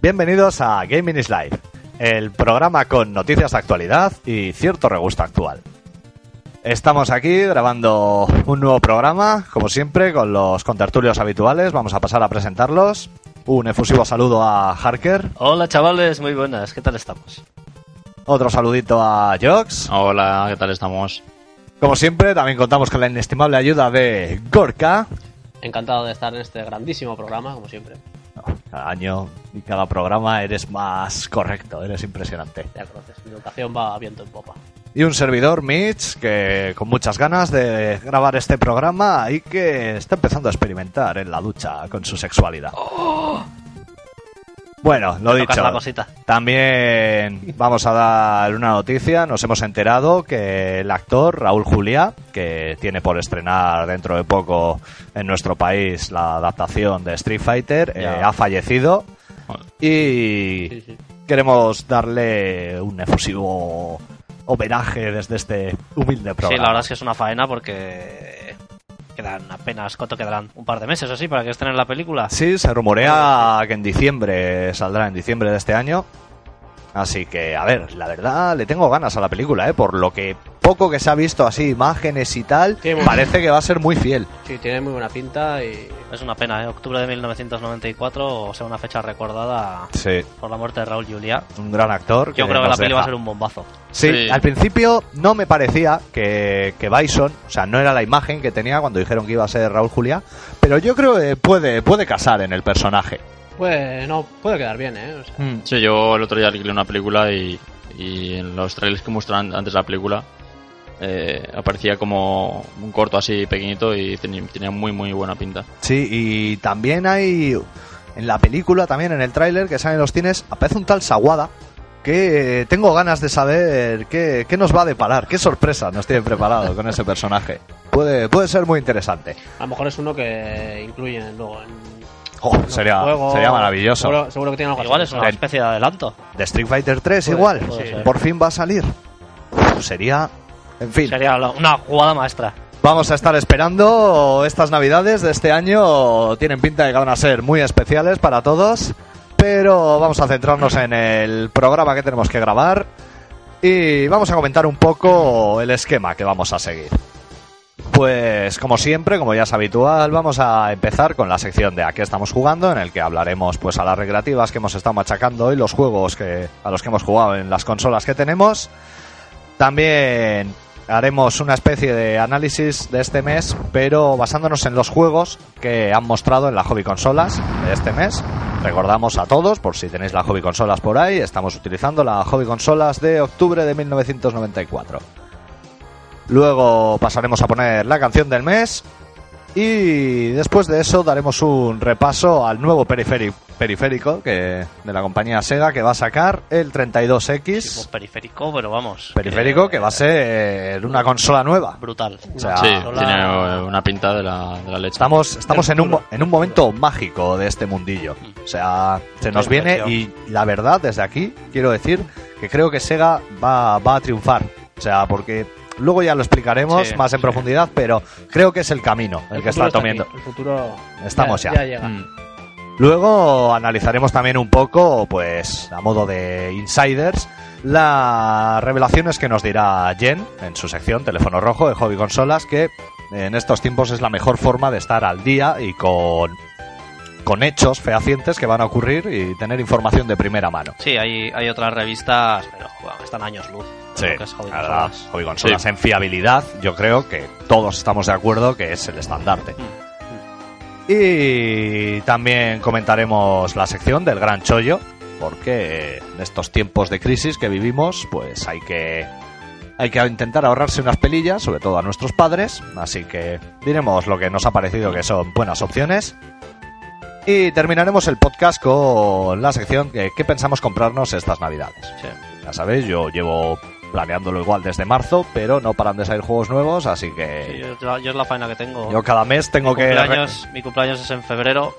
Bienvenidos a Gaming is Life, el programa con noticias de actualidad y cierto regusto actual. Estamos aquí grabando un nuevo programa, como siempre, con los contertulios habituales. Vamos a pasar a presentarlos. Un efusivo saludo a Harker, Hola chavales, muy buenas, ¿qué tal estamos? otro saludito a Jox. Hola, ¿qué tal estamos? Como siempre, también contamos con la inestimable ayuda de Gorka. Encantado de estar en este grandísimo programa, como siempre. Cada año y cada programa eres más correcto, eres impresionante. Ya conoces, mi educación va a viento en popa. Y un servidor, Mitch, que con muchas ganas de grabar este programa y que está empezando a experimentar en la ducha con su sexualidad. Bueno, lo Tocar dicho. la cosita. También vamos a dar una noticia. Nos hemos enterado que el actor Raúl Juliá, que tiene por estrenar dentro de poco en nuestro país la adaptación de Street Fighter, eh, Ya. ha fallecido. Joder. Y Sí, sí. queremos darle un efusivo homenaje desde este humilde programa. Sí, la verdad es que es una faena porque quedan apenas, ¿cuánto quedarán? Un par de meses o así para que estrenen la película. Sí, se rumorea que en diciembre saldrá, en diciembre de este año. Así que, a ver, la verdad le tengo ganas a la película, ¿eh? Por lo que poco que se ha visto así, imágenes y tal, Qué bueno. parece que va a ser muy fiel. Sí, tiene muy buena pinta y Es una pena, ¿eh? Octubre de 1994, o sea, una fecha recordada Sí, por la muerte de Raúl Juliá. un gran actor. Yo creo que la nos peli va a deja. ser un bombazo. Sí, Sí. al principio no me parecía que, que Bison, o sea, no era la imagen que tenía cuando dijeron que iba a ser Raúl Juliá, pero yo creo que puede, puede casar en el personaje. pues no puede quedar bien, ¿eh? O sea, Mm. Sí, yo el otro día alquilé una película y, y en los trailers que mostraban antes de la película eh, aparecía como un corto así pequeñito y teni- tenía muy muy buena pinta. Sí, y también hay en la película, también en el tráiler que sale en los cines, aparece un tal Sawada que eh, tengo ganas de saber qué, qué nos va a deparar, qué sorpresa nos tiene preparado con ese personaje. Puede, puede ser muy interesante. a lo mejor es uno que incluyen luego en Oh, en los sería, juegos. sería maravilloso. Seguro, seguro que tiene algo Igual es así. una especie de adelanto. De Street Fighter 3 Puede- igual, puede ser. por fin va a salir. Uf, sería... En fin, Sería la- una jugada maestra. vamos a estar esperando estas navidades de este año. Tienen pinta de que van a ser muy especiales para todos. Pero vamos a centrarnos en el programa que tenemos que grabar. Y vamos a comentar un poco el esquema que vamos a seguir. Pues como siempre, como ya es habitual, vamos a empezar con la sección de aquí estamos jugando, en el que hablaremos pues a las recreativas que hemos estado machacando hoy, los juegos que, a los que hemos jugado en las consolas que tenemos. También haremos una especie de análisis de este mes, pero basándonos en los juegos que han mostrado en la hobby consolas de este mes. Recordamos a todos, por si tenéis la hobby consolas por ahí, estamos utilizando la hobby consolas de octubre de 1994. Luego pasaremos a poner la canción del mes. Y después de eso daremos un repaso al nuevo periférico, periférico que, de la compañía Sega que va a sacar el 32X. Tipo periférico, pero vamos. Periférico que va a ser eh, una consola nueva. Brutal. O sea, sí, Hola. tiene eh, una pinta de la, de la leche. Ah, estamos, estamos en, un, mo- en un momento mágico de este mundillo. O sea, se nos viene y la verdad, desde aquí, quiero decir que creo que Sega va, va a triunfar. O sea, porque luego ya lo explicaremos Sí, más en sí. profundidad, pero creo que es el camino el, que futuro está aquí. tomando. El futuro Estamos ya. llega. Mm. Luego analizaremos también un poco, pues a modo de insiders, las revelaciones que nos dirá Jen en su sección Teléfono Rojo de Hobby Consolas, que en estos tiempos es la mejor forma de estar al día y con, con hechos fehacientes que van a ocurrir y tener información de primera mano. Sí, hay, hay otras revistas, pero bueno, están años luz. Lo que es hobby la verdad, consolas. Hobby Consolas en fiabilidad, yo creo que todos estamos de acuerdo que es el estandarte. Mm. Y también comentaremos la sección del gran chollo, porque en estos tiempos de crisis que vivimos, pues hay que hay que intentar ahorrarse unas pelillas, sobre todo a nuestros padres, así que diremos lo que nos ha parecido que son buenas opciones. Y terminaremos el podcast con la sección que qué pensamos comprarnos estas Navidades. Sí. Ya sabéis, yo llevo planeándolo igual desde marzo, pero no paran de salir juegos nuevos, así Sí, que yo, es la- yo es la faena que tengo. Eh, yo cada mes tengo mi que... Mm. cumpleaños, mi cumpleaños es en febrero.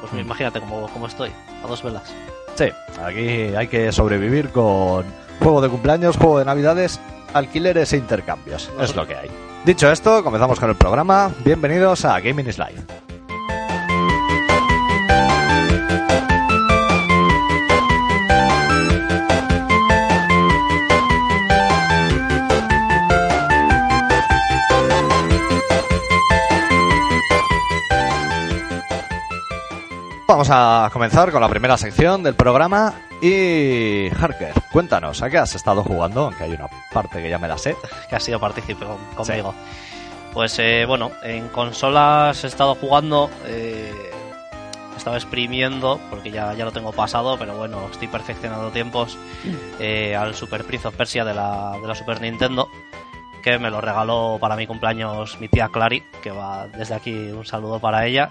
Pues imagínate cómo, cómo estoy, a dos velas. Sí, aquí hay que sobrevivir con juego de cumpleaños, juego de navidades, alquileres e intercambios. Es lo que hay. Dicho esto, comenzamos con el programa. Bienvenidos a Gaming is Life. vamos a comenzar con la primera sección del programa. Y Harker, cuéntanos, ¿a qué has estado jugando? Aunque hay una parte que ya me la sé. que ha sido partícipe con- conmigo. Pues eh, bueno, en consolas he estado jugando, eh, he estado exprimiendo, porque ya, ya lo tengo pasado, pero bueno, estoy perfeccionando tiempos eh, al Super Prince of Persia de la, de la Super Nintendo, que me lo regaló para mi cumpleaños mi tía Clary, que va desde aquí un saludo para ella.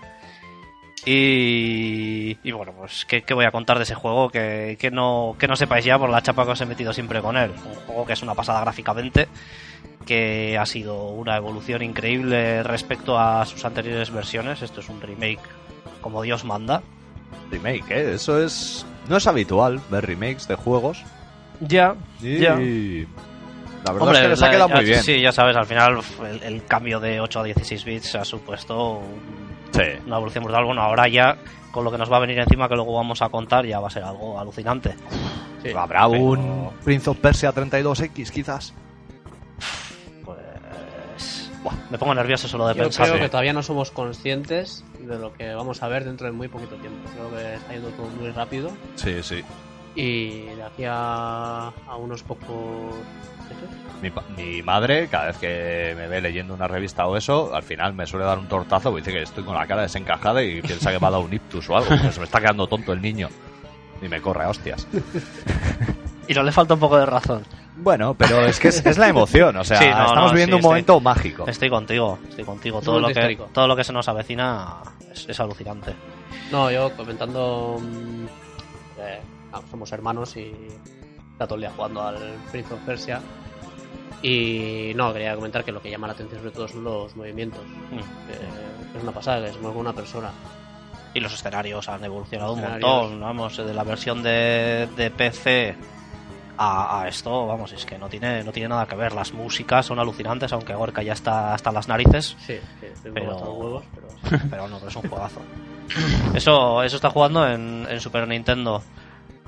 Y, y bueno, pues ¿qué, qué voy a contar de ese juego que, que no, que no sepáis ya por la chapa que os he metido siempre con él. Un juego que es una pasada gráficamente, que ha sido una evolución increíble respecto a sus anteriores versiones. Esto es un remake como Dios manda. Remake, ¿eh? Eso es. No es habitual ver remakes de juegos. Ya, Y. ya. La verdad es que les ha la- quedado ya- muy bien. Sí, ya sabes, al final f- el, el cambio de 8 a 16 bits ha supuesto un- Sí. una evolución brutal. Bueno, ahora ya con lo que nos va a venir encima, que luego vamos a contar, ya va a ser algo alucinante. Sí. Habrá Pero- un Prince of Persia 32X, quizás. Pues. Buah. Me pongo nervioso solo de Yo pensar. creo que todavía no somos conscientes de lo que vamos a ver dentro de muy poquito tiempo. Creo que está yendo todo muy rápido Sí, sí. y de aquí a, a unos pocos meses. Mi, pa- mi madre, cada vez que me ve leyendo una revista o eso, al final me suele dar un tortazo porque dice que estoy con la cara desencajada y piensa que me ha dado un ictus o algo. pero se me está quedando tonto el niño. Y me corre, a hostias. Y no le falta un poco de razón. Bueno, pero es que es, es la emoción. O sea, Sí, no, no, estamos sí, viviendo un estoy- momento mágico. Estoy contigo, estoy contigo. Es Todo un lo, momento que, histórico. todo lo que se nos avecina es, es alucinante. No, yo comentando. mm, eh, ah, somos hermanos y está todo el día jugando al Prince of Persia. Y no, quería comentar que lo que llama la atención sobre todo son los movimientos. Mm. que es una pasada, que se mueve una persona. Y los escenarios han evolucionado un Escenarios. montón, vamos, de la versión de, de PC a, a esto, vamos, es que no tiene, no tiene nada que ver. Las músicas son alucinantes, aunque Gorka ya está hasta las narices, Sí, sí, estoy un Pero- poco hasta los huevos, pero. pero no, pero es un juegazo. Eso, eso está jugando en, en Super Nintendo.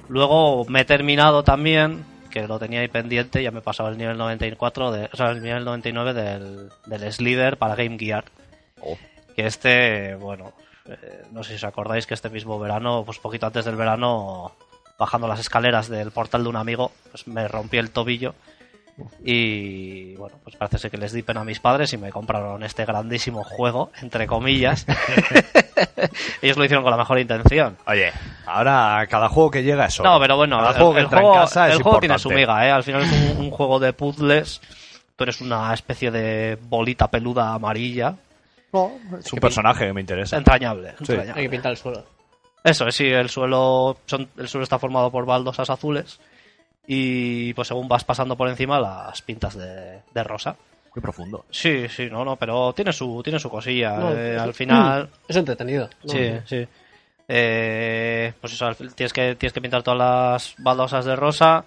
Luego me he terminado también, que lo tenía ahí pendiente, ya me he pasado el nivel 94, de, o sea, el nivel 99 del, del Slider para Game Gear. Oh. Que este, bueno, eh, no sé si os acordáis que este mismo verano, pues poquito antes del verano, bajando las escaleras del portal de un amigo, pues me rompí el tobillo. Y bueno, pues parece ser que les di pena a mis padres y me compraron este grandísimo juego, entre comillas. Ellos lo hicieron con la mejor intención. Oye, ahora cada juego que llega es oro. No, pero bueno, cada el, juego que el entra juego- en casa es el juego tiene su importante. miga, ¿eh? Al final es un, un juego de puzzles, pero es una especie de bolita peluda amarilla. Es un personaje que me interesa. Entrañable, Sí. entrañable. Hay que pintar el suelo. eh, Eso, es, sí, el suelo, son- el suelo está formado por baldosas azules y pues según vas pasando por encima las pintas de, de rosa. Qué profundo. Sí, sí, no, no, pero tiene su, tiene su cosilla. No, eh, es- al final... Es entretenido. ¿no? Sí, sí. Eh, pues eso, al fin tienes que, tienes que pintar todas las baldosas de rosa.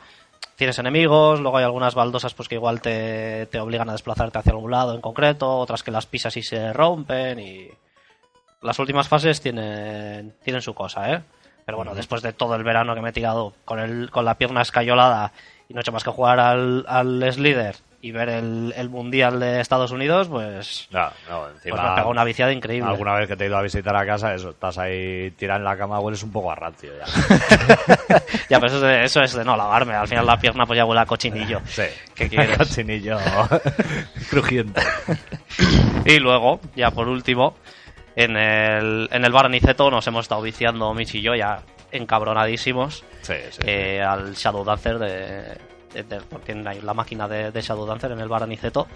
Tienes enemigos, luego hay algunas baldosas pues que igual te, te obligan a desplazarte hacia algún lado en concreto, otras que las pisas y se rompen y... Las últimas fases tienen, tienen su cosa, ¿eh? Pero bueno, después de todo el verano que me he tirado con, el, con la pierna escayolada y no he hecho más que jugar al, al Slider y ver el, el Mundial de Estados Unidos, pues, No, no, pues encima. me ha pegado una viciada increíble. Alguna vez que te he ido a visitar a casa, eso, estás ahí tirado en la cama, hueles un poco a ratio ya. Ya, pero eso es, de, eso es de no lavarme. Al final la pierna pues ya huele a cochinillo. Sí. ¿Qué quieres? Cochinillo crujiente. Y luego, ya por último, en el, en el bar Aniceto nos hemos estado viciando Michi y yo ya encabronadísimos Sí, sí. eh, al Shadow Dancer de, de- de- porque tienen ahí la máquina de, de Shadow Dancer en el bar Aniceto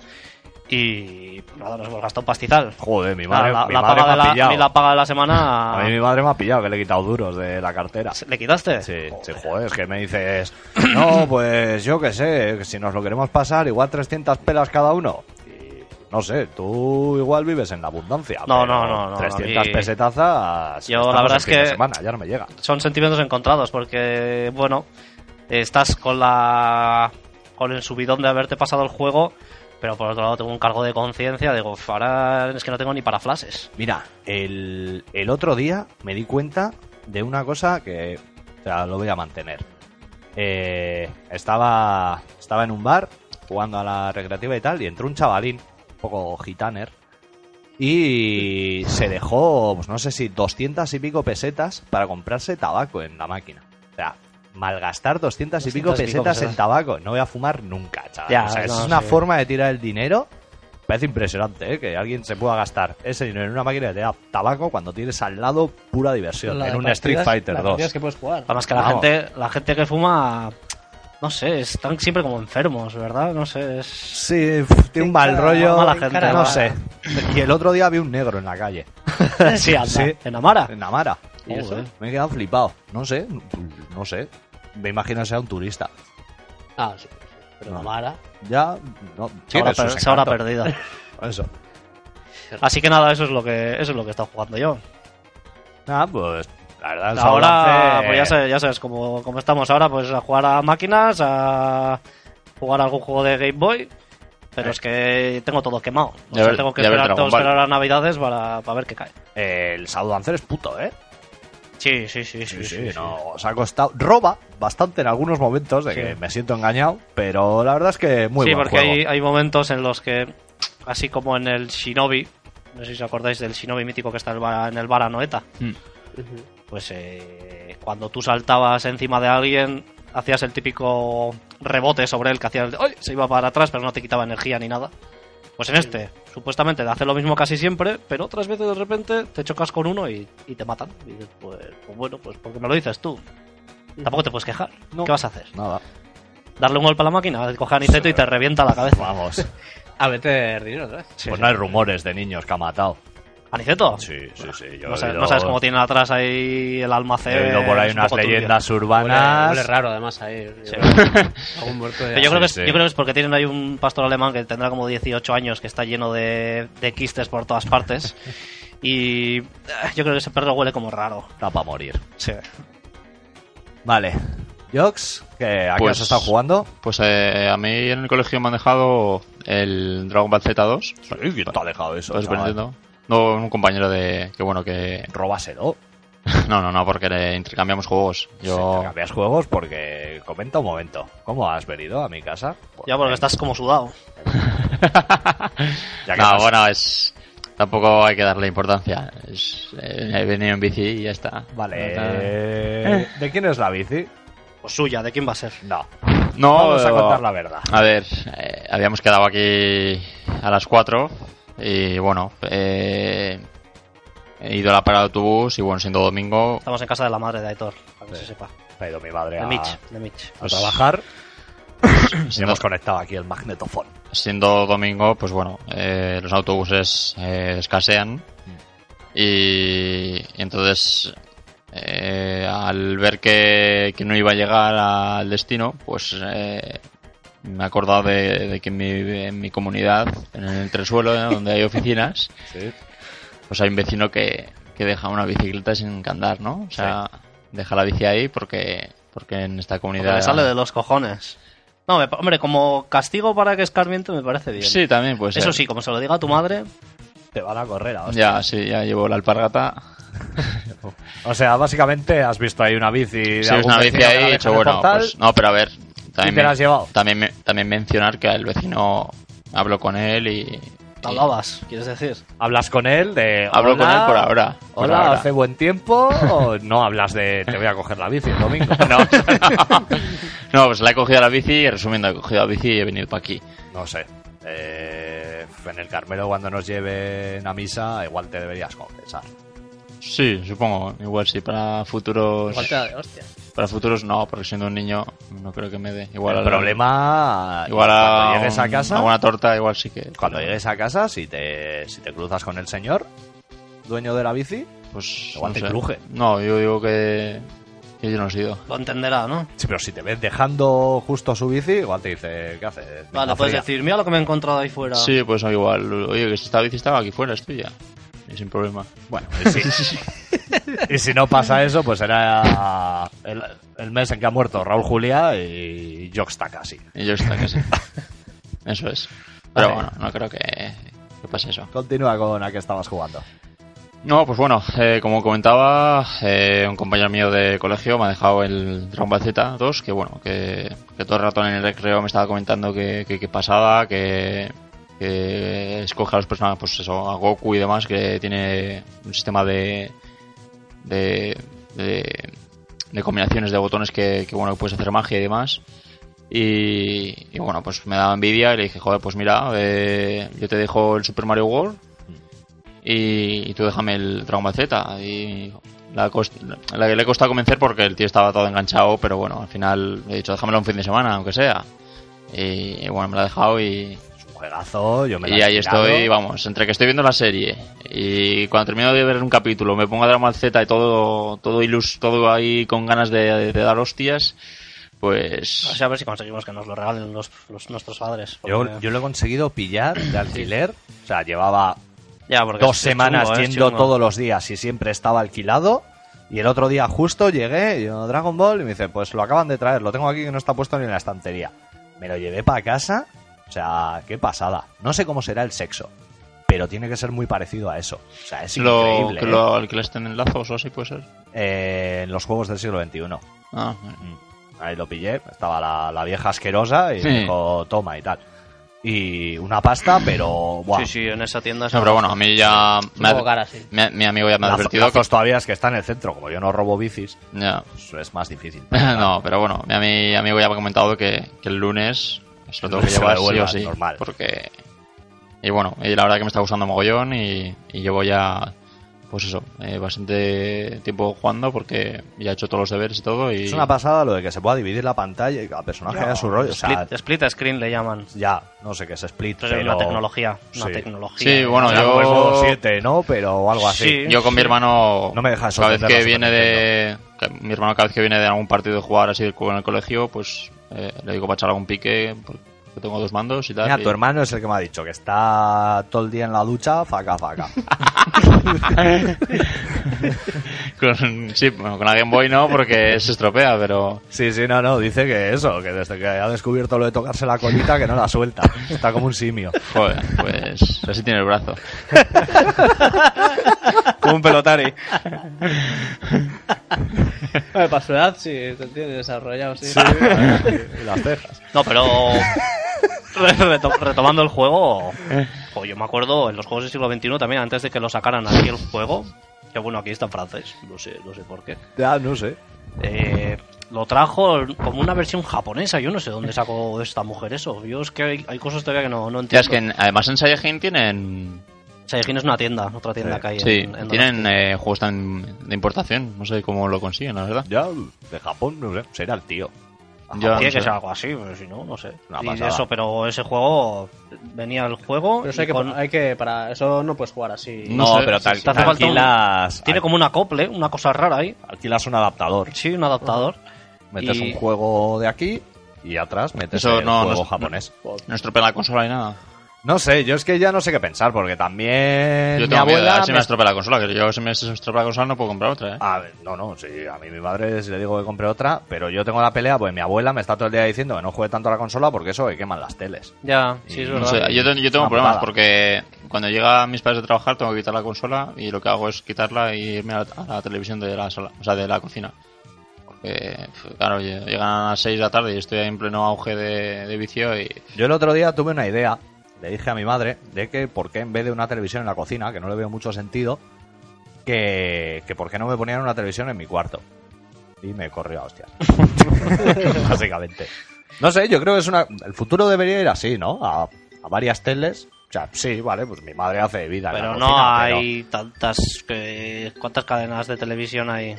y pues, nada, nos hemos gastado un pastizal. Joder, mi madre, la, mi la madre paga me de ha la, pillado. a mí la paga de la semana... A mí mi madre me ha pillado, que le he quitado duros de la cartera. ¿Le quitaste? Sí, sí, Joder. joder, es que me dices, no, pues yo qué sé, que si nos lo queremos pasar, igual 300 pelas cada uno. Y, No sé, tú igual vives en la abundancia. No, pero no, no, no, 300 a mí- pesetazas. Yo, la estamos verdad en es fin de que- semana, ya no me llega. son sentimientos encontrados porque bueno estás con la con el subidón de haberte pasado el juego pero por otro lado tengo un cargo de conciencia digo "Uf, ahora es que no tengo ni para flashes Mira, el, el otro día me di cuenta de una cosa que o sea, lo voy a mantener. Eh, estaba, estaba en un bar jugando a la recreativa y tal, y entró un chavalín, un poco gitaner, y se dejó, pues no sé si 200 y pico pesetas para comprarse tabaco en la máquina. O sea, malgastar 200 y pico 200 y pico pesetas en pesetas. tabaco. No voy a fumar nunca, chaval. Ya, O sea, es no, una sí. forma de tirar el dinero. Parece impresionante ¿eh? que alguien se pueda gastar ese dinero en una máquina que te da tabaco cuando tienes al lado pura diversión. La de en un partidas- Street Fighter las 2. partidas que puedes jugar. Además que la Vamos. gente, la gente que fuma, no sé, están siempre como enfermos, ¿verdad? No sé, es... Sí, pf, tiene un mal cara- rollo. mala gente, no mala. sé. Y el otro día vi un negro en la calle, sí, anda, Sí. en Amara. en Amara. Ah. ¿Y eso? Joder, Me he quedado flipado. No sé, no sé. Me imagino que sea un turista. Ah, sí. Pero la Mara. Ya, no. Se tiene habrá, sus per- se habrá encantos. perdido. Eso. Así que nada, eso es lo que eso es lo que he estado jugando yo. Ah, pues la verdad es ahora, avance- pues ya sabes, ya sabes como, como estamos ahora, pues a jugar a máquinas, a jugar a algún juego de Game Boy. Pero es que tengo todo quemado. O Ya sea, ver- tengo que ya ver esperar, Dragon tengo que Ball. esperar a Navidades para, para ver qué cae. El Saudancer es puto, ¿eh? Sí, sí, sí, sí. sí, no. Os ha costado. Roba bastante en algunos momentos, de Sí. que me siento engañado, pero la verdad es que muy sí, buen porque juego. Hay, hay momentos en los que, así como en el Shinobi, no sé si os acordáis del Shinobi mítico que está en el Vara- en el Vara Noeta, pues eh, cuando tú saltabas encima de alguien, hacías el típico rebote sobre él que hacía el... ¡Ay! Se iba para atrás, pero no te quitaba energía ni nada. Pues en este, supuestamente, hace lo mismo casi siempre, pero otras veces de repente te chocas con uno y, y te matan. Y dices, pues, pues bueno, pues porque me lo dices tú. Tampoco te puedes quejar. No. ¿Qué vas a hacer? Nada. ¿Darle un golpe a la máquina? Coge a Niceto y te revienta la cabeza. Vamos. A meter Ah, dinero otra vez. pues no hay rumores de niños que ha matado. ¿Aniceto? Sí, sí, sí. Yo No he sabes, oído- no sabes cómo tiene atrás ahí el almacén. He oído por ahí es un unas poco turbio. leyendas Huele, urbanas. huele raro además ahí. Sí. Algún muerto de... Pero yo, creo que es, sí. yo creo que es porque tienen ahí un pastor alemán que tendrá como 18 años, que está lleno de, de quistes por todas partes. y eh, yo creo que ese perro huele como raro. Está para morir. Sí. Vale. Jox, que ¿a qué Pues- has estado jugando? Pues eh, a mí en el colegio me han dejado el Dragon Ball Z2. Sí, te ha dejado eso? Pues, chaval? Nintendo. No, un compañero de. Que bueno, que. Róbaselo. No, no, no, porque le intercambiamos juegos. Sí, te Yo. cambias juegos porque... Comenta un momento. ¿Cómo has venido a mi casa? Pues Ya porque estás como sudado. Ya que no, estás- bueno, es. Tampoco hay que darle importancia. Es, eh, he venido en bici y ya está. Vale. No, está- eh, ¿De quién es la bici? Oh. Pues suya, ¿de quién va a ser? No. No, Vamos a eh, contar la verdad. A ver, eh, habíamos quedado aquí a las 4 y bueno, eh, he ido a la parada de autobús y bueno, siendo domingo, Estamos en casa de la madre de Aitor, para que Sí. se sepa. Ha ido mi madre De a, Mitch, de Mitch. a trabajar. Y siendo, hemos conectado aquí el magnetofón. siendo domingo, pues bueno, eh, los autobuses eh, escasean Mm. y, y entonces eh, al ver que, que no iba a llegar al destino, pues eh, me he acordado de, de que en mi, en mi comunidad, en el entresuelo, ¿no? donde hay oficinas, Sí. pues hay un vecino que, que deja una bicicleta sin candar, ¿no? O sea, deja la bici ahí porque, porque en esta Porque comunidad... le sale de los cojones. No, me pa- hombre, como castigo para que escarmiente me parece bien. Sí, también, pues... Eso sí, como se lo diga a tu madre, Te van a correr a Ya, sí, ya llevo la alpargata. O sea, básicamente has visto ahí una bici de Sí, es algún una bici vecino que la ahí y he deja dicho, en el bueno, portal. pues... No, pero a ver... También, ¿Y te la has llevado? También, me- también mencionar que el vecino habló con él y... te y hablabas, quieres decir. Hablas con él de... Hablo con "Hola, él por ahora. por Hola, ahora". hace buen tiempo. o no hablas de te voy a coger la bici el domingo. No, no, pues le he cogido la bici y resumiendo, he cogido la bici y he venido para aquí. No sé. Eh, en el Carmelo, cuando nos lleven a misa, igual te deberías confesar. Sí, supongo. Igual sí, para futuros... Falta de hostia. Para futuros no, porque siendo un niño no creo que me dé. Igual el a la- problema. Igual a, cuando llegues a un- casa. a una torta, igual sí que. Cuando llegues a casa, si te, si te cruzas con el señor, dueño de la bici. Pues, igual no te sé. cruje. No, yo digo que. que yo no he sido. Lo entenderá, ¿no? Sí, pero si te ves dejando justo su bici, igual te dice, ¿qué haces? Vale, Venga, puedes fría". decir, mira lo que me he encontrado ahí fuera. Sí, pues igual. Oye, que si esta bici estaba aquí fuera, es tuya. Y sin problema. Bueno, y si, y si no pasa eso, pues será el, el mes en que ha muerto Raúl Julia y Jock está casi. Y yo está que sí. Eso es. Vale. Pero bueno, no creo que, que pase eso. Continúa con a qué estabas jugando. No, pues bueno, eh, como comentaba, eh, un compañero mío de colegio me ha dejado el Dragon Ball Z2, que bueno, que, que todo el rato en el recreo me estaba comentando que, que, que pasaba, que, que escoge a los personajes, pues eso, a Goku y demás, que tiene un sistema de de, de, de combinaciones de botones que, que, bueno, puedes hacer magia y demás. Y, y, bueno, pues me daba envidia y le dije, joder, pues mira, eh, yo te dejo el Super Mario World y, y tú déjame el Dragon Ball Z. Y la, cost, la que le costó convencer porque el tío estaba todo enganchado, pero bueno, al final he dicho, déjamelo un fin de semana, aunque sea. Y, y bueno, me lo ha dejado y, juegazo, yo me Y ahí estoy, vamos, entre que estoy viendo la serie y cuando termino de ver un capítulo me pongo a Dragon Ball Z y todo, todo ilus, todo ahí con ganas de, de, de dar hostias, pues... O sea, a ver si conseguimos que nos lo regalen los, los nuestros padres. Porque... Yo, yo, lo he conseguido pillar de alquiler, o sea, llevaba ya, dos semanas ¿eh? chungo, yendo todos los días y siempre estaba alquilado. Y el otro día justo llegué, yo Dragon Ball, y me dice, pues lo acaban de traer, lo tengo aquí que no está puesto ni en la estantería. Me lo llevé para casa o sea, qué pasada. No sé cómo será el sexo, pero tiene que ser muy parecido a eso. O sea, es lo, increíble. Que lo, ¿El que le estén en lazos o así puede ser? Eh, en los juegos del siglo XXI. Ah, Ahí lo pillé, estaba la, la vieja asquerosa y sí. dijo, toma y tal. Y una pasta, pero... Buah. Sí, sí, en esa tienda... No, pero bueno, a mí ya... Me ha, cara, sí. mi, mi, amigo ya me ha advertido... Lazos que... todavía es que está en el centro, como yo no robo bicis, ya. Pues es más difícil. no, pero bueno, mi, mi amigo ya me ha comentado que, que el lunes se lo tengo que llevar sí o sí. Normal. Porque. Y bueno, y la verdad que me está gustando mogollón y, y llevo ya, pues eso, eh, bastante tiempo jugando porque ya he hecho todos los deberes y todo. Y... Es una pasada lo de que se pueda dividir la pantalla y cada personaje haga su rollo. Split, o sea, split screen le llaman. Ya, no sé qué es split. Pero, pero... es una tecnología. Una sí. tecnología. ¿eh? Sí, bueno, yo. yo... 7, ¿no? Pero algo así. Sí, yo con mi hermano. No me deja Cada vez que viene de. Mi hermano, cada vez que viene de algún partido de jugar así en el colegio, pues eh, le digo para echar algún pique, porque tengo dos mandos y tal. Mira, y... tu hermano es el que me ha dicho que está todo el día en la ducha, faca, faca. con, sí, bueno, con la Game Boy no, porque se estropea, pero... Sí, sí, no, no, dice que eso, que desde que ha descubierto lo de tocarse la colita, que no la suelta. Está como un simio. Joder, pues así tiene el brazo. como un pelotari. Vale, para su edad sí, se tiene desarrollado, sí. Sí, y las cejas. No, pero retom retomando el juego, jo, yo me acuerdo en los juegos del siglo XXI también, antes de que lo sacaran aquí el juego, que bueno, aquí está en francés, no sé, no sé por qué. Ya, no sé. Eh, lo trajo como una versión japonesa, yo no sé dónde sacó esta mujer eso. Yo es que hay, hay cosas todavía que no, no entiendo. Ya, es que en, además en Saiyajin tienen... Saiyajin es una tienda, otra tienda sí. que hay. Sí, en, en tienen eh, juegos tan de importación, no sé cómo lo consiguen, la verdad. Ya, de Japón, no sé, será el tío. Yo Ah, tiene no que ser algo así, pero si no, no sé. eh. Una y pasada. eso, pero ese juego venía el juego. Pero eso y hay que, con- hay que- para eso no puedes jugar así. No, sé, pero tal, sí, sí. Te hace falta un- alquilas, Tiene como un acople, una cosa rara ahí. alquilas un adaptador. Sí, un adaptador. Metes un Y- juego de aquí y atrás metes Eso el no- juego no- japonés. No estropea la consola ni nada. No sé, yo es que ya no sé qué pensar, porque también Yo Eh, mi tengo miedo de abuela... ver si me- me estropea la consola, que yo si me estropea la consola no puedo comprar otra, ¿eh? A ver, no, no, sí, a mí mi madre si le digo que compre otra, pero yo tengo la pelea porque mi abuela me está todo el día diciendo que no juegue tanto a la consola porque eso que queman las teles. Ya, sí, es No verdad. sé, yo, te- yo tengo Una problemas putada. porque cuando llega mis padres de trabajar tengo que quitar la consola y lo que hago es quitarla y irme a la, a la televisión de la sala, o sea, de la cocina. Porque, claro, lle- llegan a las 6 de la tarde y estoy en pleno auge de, de vicio y... Yo el otro día tuve una idea, le dije a mi madre de que por qué en vez de una televisión en la cocina, que no le veo mucho sentido, que, que por qué no me ponían una televisión en mi cuarto. Y me corrió a hostias. Básicamente. No sé, yo creo que es una... El futuro debería ir así, ¿no? A, a varias teles. O sea, sí, vale, pues mi madre hace vida. en la Pero no cocina, pero- hay tantas. Que... ¿Cuántas cadenas de televisión hay?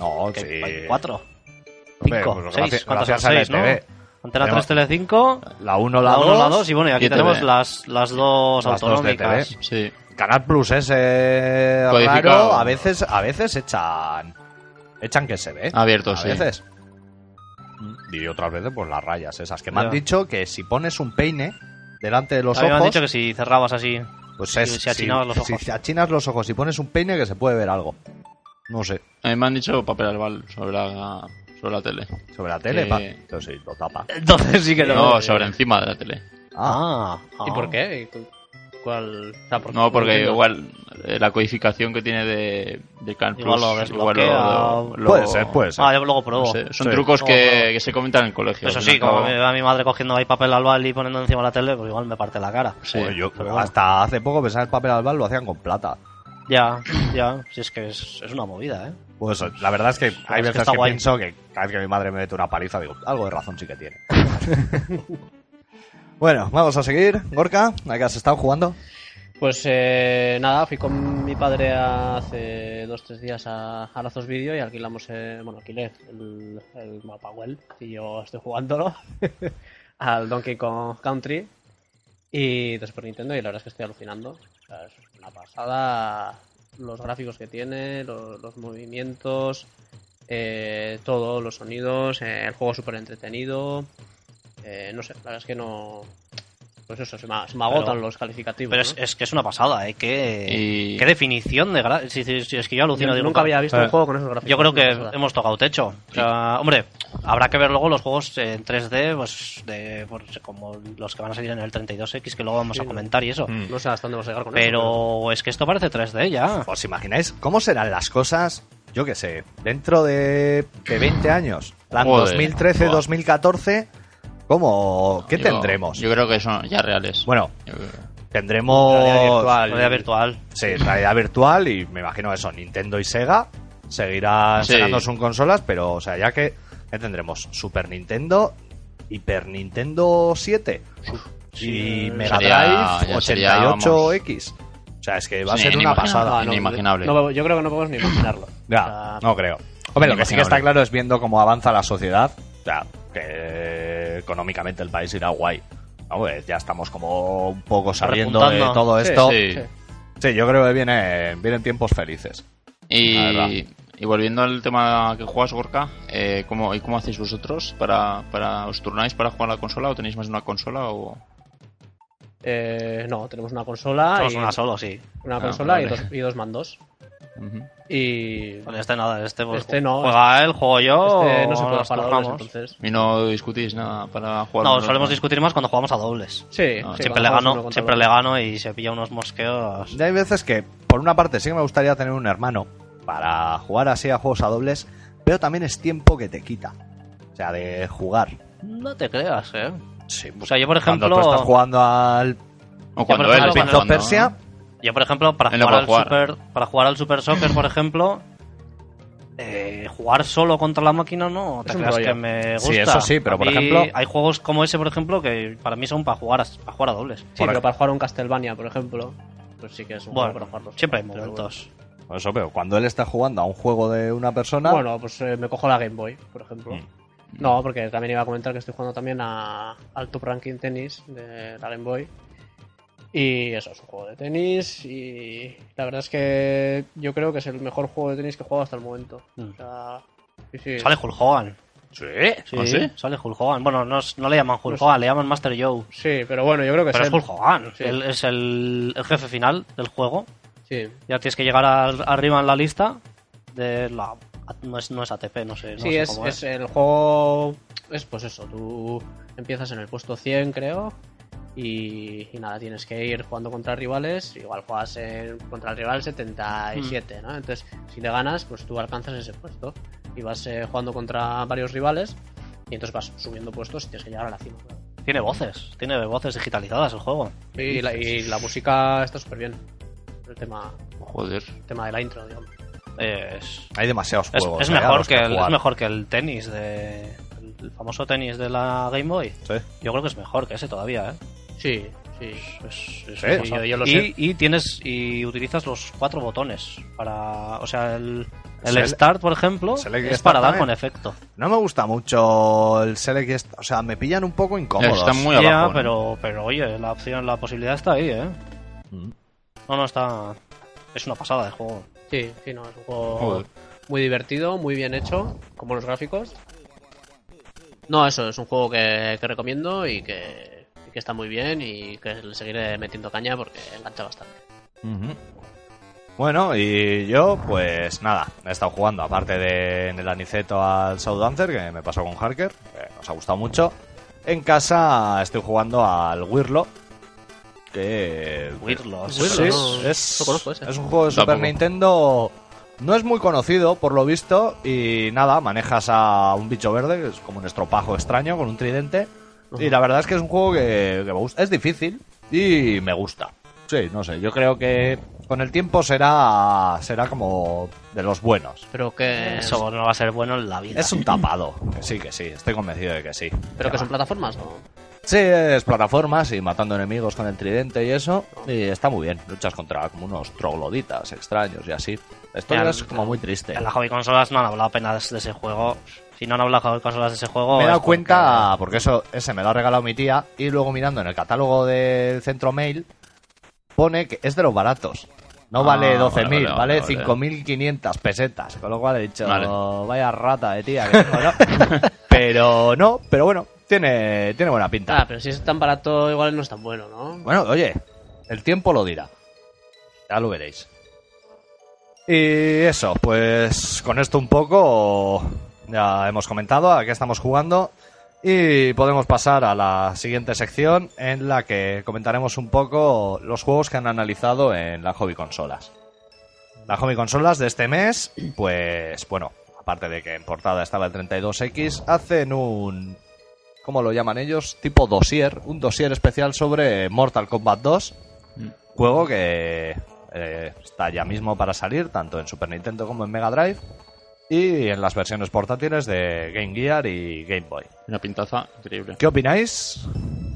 No, Que- Pues sí. ¿Cuatro? Hombre, ¿Cinco? pues ¿Seis? gracias- ¿Cuántas gracias son? a la ¿Seis, no? TV. Antena Tenemos- 3, Telecinco, La 1, la la 2. 1, la 2 y bueno, y aquí y TV. tenemos las, las dos Las dos de autonómicas. TV. Sí. Canal Plus ese Codificado. raro, a veces, a veces echan, echan que se ve. Abierto, a Ah, sí. veces. Y otras veces, pues las rayas esas. Que me Ya. han dicho que si pones un peine delante de los A mí me han ojos, dicho que si cerrabas así. pues si- es, si achinabas los ojos. si achinas los ojos y pones un peine que se puede ver algo. No sé, A mí me han dicho papel albal sobre la, sobre la tele. sobre la tele, Eh. pa- entonces sí, lo tapa. Entonces sí que No, sobre encima de la tele. Ah, Ah, ¿Y por qué? ¿Y tú- cuál o sea, por- No, porque entiendo. igual eh, la codificación que tiene de, de Can Plus Igual lo desbloquea. Puede ser, puede ser. Ah, yo luego pruebo. no sé, son Sí. trucos Luego que, pruebo. que se comentan en el colegio. Eso al sí, fin y al Pues como cabo. me ve a mi madre cogiendo ahí papel al bal y poniendo encima la tele, pues igual me parte la cara. Sí. Joder, Pues yo- Pero bueno. hasta hace poco pensaba el papel albal lo hacían con plata. Ya, ya. Si es que es, es una movida, ¿eh? Pues la verdad es que hay es que veces está que, guay. pienso que cada vez que mi madre me mete una paliza digo, algo de razón sí que tiene. bueno, vamos a seguir. Gorka, ¿a qué has estado jugando? Pues eh, nada, fui con mi padre hace dos tres días a, a Lazos Video y alquilamos, eh, bueno, alquilé el, el mapa Well y yo estoy jugándolo al Donkey Kong Country y de Super Nintendo y la verdad es que estoy alucinando. O sea, es una pasada los gráficos que tiene, lo- los, movimientos, eh, todo, los sonidos, eh, el juego súper entretenido. eh, no sé, la verdad es que no... Pues eso, se me, se me agotan los calificativos. Pero es, ¿no? es que es una pasada, ¿eh? Qué, Y- qué definición de gra- si- si- si es que yo alucino. Yo digo, nunca claro, había visto Eh. un juego con esos gráficos. Yo creo que Una pasada. hemos tocado techo. O sea, hombre, habrá que ver luego los juegos eh, en 3D, pues, de, pues, como los que van a salir en el 32X, que luego vamos Sí, a no. comentar y eso. No sé hasta dónde vamos a llegar con eso. Pero es que esto parece 3D ya. ¿Os imagináis cómo serán las cosas? Yo qué sé, dentro de, de 20 años, plan Joder, 2013, buah. 2014, ¿cómo? ¿Qué Yo- tendremos? Yo creo que son ya reales. Bueno, Yo creo que- tendremos Realidad virtual. Sí, realidad virtual y me imagino eso, Nintendo y Sega seguirán Sí. sacando sus consolas, pero o sea, ya que ya tendremos Super Nintendo, Hiper Nintendo 7 y sí, Mega sería- Drive ya sería, 88X. O sea, es que va a Sí, ser una inimaginable. pasada. Ah, inimaginable. no, yo creo que no podemos ni imaginarlo. Ya, O sea, no creo. Hombre, lo que sí que Inimaginable. está claro es viendo cómo avanza la sociedad, o sea, que económicamente el país irá guay. No, pues ya estamos como un poco saliendo de Repuntando. todo Sí, esto. sí. Sí, yo creo que viene, vienen tiempos felices. La verdad. Y, y volviendo al tema que juegas, Gorka, eh, ¿cómo, ¿y cómo hacéis vosotros? ¿Para, para ¿Os turnáis para jugar a la consola o tenéis más de una consola? O... Eh, no, tenemos una consola. Somos y, una solo, sí. una Ah, consola y, vale. dos, y dos mandos. Ujú. Y. Con este nada, este, pues, Este no, Juega él, juego yo. este no se o puede nos jugar a dobles, turnamos. entonces. Y no discutís nada para jugar. No, vosotros, solemos discutir más cuando jugamos a dobles. Sí, Ah, No, sí, siempre le vamos uno gano, contra siempre el le otro. gano y se pilla unos mosqueos. Ya hay veces que, por una parte, sí que me gustaría tener un hermano para jugar así a juegos a dobles, pero también es tiempo que te quita. O sea, de jugar. No te creas, eh. Sí, O sea, yo por ejemplo, cuando tú estás jugando al O cuando Yo, por él ejemplo, está Prince of jugando, Persia, yo por ejemplo para Él no jugar al puede jugar. super, para jugar al Super Soccer, por ejemplo, eh, jugar solo contra la máquina no te Es un creas rollo. que me gusta. Sí, eso sí, pero, A por mí ejemplo- hay juegos como ese, por ejemplo, que para mí son para jugar a, para jugar a dobles. Sí, Por pero ejemplo. para jugar a un Castlevania, por ejemplo. Pues sí que es un Bueno, juego para jugarlo. siempre hay Pero momentos. Por eso, pero cuando él está jugando a un juego de una persona, Bueno, Bueno, pues eh, me cojo la Game Boy, por ejemplo. Mm. No, porque también iba a comentar que estoy jugando también a, al Top Ranking Tennis de la Game Boy. Y eso, es un juego de tenis. Y la verdad es que yo creo que es el mejor juego de tenis que he jugado hasta el momento. Mm. O sea, sí, sí. Sale Hulk Hogan. ¿Sí? ¿Ah, sí? Sale Hulk Hogan. Bueno, no, es- no le llaman Hulk Pues- Hogan, le llaman Master Joe. Sí, pero bueno, yo creo que Pero es el- Hulk Hogan. Sí. Él es el, el jefe final del juego. Sí. Ya tienes que llegar al- arriba en la lista de la... No es, no es ATP, no sé. no Sí, sé es, cómo es el juego. Es pues eso, tú empiezas en el puesto 100, creo. Y, y nada, tienes que ir jugando contra rivales. Igual juegas en- contra el rival 77, ¿no? Entonces, si le ganas, pues tú alcanzas ese puesto. Y vas eh, jugando contra varios rivales. Y entonces vas subiendo puestos y tienes que llegar a la cima. Tiene voces, tiene voces digitalizadas el juego. Y la, y la música está súper bien. El tema, Joder. el tema de la intro, digamos. Es, hay demasiados es- juegos. es ¿eh? a mejor los que el, jugar. es mejor que el tenis de... El famoso tenis de la Game Boy. Sí. Yo creo que es mejor que ese todavía, ¿eh? Sí, sí. Es- es Sí, una cosa. Pues, yo- yo lo Eh, y, sé. y tienes y utilizas los cuatro botones para o sea el, el Select- start por ejemplo Select es Start para dar también. con efecto No me gusta mucho el Select, y est- o sea, me pillan un poco incómodos. Está muy ya abajo. ¿no? pero pero oye la opción la posibilidad está ahí eh Mm. no no está es una pasada de juego Sí, sí, no, es un juego Joder. muy divertido, muy bien hecho, con buenos gráficos. No, eso, es un juego que, que recomiendo y que, y que está muy bien y que le seguiré metiendo caña porque engancha bastante. Ujú. Bueno, y yo, pues nada, he estado jugando, aparte de en el aniceto al South Dancer, que me pasó con Harker, que nos ha gustado mucho. En casa estoy jugando al Wirlo, que que... Wirlos. Sí, Wirlos, es, no- es- no conozco ese. es un juego de Super Tampoco. Nintendo... No es muy conocido, por lo visto, y nada, manejas a un bicho verde, que es como un estropajo extraño, con un tridente. Y la verdad es que es un juego que, que me gusta. Es difícil y me gusta. Sí, no sé, yo creo que con el tiempo será, será como de los buenos. Pero que. Eso no va a ser bueno en la vida. Es un tapado. Que sí, que sí. Estoy convencido de que sí. Pero Que que son plataformas, ¿no? Sí, es plataformas y matando enemigos con el tridente y eso. Y está muy bien. Luchas contra como unos trogloditas extraños y así. Esto Ya, es como muy triste. En las hobby consolas no han hablado apenas de ese juego. Si no han hablado de hobby consolas de ese juego. Me he es dado porque- cuenta, porque eso ese me lo ha regalado mi tía, y luego mirando en el catálogo del centro mail, pone que es de los baratos. No Ah, vale vale, 12.000, vale, vale, vale, vale. 5.500 pesetas. Con lo cual he dicho, Vale. vaya rata de tía que tengo, ¿no? pero no, pero bueno, tiene, tiene buena pinta. Ah, pero si es tan barato, igual no es tan bueno, ¿no? Bueno, oye, el tiempo lo dirá. Ya lo veréis. Y eso, pues con esto un poco ya hemos comentado a qué estamos jugando y podemos pasar a la siguiente sección en la que comentaremos un poco los juegos que han analizado en la Hobby Consolas. La Hobby Consolas de este mes, pues bueno, aparte de que en portada estaba el 32X, hacen un ¿cómo lo llaman ellos? Tipo dossier, un dossier especial sobre Mortal Kombat 2, Mm. juego que eh, está ya mismo para salir, tanto en Super Nintendo como en Mega Drive, y en las versiones portátiles de Game Gear y Game Boy. Una pintaza increíble. ¿Qué opináis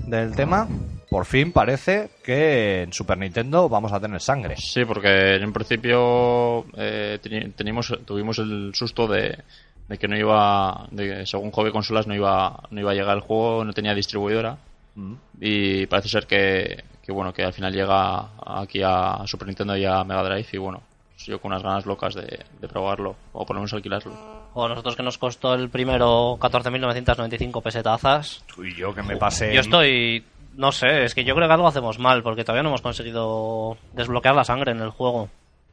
del tema? Por fin parece que en Super Nintendo vamos a tener sangre. Sí, porque en un principio eh, teni- teníamos- tuvimos el susto de, de que no iba, de que según Hobby Consolas no iba, no iba a llegar el juego, no tenía distribuidora Mm. y parece ser que, que, bueno que al final llega aquí a Super Nintendo y a Mega Drive y bueno pues yo con unas ganas locas de, de probarlo o por lo menos alquilarlo. O nosotros que nos costó el primero 14.995 pesetazas. Y yo que me pasé... Yo estoy. No sé, es que yo creo que algo hacemos mal porque todavía no hemos conseguido desbloquear la sangre en el juego.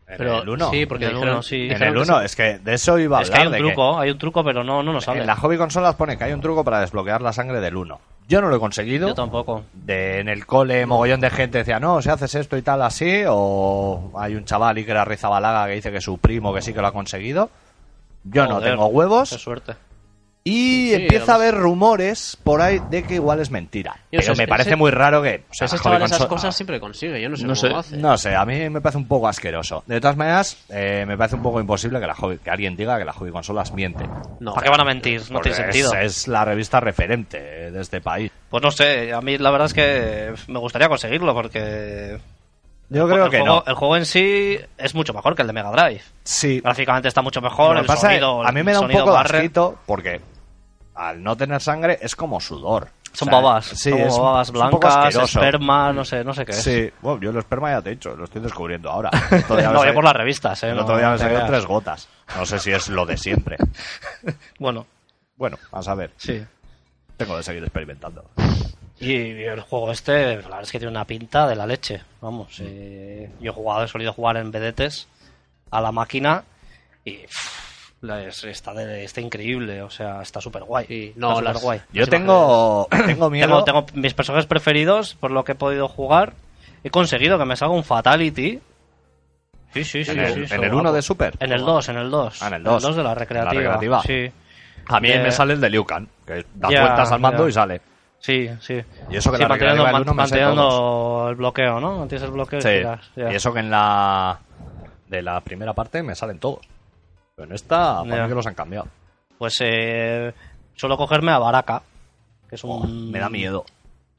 en Pero- el 1. Sí, porque En el dijeron- uno, sí. en dijeron el que 1, es que de eso iba a Es que hay hablar. un de que- truco, hay un truco, pero no, no nos sale. En la hobby consolas pone que hay un truco para desbloquear la sangre del 1. Yo no lo he conseguido. Yo tampoco. De- en el cole, mogollón de gente decía, no, si haces esto y tal así, o hay un chaval y que era Rizabalaga que dice que su primo que sí que lo ha conseguido. Yo no Joder, tengo huevos. Qué suerte. Y Sí, empieza a además- haber rumores por ahí de que igual es mentira. Yo Pero sé, me ese- parece muy raro que. o sea, Ah, Ese la chaval hobby esas consola- cosas siempre consigue, yo no sé No cómo sé. lo hace. no sé, a mí me parece un poco asqueroso. De todas maneras, eh, me parece un poco imposible que, la hobby- que alguien diga que la hobby consolas miente. No. ¿Para qué van a mentir? No Porque tiene sentido. Pues Es, es la revista referente eh, de este país. Pues no sé, a mí la verdad es que me gustaría conseguirlo porque. Yo creo el que juego, no. El juego en sí es mucho mejor que el de Mega Drive. Sí, Gráficamente está mucho mejor, Lo el que pasa es- sonido. a mí me da un sonido poco de barre. asquito porque al no tener sangre es como sudor. Son O sea, babas. Sí, son es un- babas es un poco blancas, asqueroso. esperma, no sé, no sé qué es. Sí, bueno, yo el esperma ya te he dicho, lo estoy descubriendo ahora. Todavía me No, yo salió- por las revistas, eh. El no- otro día no me te salieron creas. tres gotas. No sé si es lo de siempre. Bueno, Bueno, a saber, sí. tengo que seguir experimentando. Y el juego este, la verdad es que tiene una pinta de la leche. Vamos, eh, yo he jugado, he solido jugar en vedetes a la máquina y pff, la- es- está, de- está increíble, o sea, está súper guay. Sí, no, las- guay. Yo tengo, tengo miedo. Tengo, tengo mis personajes preferidos por lo que he podido jugar. He conseguido que me salga un Fatality. Sí, sí, sí. en sí, el, sí, en el guapo. 1 de Super. En el 2, en el 2. Ah, en el 2. de la recreativa. La recreativa. Sí, A mí Eh, me sale el de Liu Kang, que das ya, vueltas al mando ya. y sale. sí, sí. Y eso que Sí, la manteniendo, recreativa del 1 me sé manteniendo todos. el bloqueo, ¿no? Mantienes el bloqueo y Sí. giras, ya. Y eso que en la de la primera parte me salen todos. Pero en esta para Ya. mí que los han cambiado. Pues eh, suelo cogerme a Baraka, que es un, Me da miedo.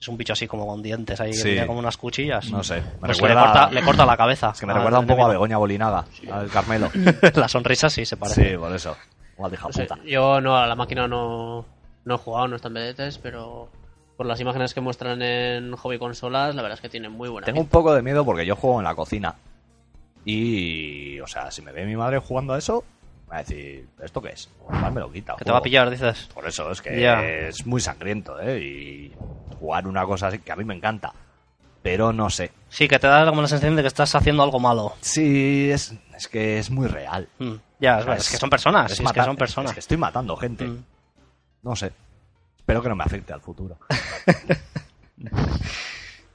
es un bicho así como con dientes, ahí Sí. que tiene como unas cuchillas. No sé, me Pues recuerda- le, corta, le corta la cabeza. Es que me recuerda al un poco a enemigo. Begoña Bolinaga, al Carmelo. La sonrisa sí se parece. sí, por eso. O al de hija No sé, puta. yo no, a la máquina no, no he jugado, no están vedetes, pero por las imágenes que muestran en hobby consolas, la verdad es que tienen muy buena. Tengo un pinta. poco de miedo porque yo juego en la cocina. Y, o sea, si me ve mi madre jugando a eso, va a decir, ¿esto qué es? Igual me lo quita. Que te va a juego. pillar, dices. Por eso, es que Ya. es muy sangriento, ¿eh? Y jugar una cosa así que a mí me encanta. Pero no sé. Sí, que te da como la sensación de que estás haciendo algo malo. Sí, es, es que es muy real. Mm, Ya, es, verdad, es que son personas. Ah, Es sí, Es, que matar- son personas. es que estoy matando gente. Mm. No sé. Espero que no me afecte al futuro.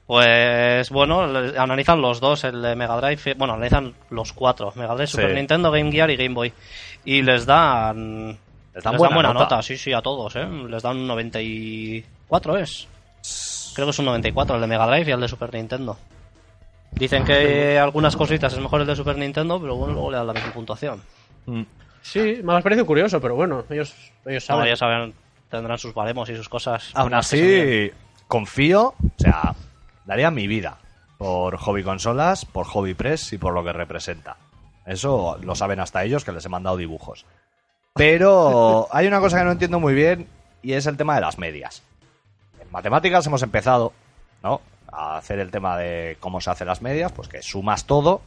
Pues bueno, le- analizan los dos, el de Mega Drive, eh, bueno, analizan los cuatro, Mega Drive, Super Nintendo, Game Gear y Game Boy. Y les dan... Les dan buena nota. sí, sí, a todos, ¿eh? Les dan un 94, ¿es? Creo que es un 94 el de Mega Drive y el de Super Nintendo. Dicen que algunas cositas es mejor el de Super Nintendo, pero bueno, luego le dan la misma puntuación. Sí, me ha parecido curioso, pero bueno, ellos, ellos saben. No, ya saben, tendrán sus baremos y sus cosas. Aún Más que se miren. así, confío, o sea, daría mi vida por hobby consolas, por hobby press y por lo que representa. Eso lo saben hasta ellos que les he mandado dibujos. Pero hay una cosa que no entiendo muy bien y es el tema de las medias. En matemáticas hemos empezado, ¿no? A hacer el tema de cómo se hacen las medias, pues que sumas todo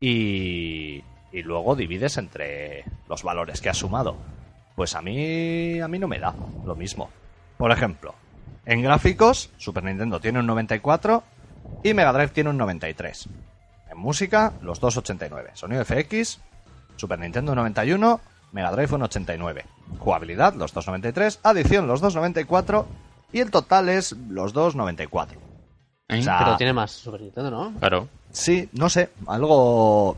y, y luego divides entre los valores que has sumado. Pues a mí, a mí no me da lo mismo. Por ejemplo, en gráficos, Super Nintendo tiene un 94 y Mega Drive tiene un 93. En música, los dos 89. Sonido FX, Super Nintendo un 91, Mega Drive un 89. Jugabilidad, los 293, adición, los 294 y el total es los 294. ¿Eh? O sea, Pero tiene más Super Nintendo, ¿no? Claro. Sí, no sé, algo...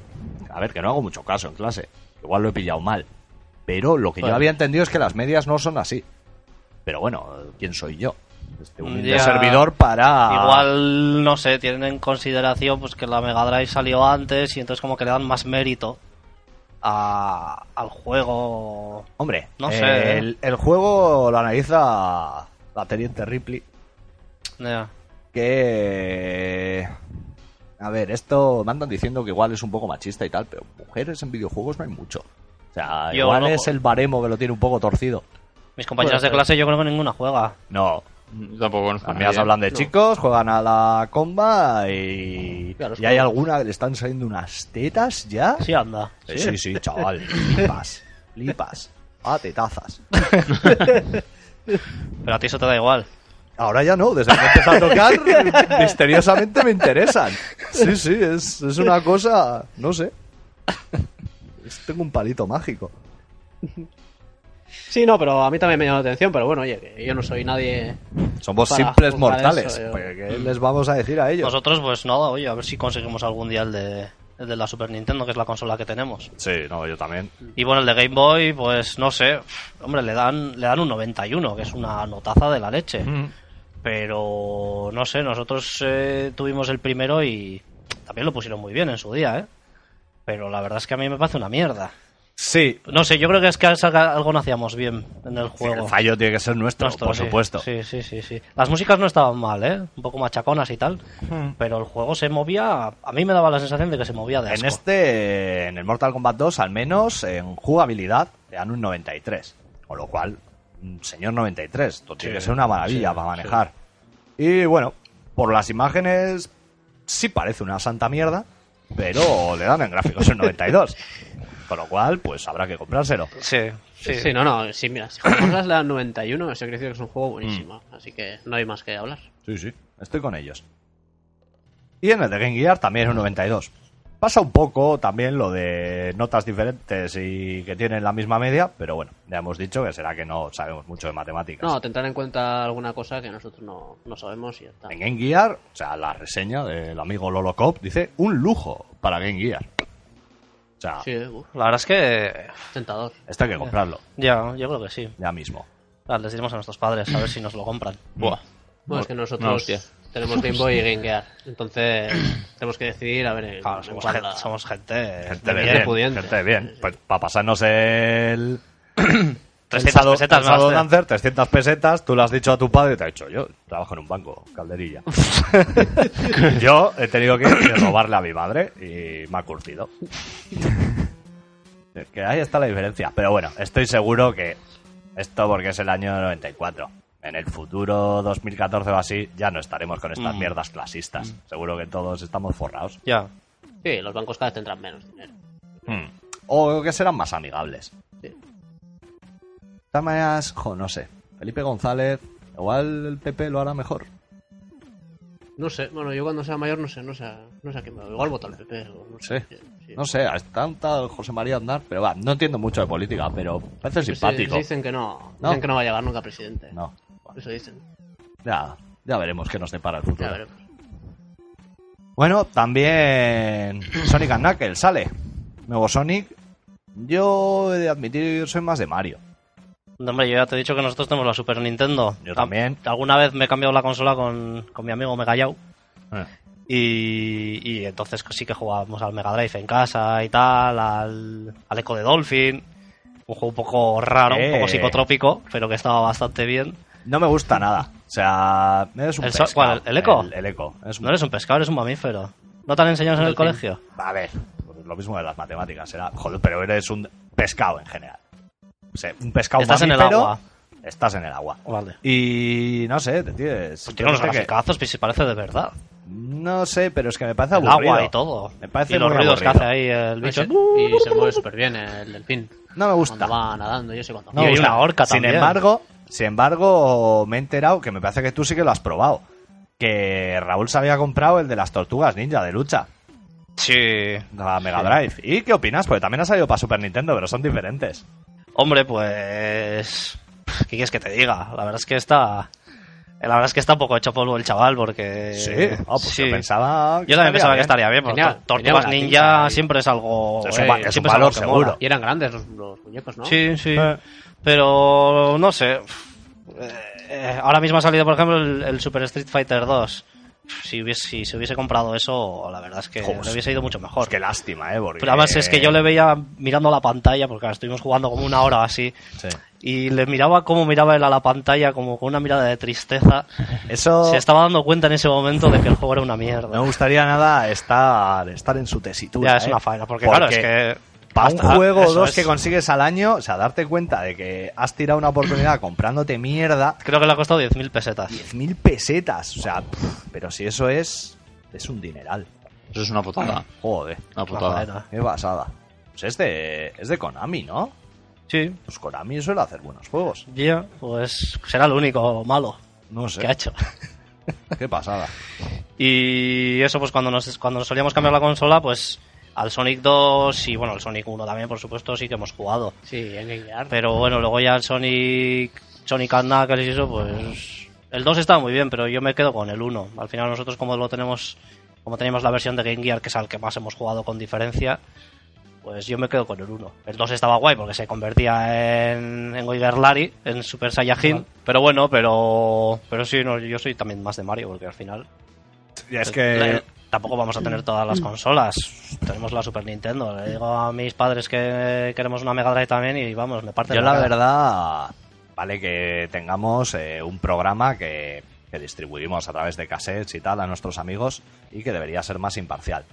A ver, que no hago mucho caso en clase. Igual lo he pillado mal. Pero lo que yo Bueno. había entendido es que las medias no son así. Pero bueno, ¿quién soy yo? Este humilde Ya. servidor para... Igual, no sé, tienen en consideración pues que la Mega Drive salió antes y entonces como que le dan más mérito a- al juego. Hombre, No sé, ¿eh? El, el juego lo analiza la teniente Ripley, Ya. que... A ver, esto me andan diciendo que igual es un poco machista y tal, pero mujeres en videojuegos no hay mucho. O sea, Yo igual no- es el baremo que lo tiene un poco torcido. Mis compañeras Puede de clase yo creo que ninguna juega. No, Yo tampoco nos las mías hablan de chicos, juegan a la comba y... Claro, es y hay como- alguna que le están saliendo unas tetas ya. Sí, anda. Sí, sí, sí, chaval. Flipas, flipas. Ah, tetazas. Pero a ti eso te da igual. Ahora ya no, desde que empezó a tocar, misteriosamente me interesan. Sí, sí, es, es una cosa, no sé. Es- tengo un palito mágico. Sí, no, pero a mí también me llama la atención, pero bueno, oye, que yo no soy nadie. Somos Para simples juzgar mortales. eso, yo- pues, ¿Qué les vamos a decir a ellos? Nosotros, pues nada, oye, a ver si conseguimos algún día el de, el de la Super Nintendo, que es la consola que tenemos. Sí, no, yo también. Y bueno, el de Game Boy, pues no sé. Hombre, le dan, le dan un 91, que es una notaza de la leche. Mm. Pero no sé, nosotros eh, tuvimos el primero y también lo pusieron muy bien en su día, ¿eh? Pero la verdad es que a mí me parece una mierda. Sí, No sé, yo creo que es que algo algo no hacíamos bien en el el juego. fallo tiene que ser nuestro, Nuestro, por sí. supuesto. Sí, sí, sí, sí. Las músicas no estaban mal, ¿eh? Un poco machaconas y tal. Hmm. Pero el juego se movía. A mí me daba la sensación de que se movía de asco. En este, en el Mortal Kombat 2, al menos en jugabilidad, le dan un 93. Con lo cual, un señor 93, esto tiene que ser una maravilla para manejar. Y bueno, por las imágenes, sí parece una santa mierda, pero le dan en gráficos un 92. Con lo cual, pues habrá que comprárselo. Sí, Sí, sí. no, no, sí, mira, si jugamos la 91, eso quiere decir que es un juego buenísimo, así que no hay más que hablar. Sí, sí, estoy con ellos. Y en el de Game Gear también es un 92. Pasa un poco también lo de notas diferentes y que tienen la misma media, pero bueno, ya hemos dicho que será que no sabemos mucho de matemáticas. No, tendrán en cuenta alguna cosa que nosotros no, no sabemos y ya está. En Game Gear, o sea, la reseña del amigo Lolocop dice un lujo para Game Gear. O sea, Sí, uh, La verdad es que. tentador. este hay que comprarlo Ya, yo creo que sí. ya mismo. Ah, Les diremos a nuestros padres a ver si nos lo compran. Buah. Bueno, No, es que no, nosotros hostia. tenemos Game Boy y Game Gear, entonces tenemos que decidir a ver en, Claro, en Ah, somos, cuál gen- la- somos gente. Gente Bien, de bien, pudiente. gente de bien. Pues para pasarnos el... 300 el pesetas Shadow más. Dancer, 300 pesetas, tú lo has dicho a tu padre y te ha dicho, yo trabajo en un banco, calderilla. yo he tenido que robarle a mi madre y me ha curtido. Es que ahí está la diferencia. Pero bueno, estoy seguro que esto porque es el año 94. En el futuro 2014 o así, ya no estaremos con estas mierdas clasistas. Seguro que todos estamos forrados. Ya. Sí, los bancos cada vez tendrán menos dinero. O que serán más amigables. Sí. De todas maneras, jo, no sé. Felipe González, igual el PP lo hará mejor. No sé, bueno, yo cuando sea mayor no sé, no sé, a- no sé a quién me Igual voto al PP o no sé. Sí. No sé, está un tal José María Aznar, pero va, no entiendo mucho de política, pero parece Pues sí, simpático. dicen que no, ¿No? dicen que no va a llegar nunca presidente. No, bueno, Eso dicen. ya, ya veremos qué nos depara el futuro. Ya veremos. Bueno, también Sonic and Knuckles sale. Nuevo Sonic. Yo he de admitir, soy más de Mario. No, hombre, yo ya te he dicho que nosotros tenemos la Super Nintendo. Yo también. A- Alguna vez me he cambiado la consola con, con mi amigo Megayau. Eh. Y, y entonces sí que jugábamos al Mega Drive en casa y tal, al, al Echo de Dolphin. Un juego un poco raro, un Eh. poco psicotrópico, pero que estaba bastante bien. No me gusta nada. O sea, eres un ¿El so- pescado. cuál, el Echo? El, el Echo. Es un- No eres un pescado, eres un mamífero. ¿No te han enseñado en el Dolphin. colegio? A ver, pues lo mismo de las matemáticas. Era, joder, pero eres un pescado en general. O sea, un pescado Estás en el mamífero, agua. Estás en el agua. Vale. Y no sé, te tienes. Pues tiene unos parece que- graficazos, pero si parece de verdad. No sé, pero es que me parece el aburrido. agua y todo. Me parece y los muy ruidos que aburrido. hace ahí el bicho. Y se mueve súper bien el delfín. No me gusta. Cuando va nadando, yo sé cuando. No Y me hay gusta. una horca sin también. Embargo, sin embargo, me he enterado, que me parece que tú sí que lo has probado, que Raúl se había comprado el de las tortugas ninja de lucha, Sí. la Mega Drive. ¿Y qué opinas? Porque también ha salido para Super Nintendo, pero son diferentes. Hombre, pues. ¿Qué quieres que te diga? La verdad es que está. La verdad es que está un poco hecho polvo el chaval porque. Ah, pues Sí. yo pensaba. Yo también pensaba que estaría estaría bien, porque Tenía- tor- Tortugas tenía buena Ninja pinta y- siempre es algo. eh, Es un va- es un siempre valor algo que mola. seguro. Y eran grandes los, los muñecos, ¿no? Sí, sí. Eh. Pero no sé. Eh, ahora mismo ha salido, por ejemplo, el, el Super Street Fighter 2. Si, hubiese, si se hubiese comprado eso, la verdad es que Joder. le hubiese ido mucho mejor. bien. Qué lástima, eh. Porque... Pero además Pues es que yo le veía mirando la pantalla, porque claro, estuvimos jugando como una hora así, Sí. y le miraba como miraba él a la pantalla, como con una mirada de tristeza. Eso. Se estaba dando cuenta en ese momento de que el juego era una No me mierda. gustaría nada estar, estar en su tesitura. Ya es eh. una faena, porque, claro, es que. Para un hasta- ah, juego o eso dos es. que consigues al año, o sea, darte cuenta de que has tirado una oportunidad comprándote mierda, Creo que le ha costado 10.000 pesetas. 10.000 pesetas. O sea, pff, pero si eso es. Es un dineral. Eso es una putada. Joder, Una Una putada. faena. qué basada. Pues es de, es de Konami, ¿no? Sí, Pues Konami suele hacer buenos juegos. ya, pues será el único malo No que ha sé, hecho. qué pasada. Y eso, pues cuando nos, cuando nos solíamos cambiar la consola, pues al Sonic 2 y bueno, al Sonic 1 también, por supuesto, sí que hemos jugado. Sí, en Game Gear. Pero bueno, luego ya el Sonic, Sonic and Knuckles y eso, pues el 2 estaba muy bien, pero yo me quedo con el 1. Al final nosotros como lo tenemos, como teníamos la versión de Game Gear, que es al que más hemos jugado con diferencia, pues yo me quedo con el 1. El 2 estaba guay porque se convertía en, en Goiger Larry, en Super Saiyajin, pero bueno, pero pero sí, no, yo soy también más de Mario porque al final Es la- que. eh, tampoco vamos a tener todas mm. las consolas. Tenemos la Super Nintendo. Le digo a mis padres que queremos una Mega Drive también y vamos, me parte Yo la cara. verdad, vale que tengamos eh, un programa que, que distribuimos a través de cassettes y tal a nuestros amigos y que debería ser más imparcial.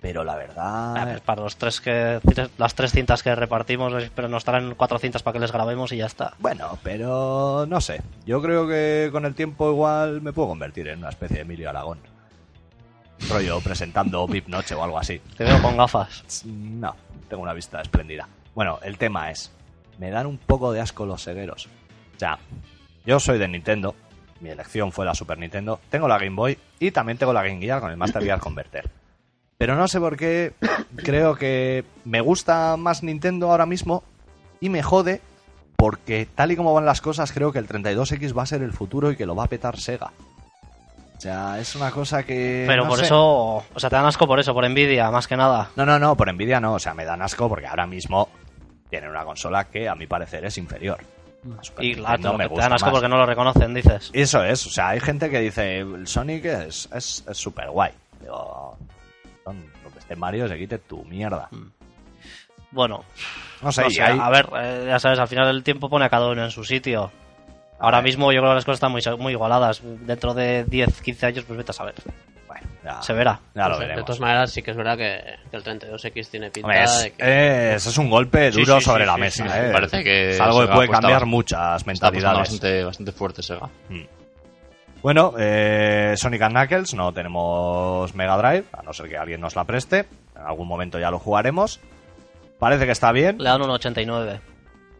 Pero la Ah, pues verdad, para los tres que las tres cintas que repartimos, eh, pero nos traen cuatro cintas para que les grabemos y ya está. bueno, pero no sé. Yo creo que con el tiempo igual me puedo convertir en una especie de Emilio Aragón. Rollo presentando VIP Noche o algo así. Te veo con gafas. No, tengo una vista espléndida. Bueno, el tema es, me dan un poco de asco los cegueros. O sea, yo soy de Nintendo, mi elección fue la Super Nintendo, tengo la Game Boy y también tengo la Game Gear con el Master Gear Converter. Pero no sé por qué creo que me gusta más Nintendo ahora mismo y me jode porque tal y como van las cosas creo que el 32X va a ser el futuro y que lo va a petar Sega. O sea, es una cosa que... Pero Eh, no por sé. eso, o sea, te dan asco por eso, por envidia, más que nada. No, no, no, por envidia no. O sea, me dan asco porque ahora mismo tienen una consola que a mi parecer es inferior. La Super Y Nintendo claro, Eh, me te gusta dan asco más. porque no lo reconocen, dices. Eso es, o sea, hay gente que dice, el Sonic es súper guay. Digo, "Don, donde esté Mario se quite tu mierda. Bueno, pues No sé, Mm. no y sé, hay- a ver, eh, ya sabes, al final el tiempo pone a cada uno en su sitio. Ahora mismo yo creo que las cosas están muy, muy igualadas. Dentro de 10, 15 años, pues vete a saber. bueno, ya, Se verá. ya lo Pues, De todas veremos. maneras, sí que es verdad que, que el 32X tiene Hombre, pinta es, de que... eh, eso es un golpe Sí, duro sí, sobre sí, la sí, mesa. sí, eh. sí, parece que es algo que Sega puede apuesta- cambiar muchas Está apostando mentalidades. bastante, bastante fuerte Sega. Bueno, eh, Sonic and Knuckles no tenemos Mega Drive, a no ser que alguien nos la preste. En algún momento ya lo jugaremos. Parece que está bien. Le dan un 89.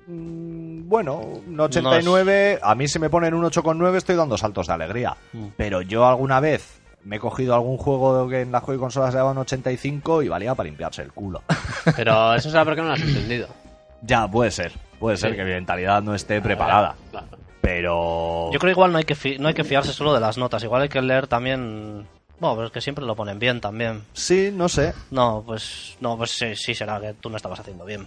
Mm, Bueno, un 89, a mí si me ponen un 8,9 estoy dando saltos de alegría. Mm. Pero yo alguna vez me he cogido algún juego que en la juego y consola se daba un 85 y valía para limpiarse el culo. Pero eso será porque no lo has entendido. ya, puede ser. Puede ser Sí. que mi mentalidad no esté preparada. Claro. Pero... Yo creo igual no hay que fi- no hay que fiarse solo de las notas, igual hay que leer también Bueno, pero es que siempre lo ponen bien también. Sí, no sé. No, pues no, pues sí, sí será que tú no estabas haciendo bien.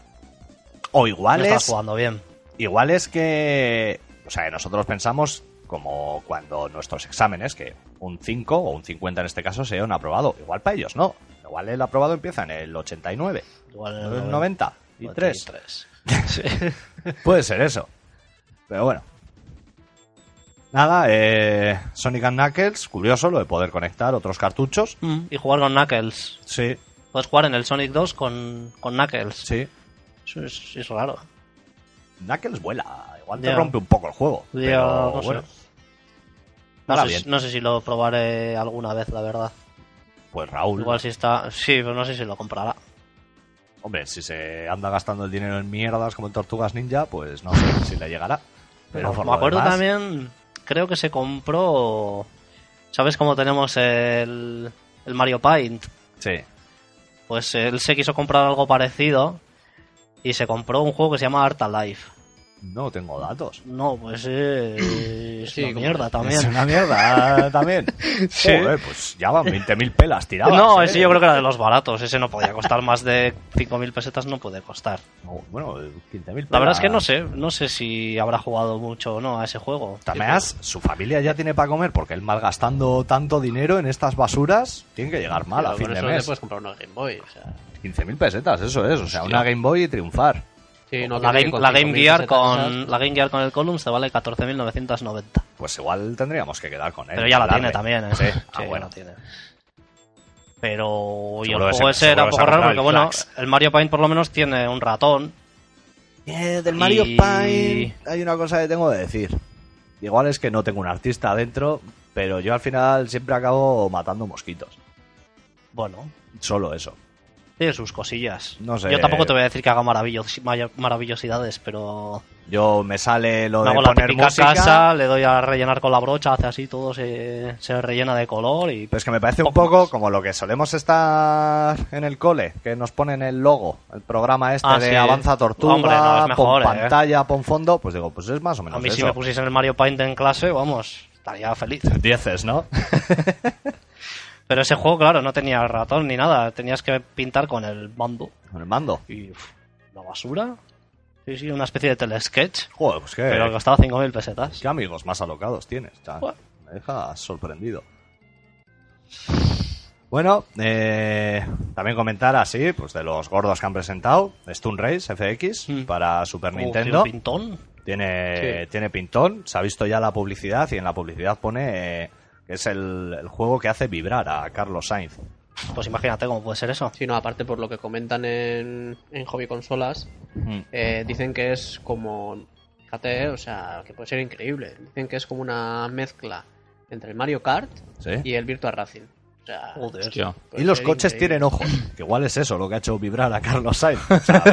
O No igual estabas es, jugando bien. igual es que. O sea, nosotros pensamos como cuando nuestros exámenes, que un 5 o un 50 en este caso, se han aprobado. Igual para ellos no. Igual el aprobado empieza en el 89, Igual en el 90 y 3. 93. Puede ser eso. Pero bueno. Nada, eh, Sonic and Knuckles, curioso lo de poder conectar otros cartuchos. Y jugar con Knuckles. Sí, Puedes jugar en el Sonic 2 con, con Knuckles. sí. Eso es, es raro. Knuckles vuela, igual te Ya. rompe un poco el juego. Ya, pero no sé. bueno, No Ahora sé, bien. si- no sé si lo probaré alguna vez, la verdad. pues Raúl, Igual si está. Sí, pero no sé si lo comprará. hombre, si se anda gastando el dinero en mierdas como en Tortugas Ninja, pues no sé si le llegará. Pero por me lo acuerdo demás, también, creo que se compró. ¿Sabes cómo tenemos el, el Mario Paint? Sí, Pues él se quiso comprar algo parecido y se compró un juego que se llama Art Alive. no tengo datos. No, pues eh, es Sí, una como- mierda Es también. una mierda también. Sí. Joder, pues ya van 20.000 pelas tiradas. No, ¿eh? ese yo creo que era de los baratos. Ese no podía costar más de 5.000 pesetas, no puede costar. No, Bueno, 15.000 La verdad es que no pelas. sé, no sé si habrá jugado mucho o no a ese juego. Tameas, su familia ya tiene para comer porque él malgastando tanto dinero en estas basuras tiene que llegar mal a Pero fin con de eso te mes. puedes comprar una Game Boy. O sea, 15.000 pesetas, eso es. O sea, Hostia. una Game Boy y triunfar. sí, no la, que game, con la Game 5.000 Gear pesetas con, esas, la Game Gear con el Column se vale 14.990. Pues igual tendríamos que quedar con él. Pero ya la darle. tiene también, ¿eh? Sí, ah, bueno. la tiene. Pero y el Seguro que juego se- ese era seguro un que se poco ha raro porque, comprado el bueno, Flax. el Mario Paint por lo menos tiene un ratón. Eh, del Y- Mario Paint hay una cosa que tengo que decir. Igual es que no tengo un artista adentro, pero yo al final siempre acabo matando mosquitos. Bueno, Solo eso. tiene sus cosillas. No sé. Yo tampoco te voy a decir que haga maravillos, maya- maravillosidades, pero Yo me sale lo me de hago la poner típica música. casa, le doy a rellenar con la brocha, hace así, todo se, se rellena de color y... Pero es que me parece un Poco poco más. como lo que solemos estar en el cole, que nos ponen el logo, el programa este Ah, de sí. Avanza Tortuga, Hombre, no, es mejor, pon eh. pantalla, pon fondo, pues digo, pues es más o menos A mí eso. si me pusiesen el Mario Paint en clase, vamos, estaría feliz. Dieces, ¿no? Pero ese juego, claro, no tenía ratón ni nada, tenías que pintar con el bando. Con el mando. y uf, la basura. Sí, sí, una especie de telesketch, Joder, pues qué, pero costaba 5.000 pesetas. qué amigos más alocados tienes, chan. Buah. Me deja sorprendido. Bueno, eh, también comentar así, pues de los gordos que han presentado, Stun Race FX Mm. para Super Como Nintendo. un pintón. Tiene, tiene pintón, se ha visto ya la publicidad y en la publicidad pone eh, que es el, el juego que hace vibrar a Carlos Sainz. Pues imagínate cómo puede ser eso. Sí, no, aparte por lo que comentan en, en Hobby Consolas, eh, dicen que es como. Fíjate, eh, o sea, que puede ser increíble. Dicen que es como una mezcla entre el Mario Kart ¿Sí? y el Virtua Racing. O sea, Joder. Hostia. Y puede los ser coches Pues increíble. tienen ojos, que igual es eso lo que ha hecho vibrar a Carlos Sainz. O sea,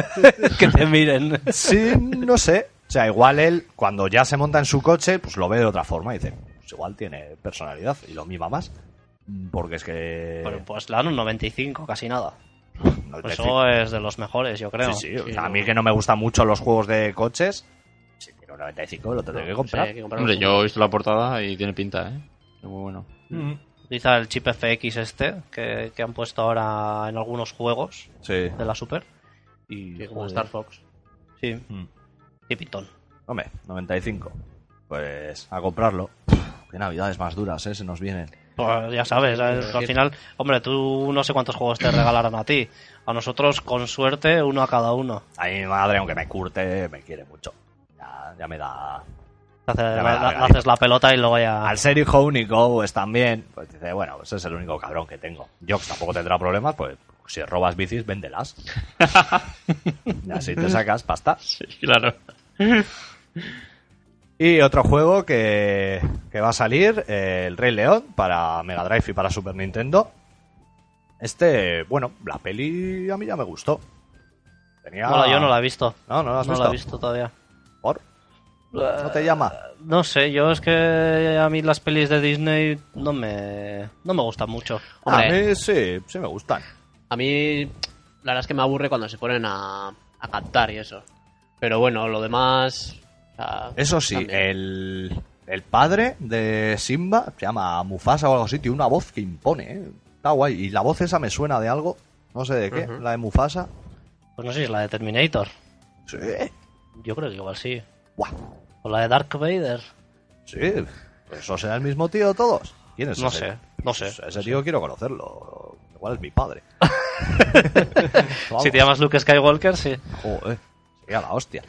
que te miren. sí, no sé. O sea, igual él, cuando ya se monta en su coche, pues lo ve de otra forma y dice, pues igual tiene personalidad y lo mima más. Porque es que... Pero pues le dan un 95, casi nada. no- Pues es eso es de los mejores, yo creo. decir, sí, sí, o sí, sea, a no. mí que no me gustan mucho los juegos de coches, si tiene un 95 lo tendré que No, o sea, comprar. hay que comprarlo. Hombre, yo he visto la portada y tiene pinta, ¿eh? Es Muy bueno. Mm, Utiliza el chip FX este, que, que han puesto ahora en algunos juegos Sí. de la Super. Y, Sí, como joder. Star Fox. Sí, Mm. y pintón. Hombre, 95. Pues a comprarlo. Qué navidades más duras, ¿eh? Se nos vienen. Pues ya sabes, ¿sabes? Sí. al final, hombre, tú no sé cuántos juegos te regalaron a ti. A nosotros, con suerte, uno a cada uno. A mi madre, aunque me curte, me quiere mucho. Ya, ya me da... Te hace- me la- la la- regalé. haces la pelota y luego ya. Al ser hijo único, pues también... Pues dice, bueno, ese es el único cabrón que tengo. Yo que tampoco tendrá problemas, pues si robas bicis, véndelas. y así te sacas pasta. Sí, claro. Y otro juego que, que va a salir, eh, El Rey León, para Mega Drive y para Super Nintendo. Este, bueno, la peli a mí ya me gustó. Tenía... Mola, yo no la he visto. No, no la has no visto. la he visto todavía. ¿Por? ¿No te llama? No sé, yo es que a mí las pelis de Disney no me, no me gustan mucho. A Hombre. mí sí, sí me gustan. A mí, la verdad es que me aburre cuando se ponen a, a cantar y eso. Pero bueno, lo demás. o sea, Eso sí, también. el, el padre de Simba, se llama Mufasa o algo así, tiene una voz que impone, ¿eh? Está guay. Y la voz esa me suena de algo, no sé de qué, la de Mufasa. Pues no sé si es la de Terminator. Sí. Yo creo que igual sí. Buah. O la de Dark Vader. Sí. Pero eso será el mismo tío todos. ¿Quién es No ese? Pues sé, no sé. Ese tío quiero conocerlo. Igual es mi padre. Vamos. Si te llamas Luke Skywalker, sí. Joder, sería la hostia.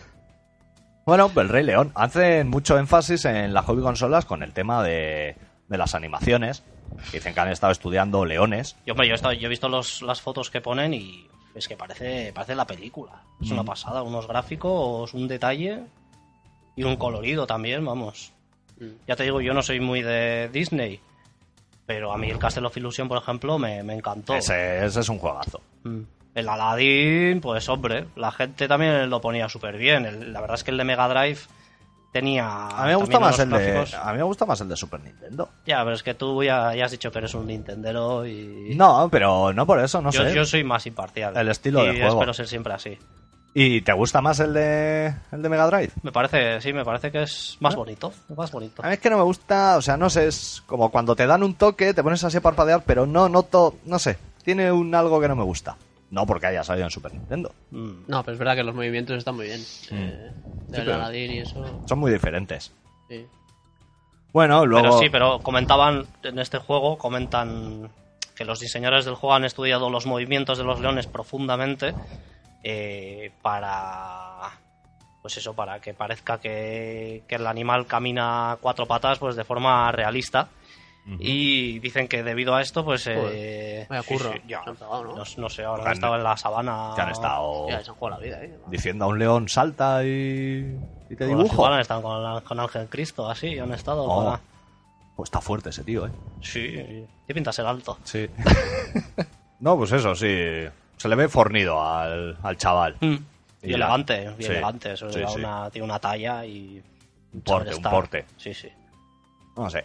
Bueno, pues el Rey León. Hacen mucho énfasis en las hobby consolas con el tema de, de las animaciones. Dicen que han estado estudiando leones. Yo, hombre, yo, he, estado- yo he visto los- las fotos que ponen y es que parece, parece la película. Es una pasada, unos gráficos, un detalle y un colorido también, vamos. Ya te digo, yo no soy muy de Disney, pero a mí el Castle of Illusion, por ejemplo, me, me encantó. Ese, ese es un juegazo. Mm. El Aladdin, pues hombre, la gente también lo ponía súper bien. El- La verdad es que el de Mega Drive tenía... A mí me gusta también más unos el de, gráficos- a mí me gusta más el de Super Nintendo. Ya, pero es que tú ya, ya has dicho que eres un Nintendero y... No, pero no por eso, no yo, sé. yo soy más imparcial. El estilo y de juego. espero ser siempre así. ¿Y te gusta más el de el de Mega Drive? Me parece, sí, me parece que es más bonito. Más bonito. Ah. A mí es que no me gusta, o sea, no sé, es como cuando te dan un toque, te pones así a parpadear, pero no noto, no sé, tiene un algo que no me gusta. No porque haya salido en Super Nintendo. Mm. No, pero es verdad que los movimientos están muy bien. Eh, del pero- Aladdin y eso. Son muy diferentes. sí. Bueno, luego... Pero sí, pero comentaban en este juego, comentan que los diseñadores del juego han estudiado los movimientos de los leones profundamente eh, para... Pues eso, para que parezca que, que el animal camina a cuatro patas pues de forma realista. Y dicen que debido a esto, pues... Eh, Vaya sí, curro. sí, ya. Se han pegado, ¿no? No, no sé, ahora Que han han- estado en la sabana. Que han estado Ya, se han jugado la vida, eh. diciendo a un león salta y, y te Con dibujo. los que han estado con, la- con Ángel Cristo, así, han estado. Oh, para- Pues está fuerte ese tío, ¿eh? Sí, te pinta ser alto. Sí. no, pues eso, sí. Se le ve fornido al, al chaval. Mm. Y Y, la- elegante, y sí, elegante. Eso sí, era sí. una- tiene una talla y. Un porte, un porte. Sí, sí. No sé.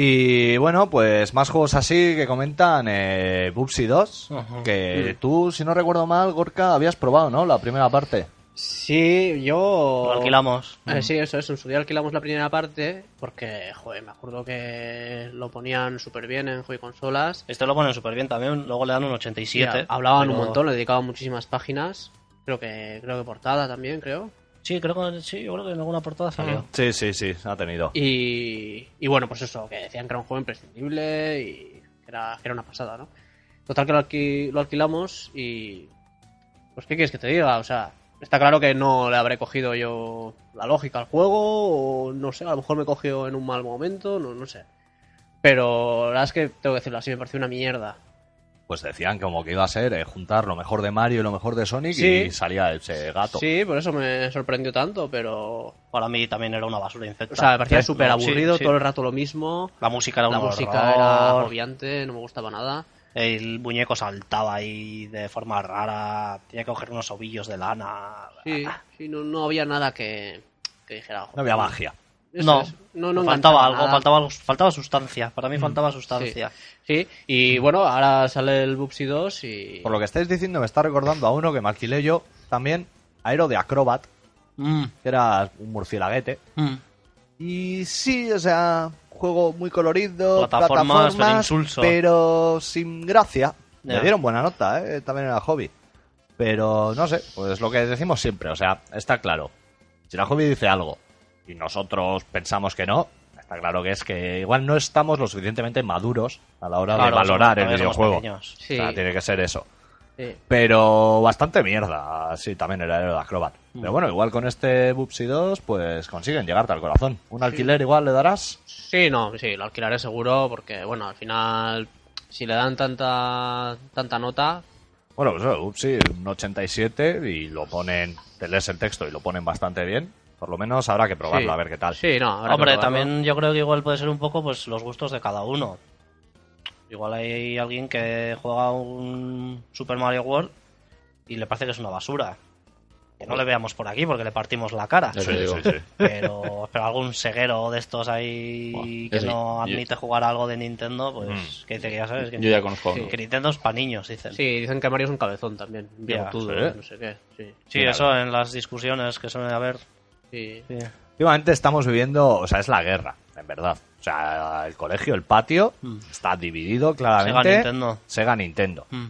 Y bueno, pues más juegos así que comentan eh, Bubsy 2, Ajá. que tú, si no recuerdo mal, Gorka, habías probado, ¿no? La primera parte. Sí, Lo yo. alquilamos. Eh, sí, eso es. En su día alquilamos la primera parte porque, joder, me acuerdo que lo ponían súper bien en Joy Consolas. Este lo ponen súper bien también. Luego le dan un 87. Ya, hablaban pero- un montón, le dedicaban muchísimas páginas. Creo que creo que portada también, creo. Sí, creo que, sí, yo creo que en alguna portada salió. Sí, sí, sí, ha tenido. Y, y bueno, pues eso, que decían que era un juego imprescindible y que era, que era una pasada, ¿no? Total que lo, alqui- lo alquilamos y... Pues qué quieres que te diga, o sea, está claro que no le habré cogido yo la lógica al juego o no sé, a lo mejor me cogió en un mal momento, no, no sé. Pero la verdad es que tengo que decirlo así, me pareció una mierda. Pues decían como que iba a ser eh, juntar lo mejor de Mario y lo mejor de Sonic Sí. y salía ese gato. Sí, por eso me sorprendió tanto, pero... Para mí también era una basura infecta. O sea, me ¿Eh? parecía Sí, súper aburrido, sí, sí. todo el rato lo mismo. La música era un La música horror. era agobiante, no me gustaba nada. El muñeco saltaba ahí de forma rara. Tenía que coger unos ovillos de lana. Ah. Sí, sí, no, no había nada que, que dijera. "Joder, No había magia. eso no, es". no, pues no faltaba enganchaba algo, nada. Mm, faltaba algo- faltaba sustancia. Para mí faltaba sustancia. Sí, y bueno, ahora sale el Bubsy 2 y. Por lo que estáis diciendo, me está recordando a uno que me alquilé yo también, Aero de Acrobat, Mm, que era un murcielaguete. mm. Y sí, o sea, juego muy colorido, plataformas, Plataformas, pero insulso. pero sin gracia. Me Ya. dieron buena nota, ¿eh? también era hobby. Pero no sé, pues lo que decimos siempre, o sea, está claro. Si la hobby dice algo y nosotros pensamos que no, está claro que es que igual no estamos lo suficientemente maduros a la hora de Claro, valorar somos- el todavía somos videojuego. pequeños. O sea, Sí. tiene que ser eso. Sí. Pero bastante mierda, sí, también era el Acrobat. Pero bueno, igual con este Bubsy 2, pues consiguen llegarte al corazón. Un alquiler igual le darás. Sí, no, sí, lo alquilaré seguro porque, bueno, al final, si le dan tanta, tanta nota. Bueno, pues eso, Bubsy, un 87 y lo ponen, te lees el texto y lo ponen bastante bien. Por lo menos habrá que probarlo sí. a ver qué tal. Sí, no, habrá que Hombre, probarlo. también yo creo que igual puede ser un poco pues los gustos de cada uno. Igual hay alguien que juega un Super Mario World y le parece que es una basura. Que no le veamos por aquí porque le partimos la cara. Ya te digo. Pero, pero algún ceguero de estos ahí Buah, que es- no yo- admite jugar algo de Nintendo, pues que te ya sabes que, Yo ya conozco a uno. que Nintendo es para niños, dicen. Sí, dicen que Mario es un cabezón también, un Ya, bigotudo, sí. no sé qué. Sí. Sí, eso en las discusiones que suelen haber. Sí. Sí. Últimamente estamos viviendo, o sea, es la guerra, en verdad. O sea, el colegio, el patio, Mm. está dividido claramente. Sega, Nintendo. Sega, Nintendo. Mm.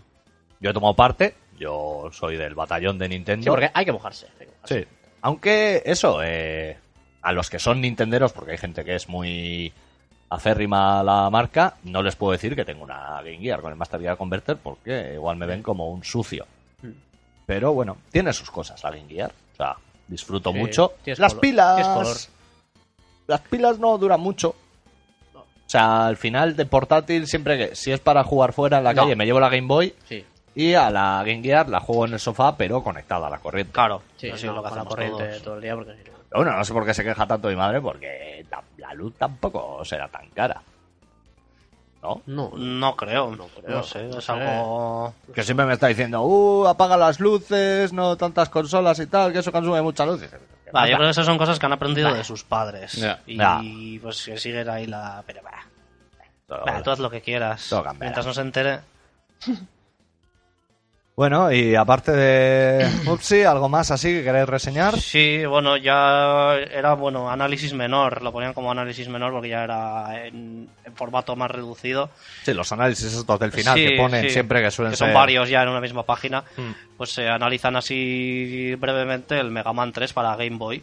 Yo tomo parte, yo soy del batallón de Nintendo. Sí, porque hay que mojarse. hay que mojarse. Sí. Aunque eso, eh, a los que son nintenderos, porque hay gente que es muy acérrima a la marca, no les puedo decir que tengo una Game Gear con el Master Gear Converter porque igual me ven como un sucio. Hmm. Pero bueno, tiene sus cosas la Game Gear. O sea, disfruto Sí, mucho. tienes Las color- pilas. tienes color. Las pilas no duran mucho. O sea, al final de portátil, siempre que si es para jugar fuera en la No. calle, me llevo la Game Boy Sí. y a la Game Gear la juego en el sofá, pero conectada a la corriente. Claro, Sí, eso es no, lo que con la hacemos corriente todos. todo el día porque si no- Pero bueno, no sé por qué se queja tanto mi madre, porque ta- la luz tampoco será tan cara. ¿No? No, No creo, no No creo. sé, No es sé. algo... Que siempre me está diciendo, uh, apaga las luces, no tantas consolas y tal, que eso consume mucha luz. Que Va, yo creo nada. que esas son cosas que han aprendido de sus padres. Ya. Y Ya. pues que siguen ahí la... Pero va, Todo- va, tú haz lo que quieras. Todo cambiará. Mientras no se entere... Bueno, y aparte de Upsi, ¿algo más así que queréis reseñar? Sí, bueno, ya era, bueno, análisis menor. Lo ponían como análisis menor porque ya era en, en formato más reducido. Sí, los análisis estos del final Sí, que ponen sí, siempre que suelen que son ser... Mm. varios ya en una misma página. Pues se analizan así brevemente el Mega Man 3 para Game Boy.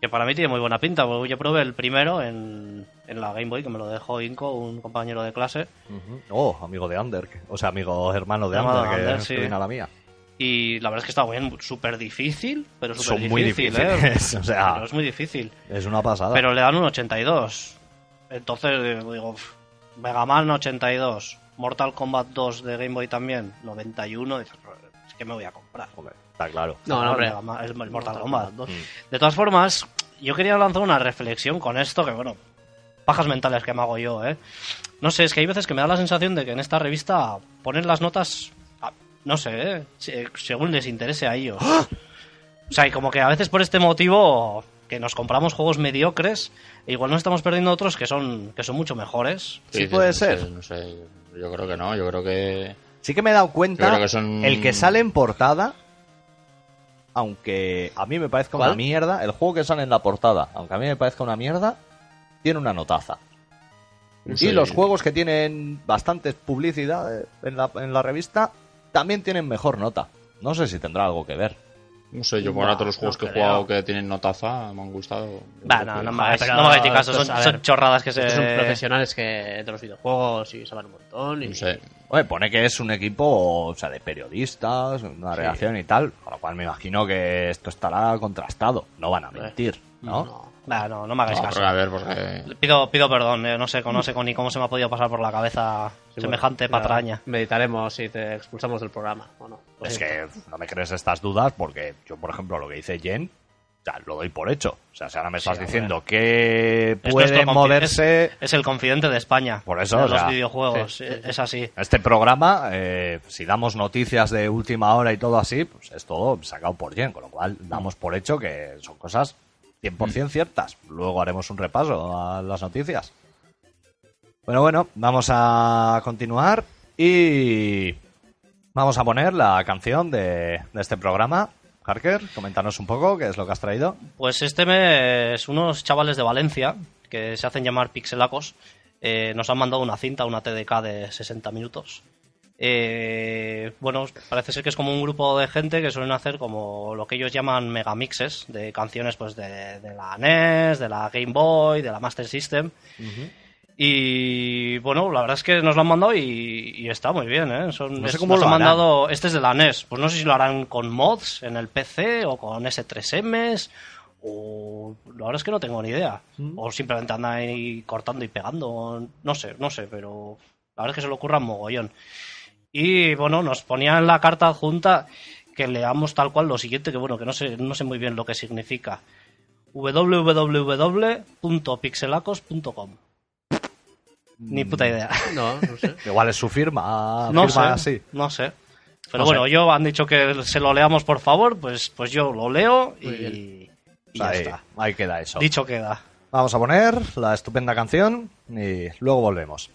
Que para mí tiene muy buena pinta, porque yo probé el primero en, en la Game Boy, que me lo dejó Inco, un compañero de clase. Ujú. Oh, amigo de Ander, que- o sea, amigo hermano de Hermano Ander, de que, Ander, sí. que vino a la mía. Y la verdad es que está muy bien, súper difícil, pero súper Son muy difícil, difíciles, ¿eh? o sea. Pero es muy difícil. Es una pasada. Pero le dan un 82. Entonces, eh, digo, pf, Mega Man 82, Mortal Kombat 2 de Game Boy también, 91. Dices, es que me voy a comprar. Joder, está claro. No, no, hombre. Mega Man- el Mortal, Mortal Kombat. Kombat 2. De todas formas, yo quería lanzar una reflexión con esto, que bueno, pajas mentales que me hago yo, ¿eh? No sé, es que hay veces que me da la sensación de que en esta revista ponen las notas, a- no sé, ¿eh? Se- según les interese a ellos. O sea, y como que a veces por este motivo que nos compramos juegos mediocres, e igual nos estamos perdiendo otros que son, que son mucho mejores. Sí, puede no sé, ser. no sé, yo creo que no, yo creo que... Sí que me he dado Yo cuenta creo que son- el que sale en portada, aunque a mí me parezca una ¿Cuál? mierda, el juego que sale en la portada, aunque a mí me parezca una mierda, tiene una notaza. Sí. Y los juegos que tienen bastante publicidad eh, en la, en la revista también tienen mejor nota. No sé si tendrá algo que ver. No sé, yo por Nah, ahora todos los juegos no que he creo. jugado que tienen notaza me han gustado. Bah, Yo creo no, que- no me hagáis Pero no me hagáis ni caso, esto son, es, a ver, son chorradas que se... Estos son profesionales que de los videojuegos y saben un montón. Y... No sé. Oye, pone que es un equipo o sea, de periodistas, una redacción y tal, con lo cual me imagino que esto estará contrastado. No van a mentir, ¿no? No. Nah, no, no me hagáis No, caso. pero a ver, porque... Pido, pido perdón, eh, no sé, no sé con- ni cómo se me ha podido pasar por la cabeza Sí, semejante bueno, patraña. ya Meditaremos si te expulsamos del programa o no. Pues Lo Es siento. que no me crees estas dudas porque yo, por ejemplo, lo que dice Jen, o sea, lo doy por hecho. O sea, si ahora me estás hombre. diciendo que Esto es puede todo confi- moverse... Es, es el confidente de España. Por eso, de o los sea, videojuegos. sí, e- sí, sí. Es así. Este programa, eh, si damos noticias de última hora y todo así, pues es todo sacado por Jen, con lo cual damos por hecho que son cosas Mm. 100% ciertas. Luego haremos un repaso a las noticias. Bueno, bueno, vamos a continuar y vamos a poner la canción de, de este programa. Harker, coméntanos un poco qué es lo que has traído. Pues este mes, unos chavales de Valencia, que se hacen llamar pixelacos, eh, nos han mandado una cinta, una TDK de 60 minutos. Eh, bueno, parece ser que es como un grupo de gente que suelen hacer como lo que ellos llaman megamixes de canciones pues de, de la NES, de la Game Boy, de la Master System. Y bueno, la verdad es que nos lo han mandado y, y está muy bien, ¿eh? Son, No sé es- cómo nos lo han harán. mandado, este es de la NES, pues no sé si lo harán con mods en el PC o con S3Ms o la verdad es que no tengo ni idea. Mm. O simplemente andan ahí cortando y pegando, no sé, no sé, pero la verdad es que se le ocurra mogollón. Y bueno, nos ponía en la carta adjunta que leamos tal cual lo siguiente, que bueno, que no sé, no sé muy bien lo que significa. www.pixelacos.com Ni Mm, puta idea. No, no sé. Igual es su firma, No sé, firma así. no sé. Pero No bueno, sé. yo han dicho que se lo leamos por favor, pues, pues yo lo leo y, Muy y O sea, ya ahí- está. ahí queda eso. Dicho queda. Vamos a poner la estupenda canción y luego volvemos.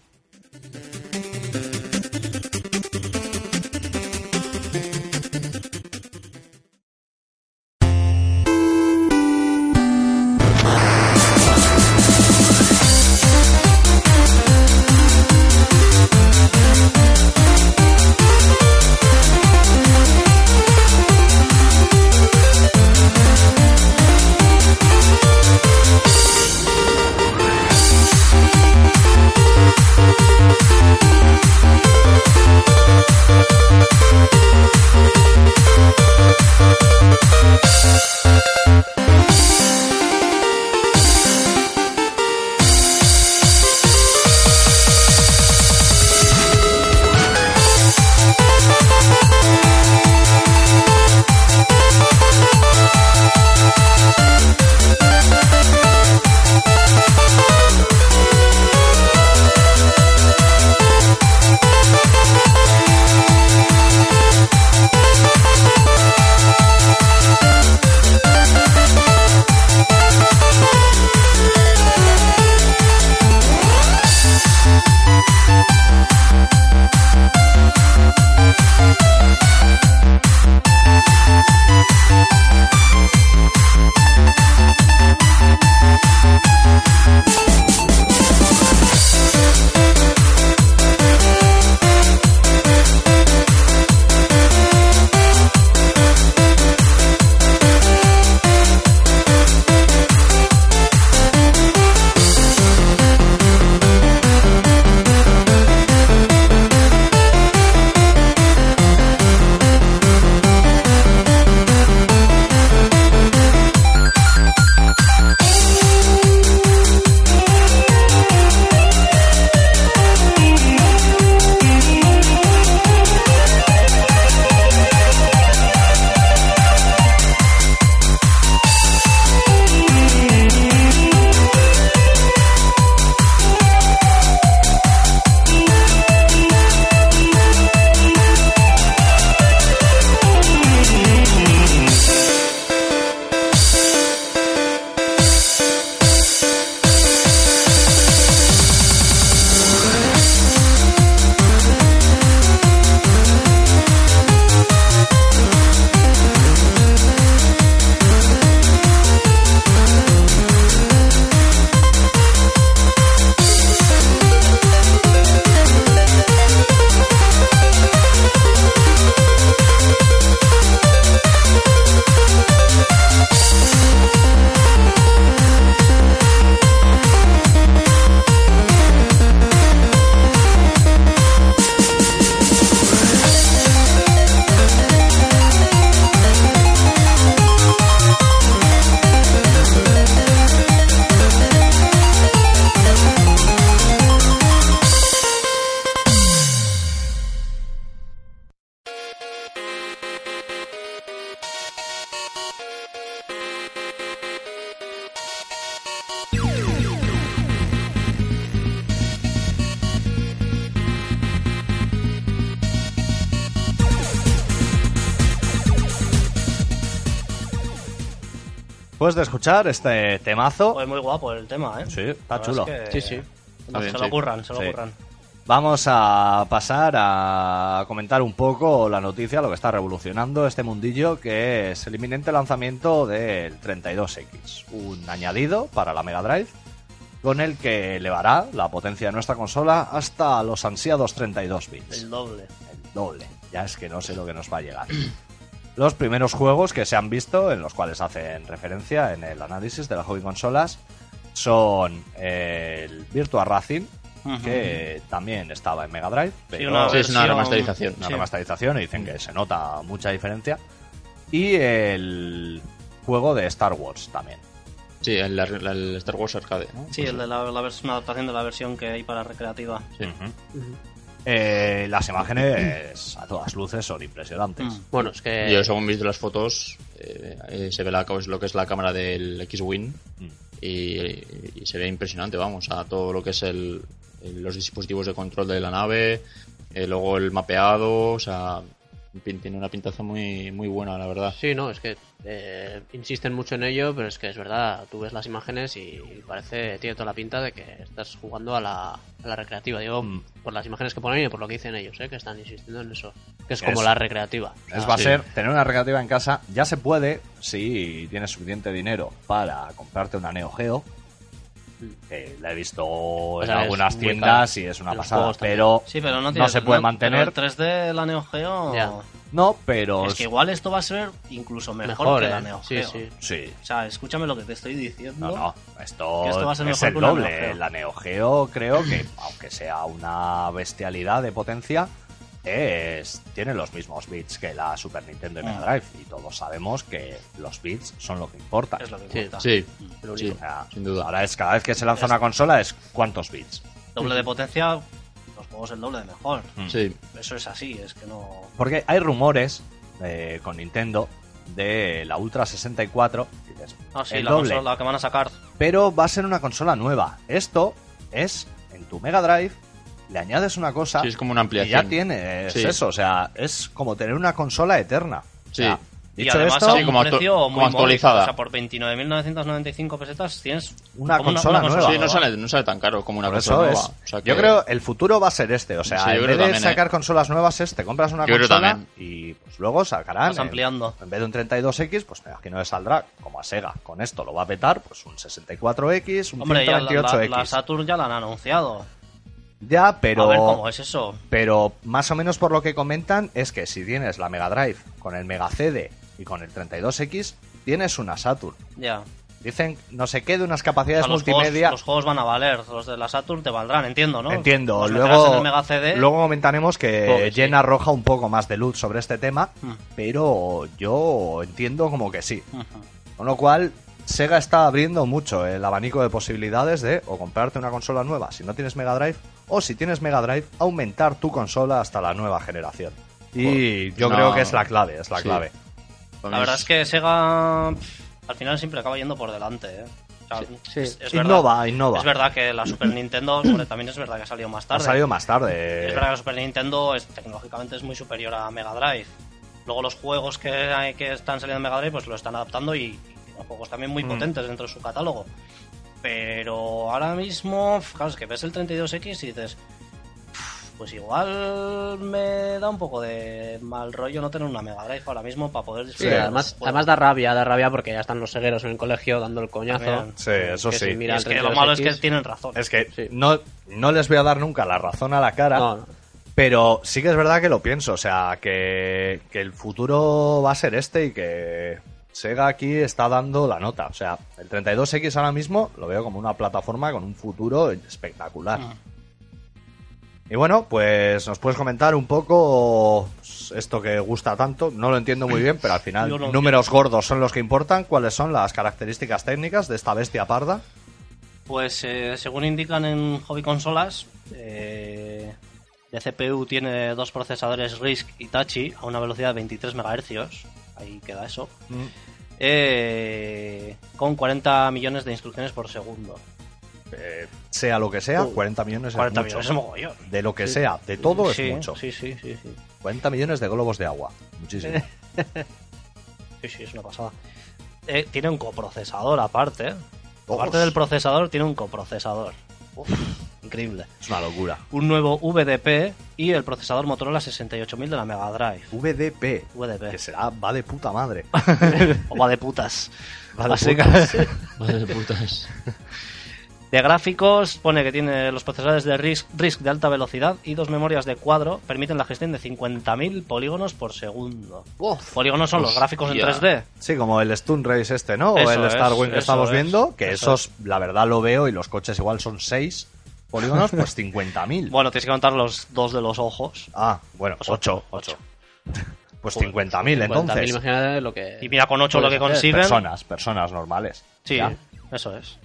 después de escuchar este temazo, Joder, muy guapo el tema, ¿eh? Sí, está La verdad chulo. es que Sí, sí. Está bien, se lo sí. curran, se lo Sí. curran. vamos a pasar a comentar un poco la noticia, lo que está revolucionando este mundillo, que es el inminente lanzamiento del 32X, un añadido para la Mega Drive, con el que elevará la potencia de nuestra consola hasta los ansiados 32 bits. El doble. doble. Ya es que no sé lo que nos va a llegar. Los primeros juegos que se han visto, en los cuales hacen referencia en el análisis de las hobby consolas, son eh, el Virtua Racing, que también estaba en Mega Drive, pero una Sí, es una versión- remasterización, una sí. remasterización y dicen que se nota mucha diferencia. Y el juego de Star Wars también. Sí, el, el Star Wars Arcade, ¿no? Pues Sí, el de la, la vers- una adaptación de la versión que hay para recreativa. Sí. Eh, las imágenes a todas luces son impresionantes. Mm. Bueno, es que. Yo, según he visto las fotos, eh, eh, se ve la, lo que es la cámara del X-Wing Mm. y, y se ve impresionante, vamos, a todo lo que es el, el- los dispositivos de control de la nave, eh, luego el mapeado, o sea, en fin, tiene una pintaza muy, muy buena, la verdad. Sí, no, es que eh, insisten mucho en ello, pero es que es verdad, tú ves las imágenes y parece, tiene toda la pinta de que estás jugando a la, a la recreativa. Digo, Mm. por las imágenes que ponen y por lo que dicen ellos, eh, que están insistiendo en eso. Que es Que como es- la recreativa. Ah, O sea, Ah, Es, va a sí. ser tener una recreativa en casa. Ya se puede si tienes suficiente dinero para comprarte una Neo Geo. que la he visto en sea, es algunas muy tiendas caro. y es una Los pasada. juegos también. Pero, Sí, pero no, tiene- se puede no- mantener. pero el 3D, la Neo Geo. Ya. No, pero. Es que igual esto va a ser incluso mejor, mejor, que eh. la Neo Sí, Geo. sí. Sí. O sea, escúchame lo que te estoy diciendo. No, no. Esto, Que esto va a ser es mejor el que una doble. Neo Geo. La Neo Geo, creo que, aunque sea una bestialidad de potencia, es, tiene los mismos bits que la Super Nintendo y Mega Mm. Drive. Y todos sabemos que los bits son lo que importa. Es lo que Mm. Sí. importa. Sí, Lo sí, O sea, sin duda. Ahora es cada vez que se lanza una consola es cuántos bits. Doble de potencia, los juegos el doble de mejor. Sí, Eso es así, es que no. Porque hay rumores eh, con Nintendo de la Ultra 64, dices, Ah, sí, el la, doble, consola que van a sacar. pero va a ser una consola nueva. Esto es en tu Mega Drive le añades una cosa sí, es como una Ah, y ampliación. ya tienes Sí. eso, o sea, es como tener una consola eterna. O Sí. sea, Y dicho además esto, a un Sí, como actu- precio muy como módico, actualizada. O sea, por 29.995 pesetas tienes Una como consola nueva. Sí, no sale, no sale tan caro como una por cosa eso nueva. es. Pues o sea Yo que- creo el futuro va a ser este, o sea, Sí, yo en creo vez de también, ¿eh? sacar consolas nuevas es te compras una Yo creo consola también. y pues, luego sacarán Vas el- ampliando. en vez de un 32X, pues me no le saldrá como a Sega. Con esto lo va a petar, pues un 64X, un Hombre, ya la, la- 128X. la Saturn ya la han anunciado. Ya, pero, A ver cómo es eso. pero más o menos por lo que comentan es que si tienes la Mega Drive con el Mega CD y con el 32X, tienes una Saturn. Ya. O Dicen no sé qué de unas sea, capacidades los, juegos, multimedia. los juegos van a valer. Los de la Saturn te valdrán, entiendo, ¿no? Entiendo. Los meterás luego, en el Mega CD. luego comentaremos que Supongo que sí. llena roja un poco más de luz sobre este tema, Mm. pero yo entiendo como que sí. Ujú. Con lo cual, Sega está abriendo mucho el abanico de posibilidades de o comprarte una consola nueva si no tienes Mega Drive, o si tienes Mega Drive, aumentar tu consola hasta la nueva generación. Y yo no. creo que es la clave, es la Sí. clave. La verdad es que Sega pff, al final siempre acaba yendo por delante. ¿eh? O sea, Es, es verdad, innova, innova. es verdad que la Super Nintendo sobre- también es verdad que salió más Ha tarde. salido eh. más tarde. Es verdad que la Super Nintendo es, tecnológicamente es muy superior a Mega Drive. Luego los juegos que, hay- que están saliendo en Mega Drive pues lo están adaptando y, y tienen juegos también Mm. muy potentes dentro de su catálogo. Pero ahora mismo, pff, claro, es que ves el 32X y dices, "Pff, pues igual me da un poco de mal rollo no tener una Mega Drive ahora mismo para poder Sí, disfrutar. de los además, juegos". además da rabia, da rabia porque ya están los cegueros en el colegio dando el coñazo. También. Sí, eso Que sí. si mira Y es el que lo malo es que 32X, tienen razón. Es que Sí. no, no les voy a dar nunca la razón a la cara. No, no. Pero sí que es verdad que lo pienso, o sea, que, que el futuro va a ser este y que Sega aquí está dando la nota. O sea, el 32X ahora mismo lo veo como una plataforma con un futuro espectacular. Ah. Y bueno, pues nos puedes comentar un poco pues, esto que gusta tanto. No lo entiendo muy bien, pero al final Yo no números gordos son los que importan. ¿Cuáles son las características técnicas de esta bestia parda? Pues eh, según indican en Hobby Consolas, eh, de CPU tiene dos procesadores RISC y Tachi a una velocidad de 23 MHz, ahí queda eso, eh, con 40 millones de instrucciones por segundo. Eh, sea lo que sea, 40 millones 40 es mucho. Uh, millones es mogollón. De lo que sea, de todo sí, es mucho. Sí, sí, sí, sí. 40 millones de globos de agua. Muchísimo. Sí, sí, es una pasada. eh, tiene un coprocesador aparte. Ojos. Aparte del procesador, tiene un coprocesador. Uf, increíble. Es una locura. Un nuevo VDP y el procesador Motorola 68000 de la Mega Drive. VDP. VDP. Que será, va de puta madre. O va de putas. Va de Así que- putas. Madre de putas. De gráficos, pone que tiene los procesadores de RISC, RISC de alta velocidad y dos memorias de cuadro permiten la gestión de 50.000 polígonos por segundo. Polígonos son los Hostia. gráficos en 3D. Sí, como el Stun Race este, ¿no? Eso o el es, Star Wing que eso estamos es, viendo, que eso esos, la verdad lo veo, y los coches igual son 6 polígonos, pues 50.000. Bueno, tienes que contar los dos de los ojos. Ah, bueno, Pues 8, 8. Pues 50.000 50.000, entonces. imagínate lo que. Y mira con 8 lo que Puedes hacer, consiguen. Personas, personas normales. Sí, Ya. eso es.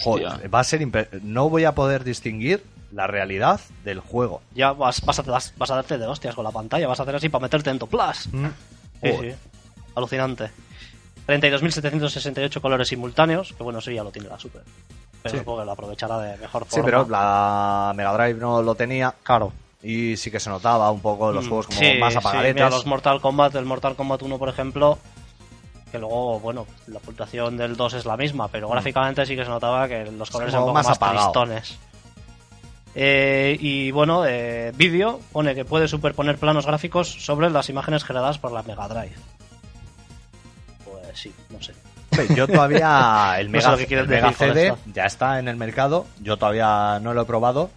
Joder, Hostia. va a ser impre- no voy a poder distinguir la realidad del juego. Ya vas, vas, a, vas- vas a darte de hostias con la pantalla, vas a hacer así para meterte en tu plus. Mm. Sí, Joder. sí. Alucinante. 32.768 colores simultáneos, que bueno, eso ya lo tiene la Super. Pero Sí. supongo que lo aprovechará de mejor forma. Sí, pero la Mega Drive no lo tenía Claro. y sí que se notaba un poco los Mm, juegos como sí, más sí, apagadetes. mira, los Mortal Kombat, el Mortal Kombat 1, por ejemplo, que luego, bueno, la puntuación del 2 es la misma, pero gráficamente sí que se notaba que los colores eran Mm. como un más poco más, apagado. tristones. Eh, y bueno, eh, vídeo pone que puede superponer planos gráficos sobre las imágenes generadas por la Mega Drive. Pues sí, no sé. Hombre, Yo todavía el No Mega, sé lo que quieres el Mega decir con CD esto. ya está en el mercado, yo todavía no lo he probado,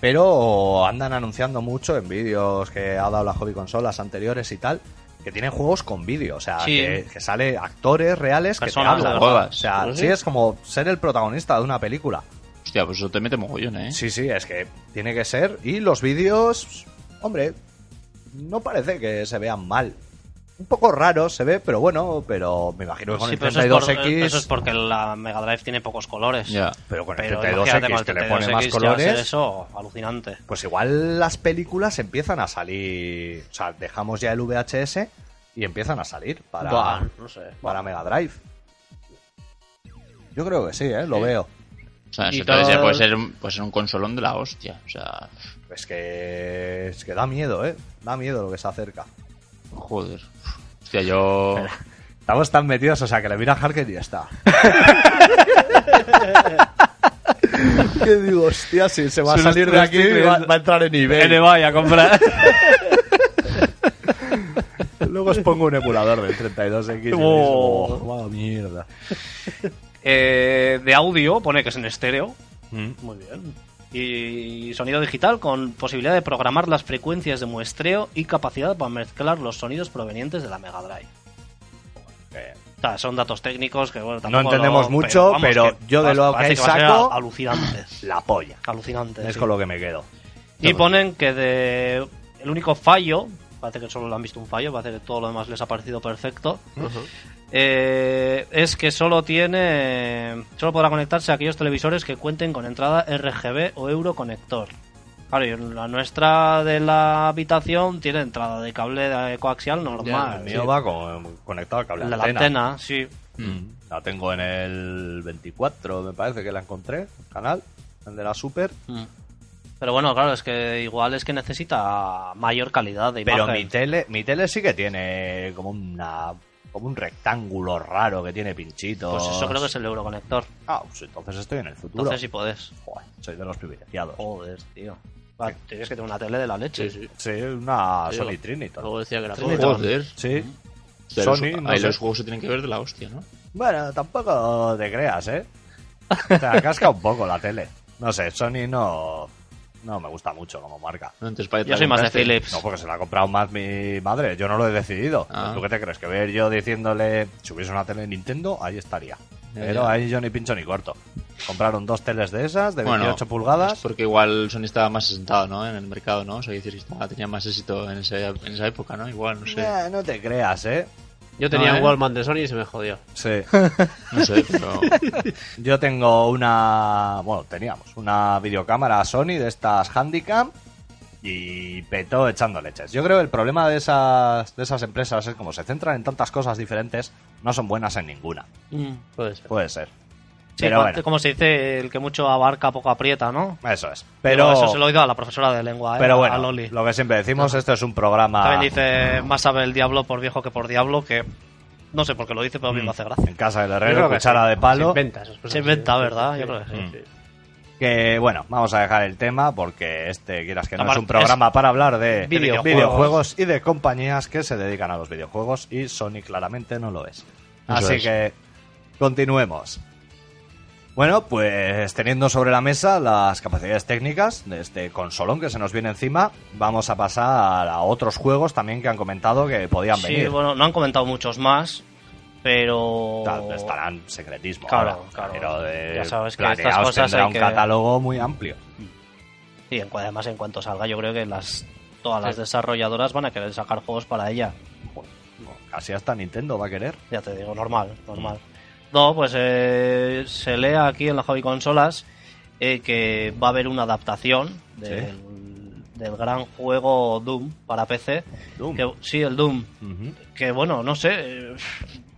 pero andan anunciando mucho en vídeos que ha dado la hobby consolas anteriores y tal, que tienen juegos con vídeo, o sea, Sí. que, que sale actores reales Personas, que te hablan. claro. O sea, Pues sí sí. es como ser el protagonista de una película. Hostia, pues eso te mete mogollón, ¿eh? Sí, sí, es que tiene que ser. Y los vídeos, hombre, no parece que se vean mal. Un poco raro se ve, pero bueno, pero me imagino que con Pues Sí, el pero eso es, por- 32X... eso es porque la Mega Drive tiene pocos colores. Ya. Pero con el Pero 32X imagínate con el que le pone más 32X ya va a ser colores, Eso, alucinante. pues igual las películas empiezan a salir. O sea, dejamos ya el VHS y empiezan a salir para, Buah, no sé. para Mega Drive. Yo creo que sí, ¿eh? lo veo. O sea, Y eso entonces ya todo- puede ser, un- puede ser un consolón de la hostia. O sea, Es que, es que da miedo, ¿eh? Da miedo lo que se acerca. joder. Hostia, yo. Estamos tan metidos, o sea, que le mira Harker y ya está. que digo, hostia, si se va a Se lo salir de estoy aquí, va, creyendo. va a entrar en le eBay. vaya a comprar. Luego os pongo un emulador del 32X. y Oh. diréis, "Oh, vaya mierda. Eh, de audio, pone que es en estéreo. Muy bien. Y sonido digital con posibilidad de programar las frecuencias de muestreo y capacidad para mezclar los sonidos provenientes de la Mega Drive. O sea, son datos técnicos que bueno, tampoco No entendemos lo- mucho, vamos, pero que yo de pas- lo que parece va a ser saco- a- alucinantes. La polla. Alucinantes. Es sí. con lo que me quedo. Y ponen que de el único fallo, parece que solo lo han visto un fallo, parece que todo lo demás les ha parecido perfecto, eh, es que solo tiene solo podrá conectarse a aquellos televisores que cuenten con entrada RGB o Euroconector. Claro, y la nuestra de la habitación tiene entrada de cable de coaxial El normal. mío va con- conectado al cable La, de la antena, sí. Mm. La tengo en el 24, me parece que la encontré, canal, el de la Super. Pero bueno, claro, es que igual es que necesita mayor calidad de imagen. Pero mi tele, mi tele sí que tiene como una como un rectángulo raro que tiene pinchitos. Pues eso creo que es el Euroconector. Ah, pues entonces estoy en el futuro. Entonces Oh. si podés. Joder, soy de los privilegiados. Joder, tío. Va, Tienes que tener una tele de la leche. Sí, sí. Sí, una Sí, Sony digo. Triniton. Luego decía que era oh, Trinity. todo. Joder. Sí. Hostia, Sony, los- no ahí sé. los juegos se tienen que ver de la hostia, ¿no? Bueno, tampoco te creas, ¿eh? Te la casca un poco la tele. No sé, Sony no no me gusta mucho como marca. Antes para Yo soy más de Philips. No, porque se la ha comprado más mi madre. Yo no lo he decidido. Ah. ¿Tú qué te crees? Que ver yo diciéndole, si hubiese una tele Nintendo, ahí estaría. Ya, Pero ya. ahí yo ni pincho ni corto. Compraron dos teles de esas, de Bueno, pues, 28 pulgadas. Es porque igual Sony estaba más asentado, ¿no? En el mercado, ¿no? O sea, quiero decir, estaba- tenía más éxito en, ese- en esa época, ¿no? Igual, no sé. Eh, no te creas, ¿eh? Yo tenía No, un ¿eh? Wallman de Sony y se me jodió. Sí. No sé, pero. yo tengo una... Bueno, teníamos una videocámara Sony de estas Handicam y petó echando leches. Yo creo que el problema de esas, de esas empresas es como se centran en tantas cosas diferentes, no son buenas en ninguna. Mm. Puede ser. Puede ser. Sí, Pero cuan- bueno. como se dice, el que mucho abarca poco aprieta, ¿no? Eso es. Pero, eso se lo he oído a la profesora de lengua, ¿eh? pero a bueno, Ah. Loli. lo que siempre decimos, esto es un programa... También dice, más sabe el diablo por viejo que por diablo, que No sé por qué lo dice, pero a mí me hace gracia. En casa del Yo herrero, creo que cuchara sí. de palo. Se inventa, esas cosas. Se inventa, ¿verdad? Yo creo que sí. Mm. Que bueno, vamos a dejar el tema porque este, quieras que no, es Aparte, un programa para hablar de videojuegos. videojuegos y de compañías que se dedican a los videojuegos y Sony claramente no lo es. Así es. que continuemos. Bueno, pues teniendo sobre la mesa las capacidades técnicas de este consolón que se nos viene encima, vamos a pasar a otros juegos también que han comentado que podían Sí, venir. bueno, no han comentado muchos más, pero... Tal- pues Estarán secretismo. Claro, ahora, claro. Pero de Ya sabes que planeados estas cosas tendrá hay un que- catálogo muy amplio. Y en cu- además, en cuanto salga, yo creo que las todas las Sí. desarrolladoras van a querer sacar juegos para ella. Casi hasta Nintendo va a querer. Ya te digo, normal, normal. No, pues eh, se lee aquí en la Hobby Consolas eh, que va a haber una adaptación del, del gran juego Doom para PC. Doom. Que, sí, el Doom. Ujú. Que bueno, no sé, eh,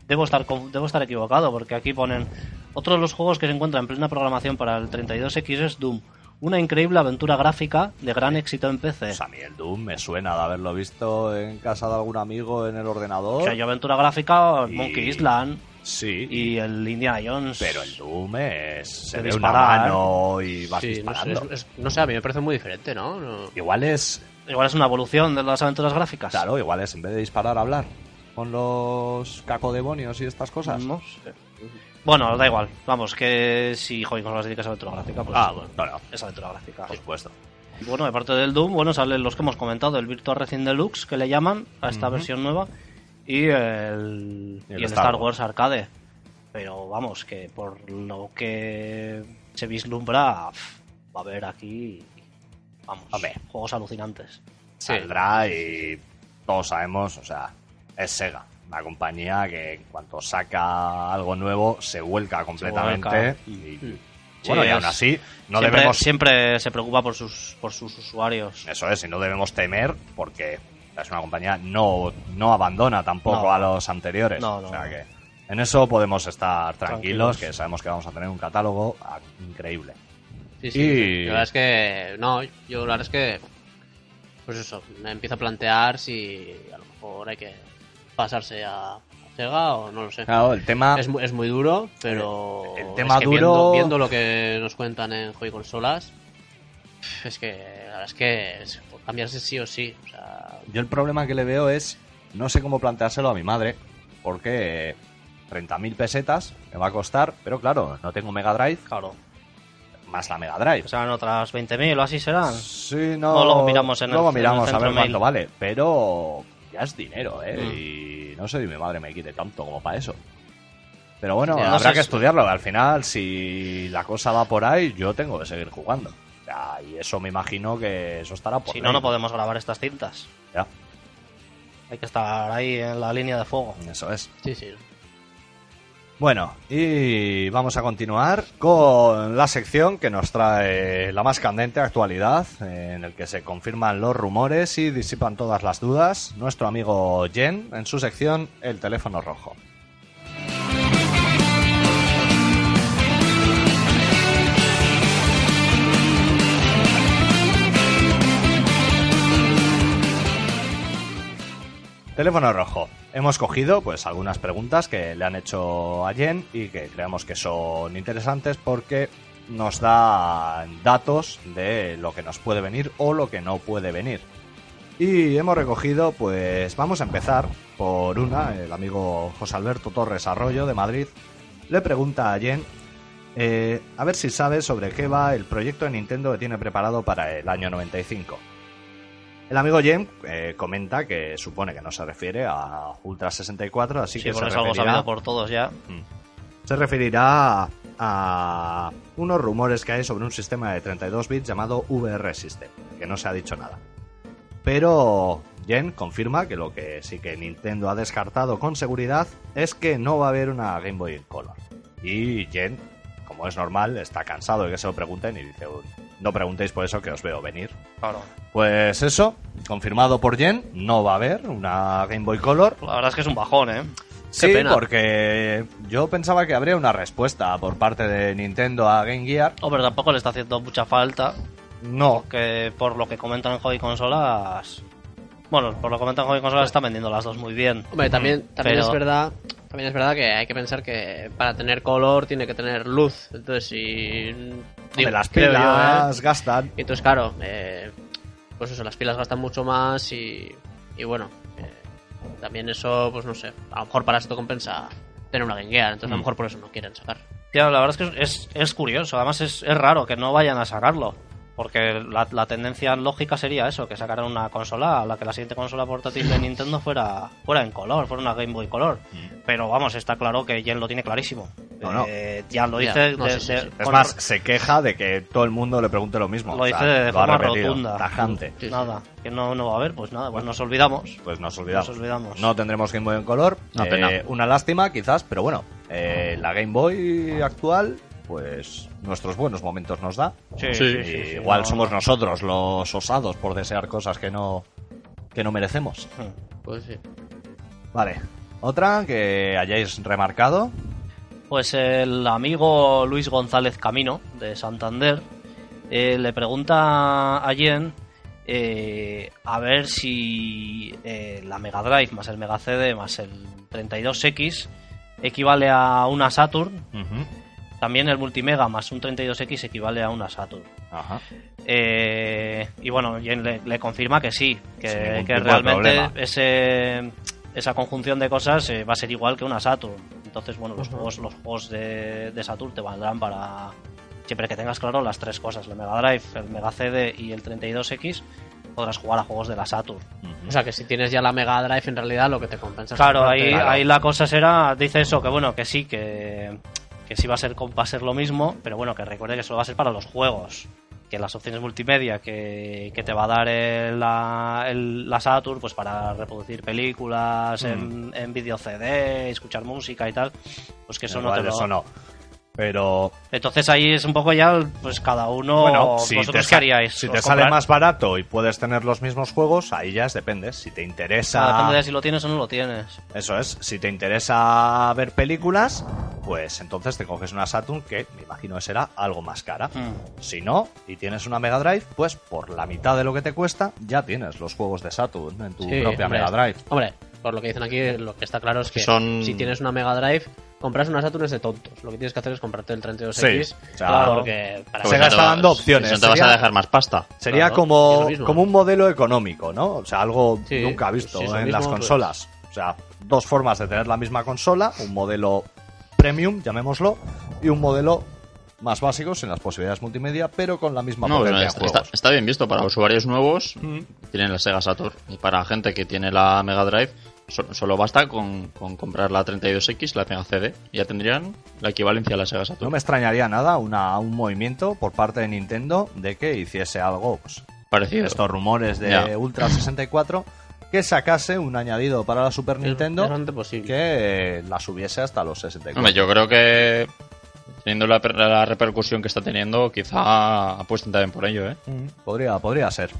debo estar, con- debo estar equivocado porque aquí ponen... Otro de los juegos que se encuentra en plena programación para el 32X es Doom. Una increíble aventura gráfica de gran éxito en PC. Pues a mí el Doom me suena de haberlo visto en casa de algún amigo en el ordenador. O sea, yo aventura gráfica, Y- Monkey Island Sí, y el Indiana Jones. pero el Doom es... se De ve disparar. una mano y vas Sí, no sé, disparando. es- es- no sé, a mí me parece muy diferente, ¿no? No- Igual es... Igual es una evolución de las aventuras gráficas. Claro, igual es en vez de disparar hablar con los cacodemonios y estas cosas. No sé. Bueno, da igual. Vamos, que si Joy con las dedicas a aventura gráfica, pues Ah, bueno, no, no, es aventura gráfica. por supuesto. Bueno, aparte del Doom, bueno, salen los que hemos comentado, el Virtua Racing Deluxe, que le llaman a esta Ujú. versión nueva, y el, Y y el el Star Star, Wars Arcade. Pero vamos, que por lo que se vislumbra, pf, va a haber aquí, vamos, Hombre. juegos alucinantes. Saldrá y todos sabemos, o sea, es Sega. Una compañía que en cuanto saca algo nuevo se vuelca completamente. vuelca. Y- Sí, Bueno, y es- aún así, no siempre, debemos siempre se preocupa por sus, por sus usuarios. Eso es, y no debemos temer porque es una compañía no no abandona tampoco No. a los anteriores. No, no, o sea no. que en eso podemos estar tranquilos, Tranquilos. que sabemos que vamos a tener un catálogo ah, increíble. Sí, sí. Y- La verdad es que. No, yo la verdad es que. Pues eso, me empiezo a plantear si a lo mejor hay que pasarse a, a Sega o no lo sé. Claro, el tema Es, mu- es muy duro, pero. El- el tema es que duro- Viendo, viendo lo que nos cuentan en Joy Consolas, es que la verdad es que es por cambiarse sí o sí. O sea, yo el problema que le veo es no sé cómo planteárselo a mi madre porque eh, 30.000 pesetas me va a costar, pero claro, no tengo Mega Drive Claro. más la Mega Drive. Que serán otras 20.000 o así serán. Sí, no. No, luego miramos en el- luego en el miramos a centro ver cuánto mail. vale. Pero ya es dinero, ¿eh? Mm. Y no sé si mi madre me quite tanto como para eso. Pero bueno, Ya, no habrá sé que si- estudiarlo. Al final, si la cosa va por ahí, yo tengo que seguir jugando. O sea, y eso me imagino que eso estará por Si ley. no, no podemos grabar estas cintas. Ya, Hay que estar ahí en la línea de fuego. eso es. sí, sí. Bueno, y vamos a continuar con la sección que nos trae la más candente actualidad, en el que se confirman los rumores y disipan todas las dudas. Nuestro amigo Jen, en su sección, el teléfono rojo. Teléfono rojo. Hemos cogido pues algunas preguntas que le han hecho a Jen y que creamos que son interesantes porque nos dan datos de lo que nos puede venir o lo que no puede venir. Y hemos recogido, pues vamos a empezar por una, el amigo José Alberto Torres Arroyo de Madrid le pregunta a Jen eh, a ver si sabe sobre qué va el proyecto de Nintendo que tiene preparado para el año 95. El amigo Jen eh, comenta que supone que no se refiere a Ultra 64, así Sí, que se porque es algo referirá- sabido por todos ya. se referirá a, a unos rumores que hay sobre un sistema de 32 bits llamado VR System, que no se ha dicho nada. Pero Jen confirma que lo que sí que Nintendo ha descartado con seguridad es que no va a haber una Game Boy Color. Y Jen, como es normal, está cansado de que se lo pregunten y dice, "Uy, no preguntéis por eso que os veo venir. Claro. Pues eso, confirmado por Jen, no va a haber una Game Boy Color. La verdad es que es un bajón, ¿eh? Sí, Qué pena. porque yo pensaba que habría una respuesta por parte de Nintendo a Game Gear. Hombre, tampoco le está haciendo mucha falta. No, Que por lo que comentan en Hobby Consolas. Bueno, por lo que comentan en Hobby Consolas, están vendiendo las dos muy bien. Hombre, también, también pero- es verdad También es verdad que hay que pensar que para tener color tiene que tener luz. Entonces, si. digo, de las creo yo, ¿eh? pilas gastan. Y Entonces, claro, eh, pues eso, las pilas gastan mucho más y, y bueno, eh, también eso, pues no sé, a lo mejor para esto compensa tener una Game Gear, entonces a lo Mm. mejor por eso no quieren sacar. Tío, la verdad es que es, es curioso. Además, es, es raro que no vayan a sacarlo. Porque la, la tendencia lógica sería eso, que sacaran una consola a la que la siguiente consola portátil de Nintendo fuera, fuera en color, fuera una Game Boy Color. Pero vamos, está claro que Jen lo tiene clarísimo. Mm. No, no. Eh, ya lo Ya, dice no, de- sí, sí, de- sí. Es con- más, se queja de que todo el mundo le pregunte lo mismo. lo O dice sea, de lo ha forma repetido, rotunda. Tajante. Sí, sí. Nada, que no, no va a haber, pues nada, pues nos olvidamos. Pues nos olvidamos. Nos olvidamos. No tendremos Game Boy en color. Una Eh, pena. Una lástima, quizás, pero bueno. eh, la Game Boy actual, pues nuestros buenos momentos nos da. Sí, Sí. sí, sí, Y sí, igual no, somos nosotros los osados por desear cosas que no, que no merecemos. no. Pues sí. Vale. Otra que hayáis remarcado. Pues el amigo Luis González Camino de Santander eh, le pregunta a Jen eh, a ver si eh, la Mega Drive más el Mega CD más el 32X equivale a una Saturn. También el Multimega más un 32X equivale a una Saturn. Ajá. Eh, y bueno, Jen le, le confirma que sí, que, Sin ningún que tipo de problema. realmente ese, esa conjunción de cosas eh, va a ser igual que una Saturn. Entonces, bueno, los juegos, los juegos de, de Saturn te valdrán para. Siempre que tengas claro las tres cosas: el Mega Drive, el Mega CD y el 32X, podrás jugar a juegos de la Saturn. O sea que si tienes ya la Mega Drive, en realidad lo que te compensa es Claro, comprarte ahí, la- ahí la cosa será, dice eso, que bueno, que sí, que, que sí va a, ser, com- va a ser lo mismo, pero bueno, que recuerde que solo va a ser para los juegos. Que las opciones multimedia que, que te va a dar el- la, el- la Saturn, pues para reproducir películas Mm. en, en video CD, escuchar música y tal, pues que eso no te lo... Eso no. Pero Entonces ahí es un poco ya, pues cada uno, bueno, si te, vosotros qué sa- haríais. si ¿Os te sale comprar- más barato y puedes tener los mismos juegos, ahí ya es, depende. Si te O sea, interesa, depende de si lo tienes o no lo tienes. eso es, si te interesa ver películas, pues entonces te coges una Saturn que me imagino que será algo más cara. Mm. Si no, y tienes una Mega Drive, pues por la mitad de lo que te cuesta, ya tienes los juegos de Saturn en tu Sí, propia hombre, Mega Drive. Hombre, por lo que dicen aquí, lo que está claro es que Son- si tienes una Mega Drive, compras una Saturn es de tontos. Lo que tienes que hacer es comprarte el 32X. Sí, o sea, Pues claro, porque para se Porque gasta te va- dando opciones, si No te vas sería- a dejar más pasta. Sería Claro, es lo como, mismo. como un modelo económico, ¿no? O sea, algo Sí, nunca visto sí, es lo en mismo, las pues. consolas. O sea, dos formas de tener la misma consola, un modelo premium, llamémoslo, y un modelo más básico sin las posibilidades multimedia, pero con la misma No, potencia no, de está, juegos. Mm. está- está bien visto para usuarios nuevos. Tienen la Sega Saturn. Y para gente que tiene la Mega Drive, so- solo basta con, con comprar la 32X, la Mega CD. y Ya tendrían la equivalencia a la Sega No Saturn. me extrañaría nada una, un movimiento por parte de Nintendo de que hiciese algo, pues, Parecido. estos rumores de Ya. Ultra 64, que sacase un añadido para la Super Es Nintendo bastante posible. que la subiese hasta los 64. Hombre, yo creo que teniendo la, per- la repercusión que está teniendo, quizá apuesten también por ello, ¿eh? Mm, Podría, podría ser.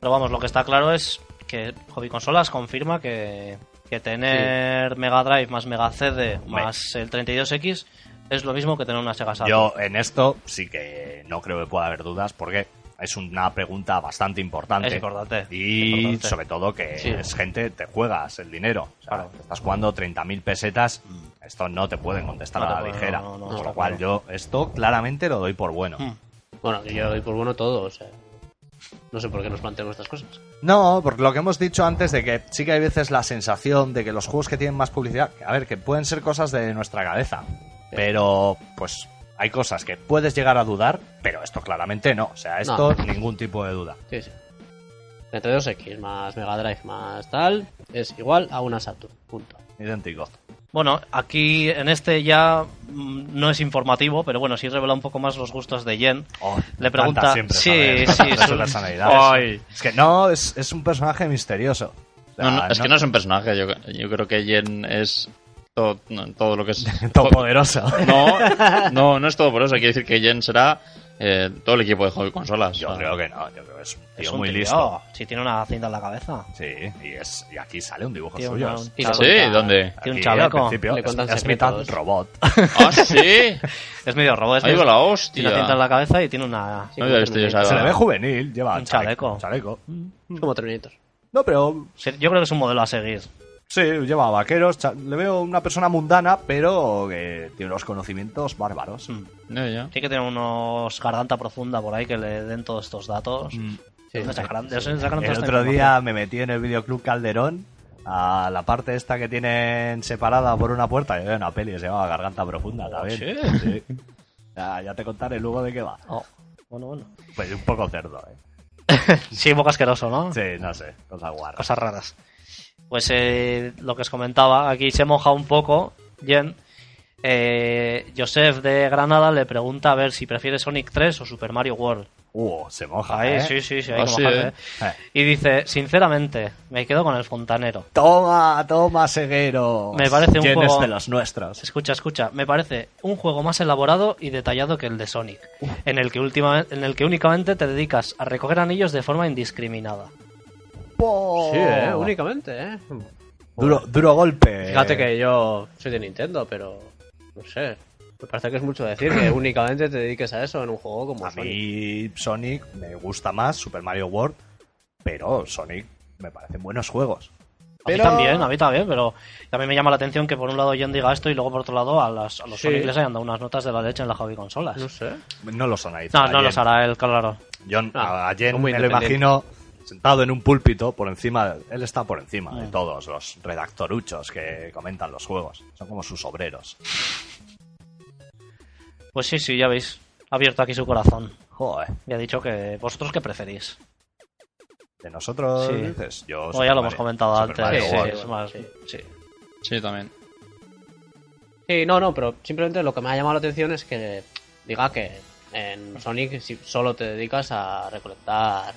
Pero vamos, lo que está claro es que Hobby Consolas confirma que, que tener Mega Drive más Mega CD más el 32X es lo mismo que tener una Sega Saturn. Yo en esto sí que no creo que pueda haber dudas porque es una pregunta bastante importante. Es importante, Y es importante. sobre todo que Sí. es gente, te juegas el dinero. O sea, Estás jugando 30.000 pesetas, esto no te pueden contestar Mm. a No te la pueden, ligera. no, no, no, Con está lo cual yo esto claramente lo doy por bueno. Mm. Bueno, yo doy por bueno todo, o sea. No sé por qué nos planteamos estas cosas. No, porque lo que hemos dicho antes de que sí que hay veces la sensación de que los juegos que tienen más publicidad, a ver, que pueden ser cosas de nuestra cabeza, pero pues hay cosas que puedes llegar a dudar, pero esto claramente no, o sea, esto ningún tipo de duda. Sí, sí. 32X más Mega Drive más tal es igual a una Saturn. Punto. Idéntico. Bueno, aquí en este ya mm, no es informativo, pero bueno, sí revela un poco más los gustos de Jen. Le pregunta- Oh, encanta siempre Sí, saber sí, de es su un- personalidad. Ay. Es que no, es, es un personaje misterioso. O sea, No, no, es que no es un personaje. Yo, yo creo que Jen es todo, no, todo lo que es. todopoderoso. No, no, no es todo por eso. Quiere decir que Jen será eh, todo el equipo de hobby consolas. Yo O sea, creo que no, yo creo que es un tío es un muy tío, listo. Si tiene una cinta en la cabeza. Sí, y, es, y aquí sale un dibujo Tiene suyo. una- es- un Y chaleco. Ah, Sí, ¿dónde? Tiene un Aquí, al chaleco. principio, Le es- cuentan es mitad secretos. robot. ¡Ah, sí! Es medio robot, es Ahí medio- va la Tiene una cinta en hostia. la cabeza y tiene una... No había visto yo esa- Se le ve juvenil, lleva Un chaleco. chaleco. chaleco. Como Terminator. No, pero Yo creo que es un modelo a seguir. Sí, lleva vaqueros. cha- Le veo una persona mundana, pero que tiene unos conocimientos bárbaros. Mm. Ya, ya. Tiene que tener unos garganta profunda por ahí que le den todos estos datos. ¿De dónde sacarán- de dónde sacarán toda Mm. El esta otro información? día me metí en el videoclub Calderón, a la parte esta que tienen separada por una puerta. Yo veo una peli que se llama Garganta Profunda también. Sí. Sí. Ya, ya te contaré luego de qué va. Oh, Bueno, bueno. Pues un poco cerdo, ¿eh? Sí, poco asqueroso, ¿no? Sí, no sé, cosa guarra. Cosas raras. Pues eh, lo que os comentaba, aquí se moja un poco, Jen. Eh, Joseph de Granada le pregunta a ver si prefiere Sonic 3 o Super Mario World. Uh, se moja, Ahí, ¿eh? sí, sí, sí, hay Ah, que sí, mojarse, eh. ¿eh? Eh. Y dice, sinceramente, me quedo con el fontanero. Toma, toma, ceguero. Me parece un Jen es juego- de los nuestros. Escucha, escucha, me parece un juego más elaborado y detallado que el de Sonic, en el que, última, en el que únicamente te dedicas a recoger anillos de forma indiscriminada. Oh. Po. Sí, eh, únicamente, eh. Duro, duro golpe. Fíjate que yo Eh, soy de Nintendo, pero no sé. Me parece que es mucho decir que únicamente te dediques a eso en un juego como A Sonic. mí Sonic me gusta más, Super Mario World, pero Sonic me parecen buenos juegos. A mí también, a mí también, pero también me llama la atención que por un lado John diga esto y luego por otro lado a, las- a los Sí. Sonic les hayan dado unas notas de la leche en la Javi Consolas. No sé. No los son ahí. No, no los hará él, claro. Yo Ah, a Jen son muy me lo independientes. imagino sentado en un púlpito por encima, él está por encima Mm. de todos los redactoruchos que comentan los juegos. Son como sus obreros. Pues sí, sí, ya veis. Ha abierto aquí su corazón Joder, y ha dicho que vosotros qué preferís. de nosotros Sí. dices, yo O Pues Super ya lo hemos Mario- comentado Super antes. Mario sí, World. es más- Sí. sí. Sí, también. Sí, no, no, pero simplemente lo que me ha llamado la atención es que diga que en Sonic si- solo te dedicas a recolectar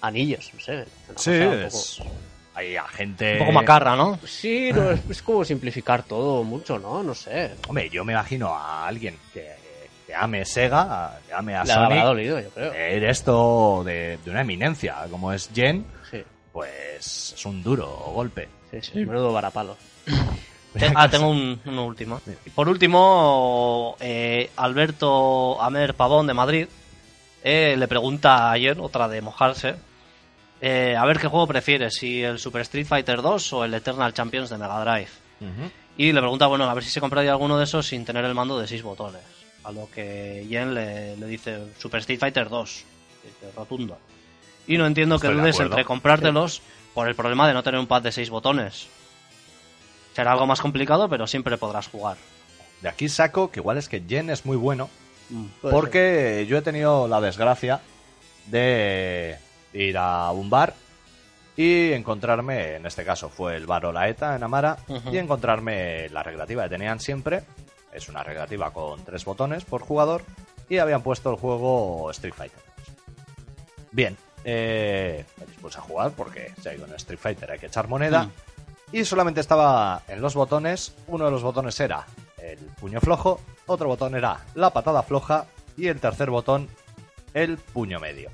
anillos, no sé. una Sí, cosa un es- poco- hay a gente... Un poco macarra, ¿no? Sí, no, es, es como simplificar todo mucho, ¿no? No sé. Hombre, yo me imagino a alguien que, que ame Sega, a- que ame a Le habrá Sonic, dolido, yo creo. leer esto de, de una eminencia como es Jen, Sí, pues es un duro golpe. sí, sí. Menudo varapalo. Te- Ah, tengo un, un último. Mira. Por último, eh, Alberto Amer Pavón de Madrid eh, le pregunta ayer, otra de mojarse, eh, a ver qué juego prefieres, si el Super Street Fighter 2 o el Eternal Champions de Mega Drive. Y le pregunta, bueno, a ver si se compraría alguno de esos sin tener el mando de seis botones. A lo que Jen le, le dice, Super Street Fighter 2, dice, rotundo. Y no entiendo Estoy que de dudes acuerdo. entre comprártelos por el problema de no tener un pad de seis botones. Será algo más complicado, pero siempre podrás jugar. De aquí saco que igual es que Jen es muy bueno, Puede porque yo he tenido la desgracia de ir a un bar y encontrarme, en este caso fue el bar Olaeta en Amara, Ujú. y encontrarme la recreativa que tenían siempre. Es una recreativa con tres botones por jugador y habían puesto el juego Street Fighter. Bien, eh, me dispuse a jugar porque si hay un Street Fighter hay que echar moneda. Mm. Y solamente estaba en los botones. Uno de los botones era el puño flojo, otro botón era la patada floja y el tercer botón el puño medio.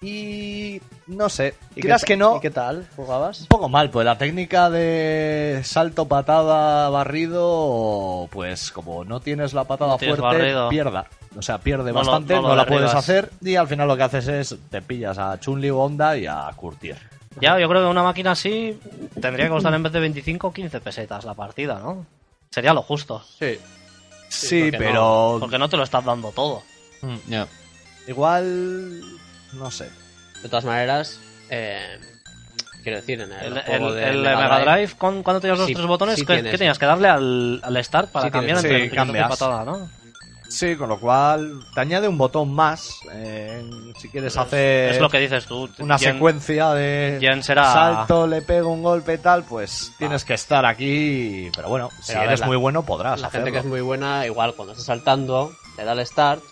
Y no sé, ¿Y qué creas ta- que no, ¿Y qué tal? ¿Jugabas? un poco mal, pues la técnica de salto, patada, barrido, pues como no tienes la patada No tienes fuerte, barrido. pierda. O sea, pierde No lo- bastante, no no, lo la derribas. puedes hacer y al final lo que haces es te pillas a Chun-Li o Honda y a curtir. Ya, yo creo que una máquina así tendría que costar en vez de 25 o 15 pesetas la partida, ¿no? Sería lo justo. Sí. Sí, porque pero Porque no te lo estás dando todo. Mm. Ya. igual no sé. De todas maneras, eh, quiero decir, en el, El, juego el- de el Mega Drive, ¿cuán- ¿cuándo tenías los Sí, tres botones? sí ¿Qué, tienes. qué tenías que darle al, al Start para Sí cambiar tienes. entre Sí, el puñetazo y cambias. patada, ¿no? Sí, con lo cual te añade un botón más eh, si quieres hacer Pues, es lo que dices tú. una Jen- secuencia de Jen será- salto, le pego un golpe tal, pues tienes que estar aquí, pero bueno, si a ver, eres la- muy bueno podrás La hacerlo. gente que es muy buena, igual cuando está saltando, le da el start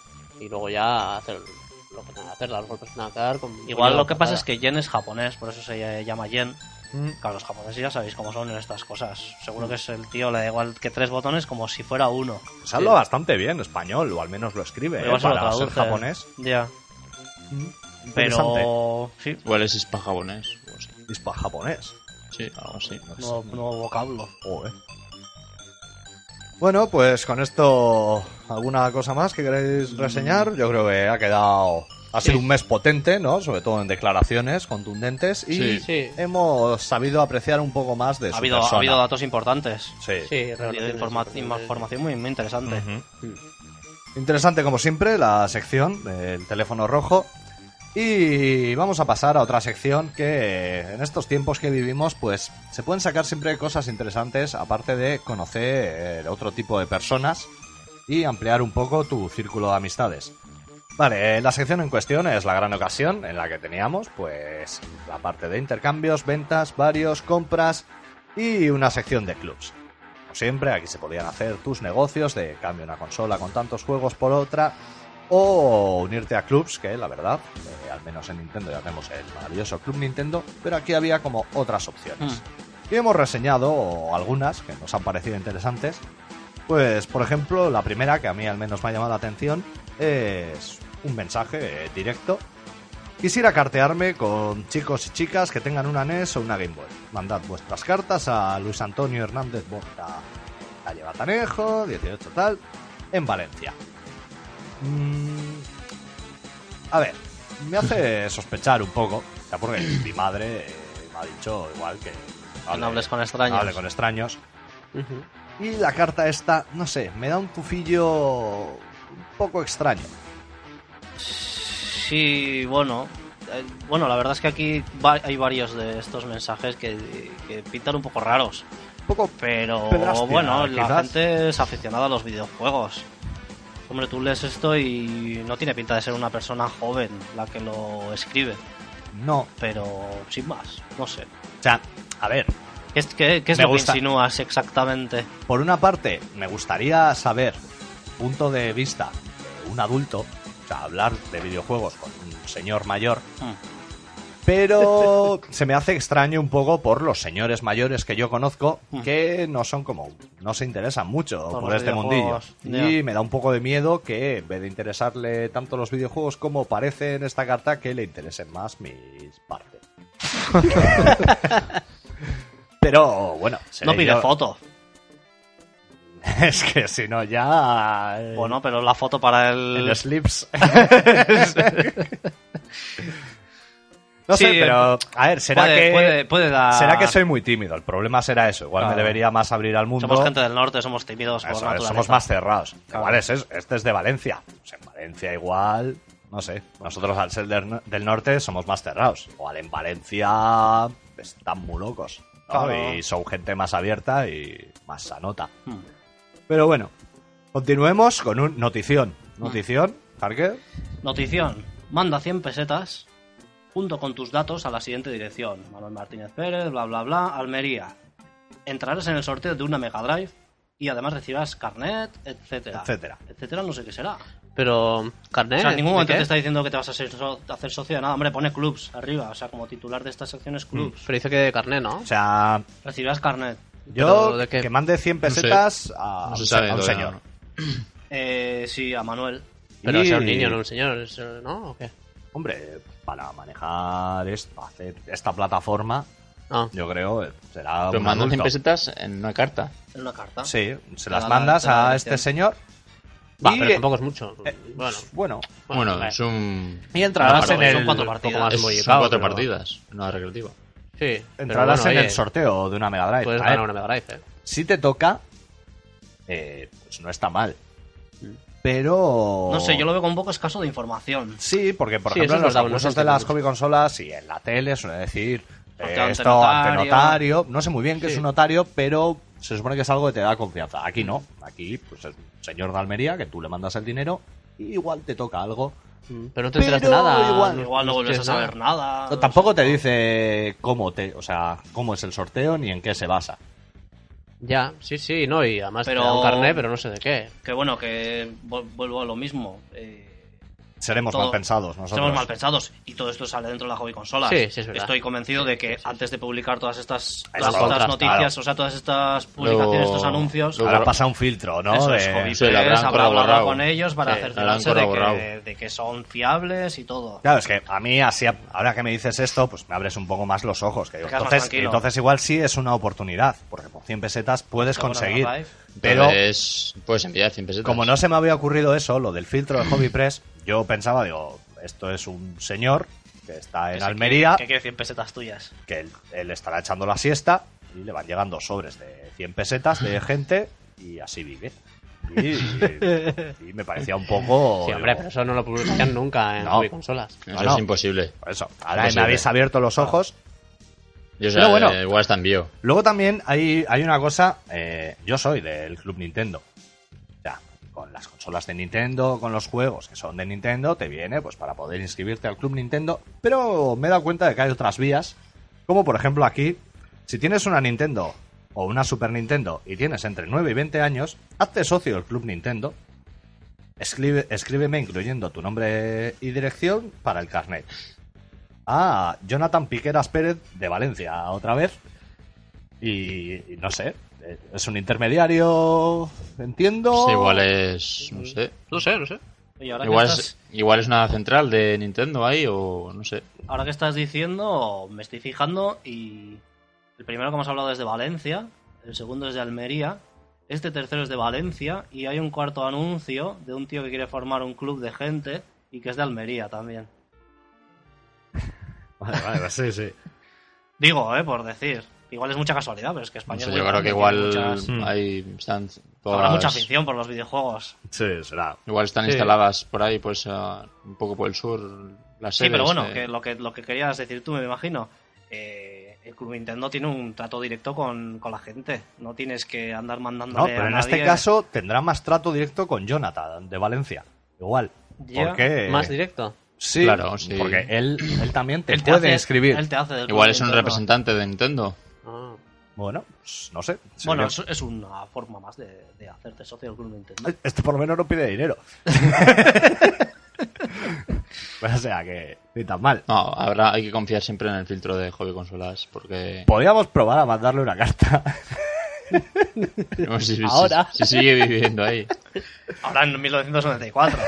y luego ya hace lo que tenga que hacer, los golpes que tenga que dar. con- Igual con lo la que pasa patada. es que Yen es japonés, por eso se llama Yen. Mm. Claro, los japoneses ya sabéis cómo son en estas cosas. Seguro que es el tío, le da igual que tres botones como si fuera uno. Pues habla bastante bien español, o al menos lo escribe, Igual eh, se lo para ser traduce. japonés. Ya. Interesante. Pero. Sí, Igual es ispa japonés. o así. Hispa japonés. Sí, algo así. nuevo, nuevo vocablo. Joder. Bueno, Mm. pues con esto, ¿alguna cosa más que queréis reseñar? Yo creo que ha quedado Ha sido un mes potente, ¿no? Sobre todo en declaraciones contundentes y Sí. Sí. hemos sabido apreciar un poco más de su Ha habido, ha persona. habido datos importantes. Sí. Sí, Ha habido revelaciones Eh, informa- importantes. información muy, muy interesante. Ujú. Mm. Interesante como siempre la sección del teléfono rojo y vamos a pasar a otra sección que en estos tiempos que vivimos pues se pueden sacar siempre cosas interesantes aparte de conocer eh, otro tipo de personas y ampliar un poco tu círculo de amistades. Vale, eh, la sección en cuestión es la gran ocasión en la que teníamos, pues, la parte de intercambios, ventas, varios, compras y una sección de clubs. Como siempre, aquí se podían hacer tus negocios de cambio una consola con tantos juegos por otra o unirte a clubs, que la verdad, eh, al menos en Nintendo ya tenemos el maravilloso Club Nintendo, pero aquí había como otras opciones. Y hemos reseñado algunas que nos han parecido interesantes. Pues, por ejemplo, la primera que a mí al menos me ha llamado la atención es un mensaje eh, directo. Quisiera cartearme con chicos y chicas que tengan una NES o una Game Boy. Mandad vuestras cartas a Luis Antonio Hernández Borja, calle Batanejo, 18 tal, en Valencia. Mm, a ver, me hace sospechar un poco, ya porque mi madre eh, me ha dicho igual que... No hables con extraños. no hable con extraños. Ujú. Y la carta esta, no sé, me da un tufillo un poco extraño. Sí, bueno. eh, Bueno, la verdad es que aquí va- hay varios de estos mensajes que, que pintan un poco raros. Un poco Pero Pedrastia, bueno, la quizás. gente es aficionada a los videojuegos. Hombre, tú lees esto y no tiene pinta de ser una persona joven la que lo escribe. No. Pero sin más, no sé. O sea, a ver, ¿Qué es, qué- qué es Me lo gusta. que insinúas exactamente? por una parte, me gustaría saber, punto de vista de un adulto, o sea, hablar de videojuegos con un señor mayor, pero se me hace extraño un poco por los señores mayores que yo conozco Hmm. que no son como no se interesan mucho Por por, los este mundillo videojuegos, y ya. me da un poco de miedo que en vez de interesarle tanto los videojuegos como parece en esta carta que le interesen más mis partes pero bueno no seré pide yo- foto. es que si no ya eh, Bueno, pero la foto para el... el slips. no sé, Sí, eh, pero a ver, será puede, que puede- puede dar... será que soy muy tímido. El problema será eso. Igual Ah. Claro. me debería más abrir al mundo. Somos gente del norte, somos tímidos por Eso es, naturaleza. somos más cerrados. Igual es eso, este es de Valencia. Pues en Valencia igual, no sé. Nosotros al ser del, del norte somos más cerrados. Igual en Valencia están muy locos. ¿no? Claro. Y son gente más abierta y más sanota. Hmm. Pero bueno, continuemos con un notición. Notición, Parker. Notición. Manda 100 pesetas junto con tus datos a la siguiente dirección. Manuel Martínez Pérez, bla, bla, bla, Almería. Entrarás en el sorteo de una Mega Drive y además recibirás carnet, etcétera. Etcétera. Etcétera, no sé qué será. Pero, carnet. o sea, en ningún Eh, ¿de momento qué? te está diciendo que te vas a ser so- a hacer socio de nada. Hombre, pone clubs arriba. O sea, como titular de estas secciones, clubs. mm, Pero dice que de carnet, ¿no? O sea, Recibirás carnet. yo Pero, ¿de qué? que mande 100 sé. pesetas a, No Ah, se un se- sabe a un todavía, señor. Eh, sí, a Manuel. Pero Y- sea un niño, no un señor, es, eh, ¿no? ¿O qué? Hombre, para manejar esto, hacer esta plataforma, Ah, yo creo eh, será Pero un mandan 100 adulto. pesetas en una carta. En una carta. Sí, se Te la las da- mandas te la da a la este dirección. señor. va, y, pero tampoco es mucho. eh, bueno, bueno, Bueno, eh, es un. Y entrarás una en partida. el. son cuatro un poco partidas. más Es- son embollicado, cuatro pero- partidas, una recreativa. Sí. pero entrarás bueno, en oye, el sorteo de una Mega Drive. Puedes A ganar ver, una Mega Drive, ¿eh? si te toca, eh, pues no está mal. Pero... No sé, yo lo veo con un poco escaso de información. Sí, porque por Sí, ejemplo en eso es los verdad, concursos no se de las entiende hobby consolas y en la tele suele decir Ante- eh, ante esto ante notario. notario. No sé muy bien qué es Sí. un notario, pero se supone que es algo que te da confianza. Aquí no. Aquí pues es un señor de Almería que tú le mandas el dinero y igual te toca algo. Pero no te enteras de Pero nada. igual- Igual no vuelves a tienes saber nada. nada. No, tampoco te dice cómo te, o sea, cómo es el sorteo ni en qué se basa. Ya, sí, sí, no, y además Pero- te da un carnet, pero no sé de qué. Que bueno, que vu- vuelvo a lo mismo. Eh, Seremos Todo- mal pensados nosotros. Somos mal pensados y todo esto sale dentro de la hobby consola. Sí, sí, es verdad. Estoy convencido de que antes de publicar todas estas, todas lo estas contras, noticias, claro. o sea, todas estas publicaciones, Lo- estos anuncios, lo- eh, Ahora pasa un filtro, ¿no? eso es De- hobby Sí, lo press, habrán habrá hablado corroborado. con ellos para Sí, lo habrán cerciorarse de que, corroborado. de que son fiables y todo. Claro, es que a mí, así, ahora que me dices esto, pues me abres un poco más los ojos. Que digo, Te quedas más entonces, tranquilo. entonces igual sí es una oportunidad, porque por 100 pesetas puedes Pero bueno, conseguir. Mega Drive. Pero Entonces, puedes enviar 100 pesetas. como no se me había ocurrido eso, lo del filtro de Hobby Press, yo pensaba, digo, esto es un señor que está en Que se- Almería, Que quiere 100 pesetas tuyas. que él, él estará echando la siesta y le van llegando sobres de 100 pesetas de gente y así vive. Y, y me parecía un poco... Sí, hombre, pero eso no lo publican nunca en No. hobby consolas. No, Eso no. es imposible. Por eso, ahora me Imposible. habéis abierto los ojos. Yo o Pero sea, bueno. eh, igual está en bio. Luego también hay, hay una cosa, eh, yo soy del Club Nintendo. Ya, con las consolas de Nintendo, con los juegos que son de Nintendo, te viene pues para poder inscribirte al Club Nintendo. Pero me he dado cuenta de que hay otras vías, como por ejemplo aquí, si tienes una Nintendo o una Super Nintendo y tienes entre 9 y 20 años, hazte socio del Club Nintendo. Escribe- escríbeme incluyendo tu nombre y dirección para el carnet. Ah, Jonathan Piqueras Pérez de Valencia, otra vez. Y, y no sé, eh, es un intermediario, entiendo. Sí, igual es. No sé. No sé, no sé. Oye, ahora, Igual Oh. que es, estás, igual es una central de Nintendo ahí o no sé. ahora que estás diciendo, me estoy fijando y el primero que hemos hablado es de Valencia, el segundo es de Almería, este tercero es de Valencia y hay un cuarto anuncio de un tío que quiere formar un club de gente y que es de Almería también. Vale, vale, sí, sí. Digo, eh, por decir. Igual es mucha casualidad, pero es que No España sé, es yo muy creo que grande, igual tiene muchas- muchas- ahí están todas. Habrá mucha afición por los videojuegos. Sí, será. Igual están Sí. instaladas por ahí, pues a- un poco por el sur. Las Sí, pero sedes, bueno, eh. que lo, que lo que querías decir tú, me imagino. eh, el Club Nintendo tiene un trato directo con, con la gente. No tienes que andar No, mandándole pero a en nadie- este caso tendrá más trato directo con Jonathan de Valencia. Igual. Ya. Porque. Más directo. Sí, Claro, sí. Porque él, él también te Él puede hace- inscribir. él te hace del Club Igual es un Nintendo. representante de Nintendo. Ah. Bueno, pues, no sé. Sí, Bueno, yo- es, es una forma más de, de hacerte socio del Club Nintendo. Este por lo menos no pide dinero. Pues, o sea que ni tan mal. No, habrá, hay que confiar siempre en el filtro de hobby consolas porque Podríamos probar a mandarle una carta. no, si, si- Ahora. si sigue viviendo ahí. Ahora en 1994.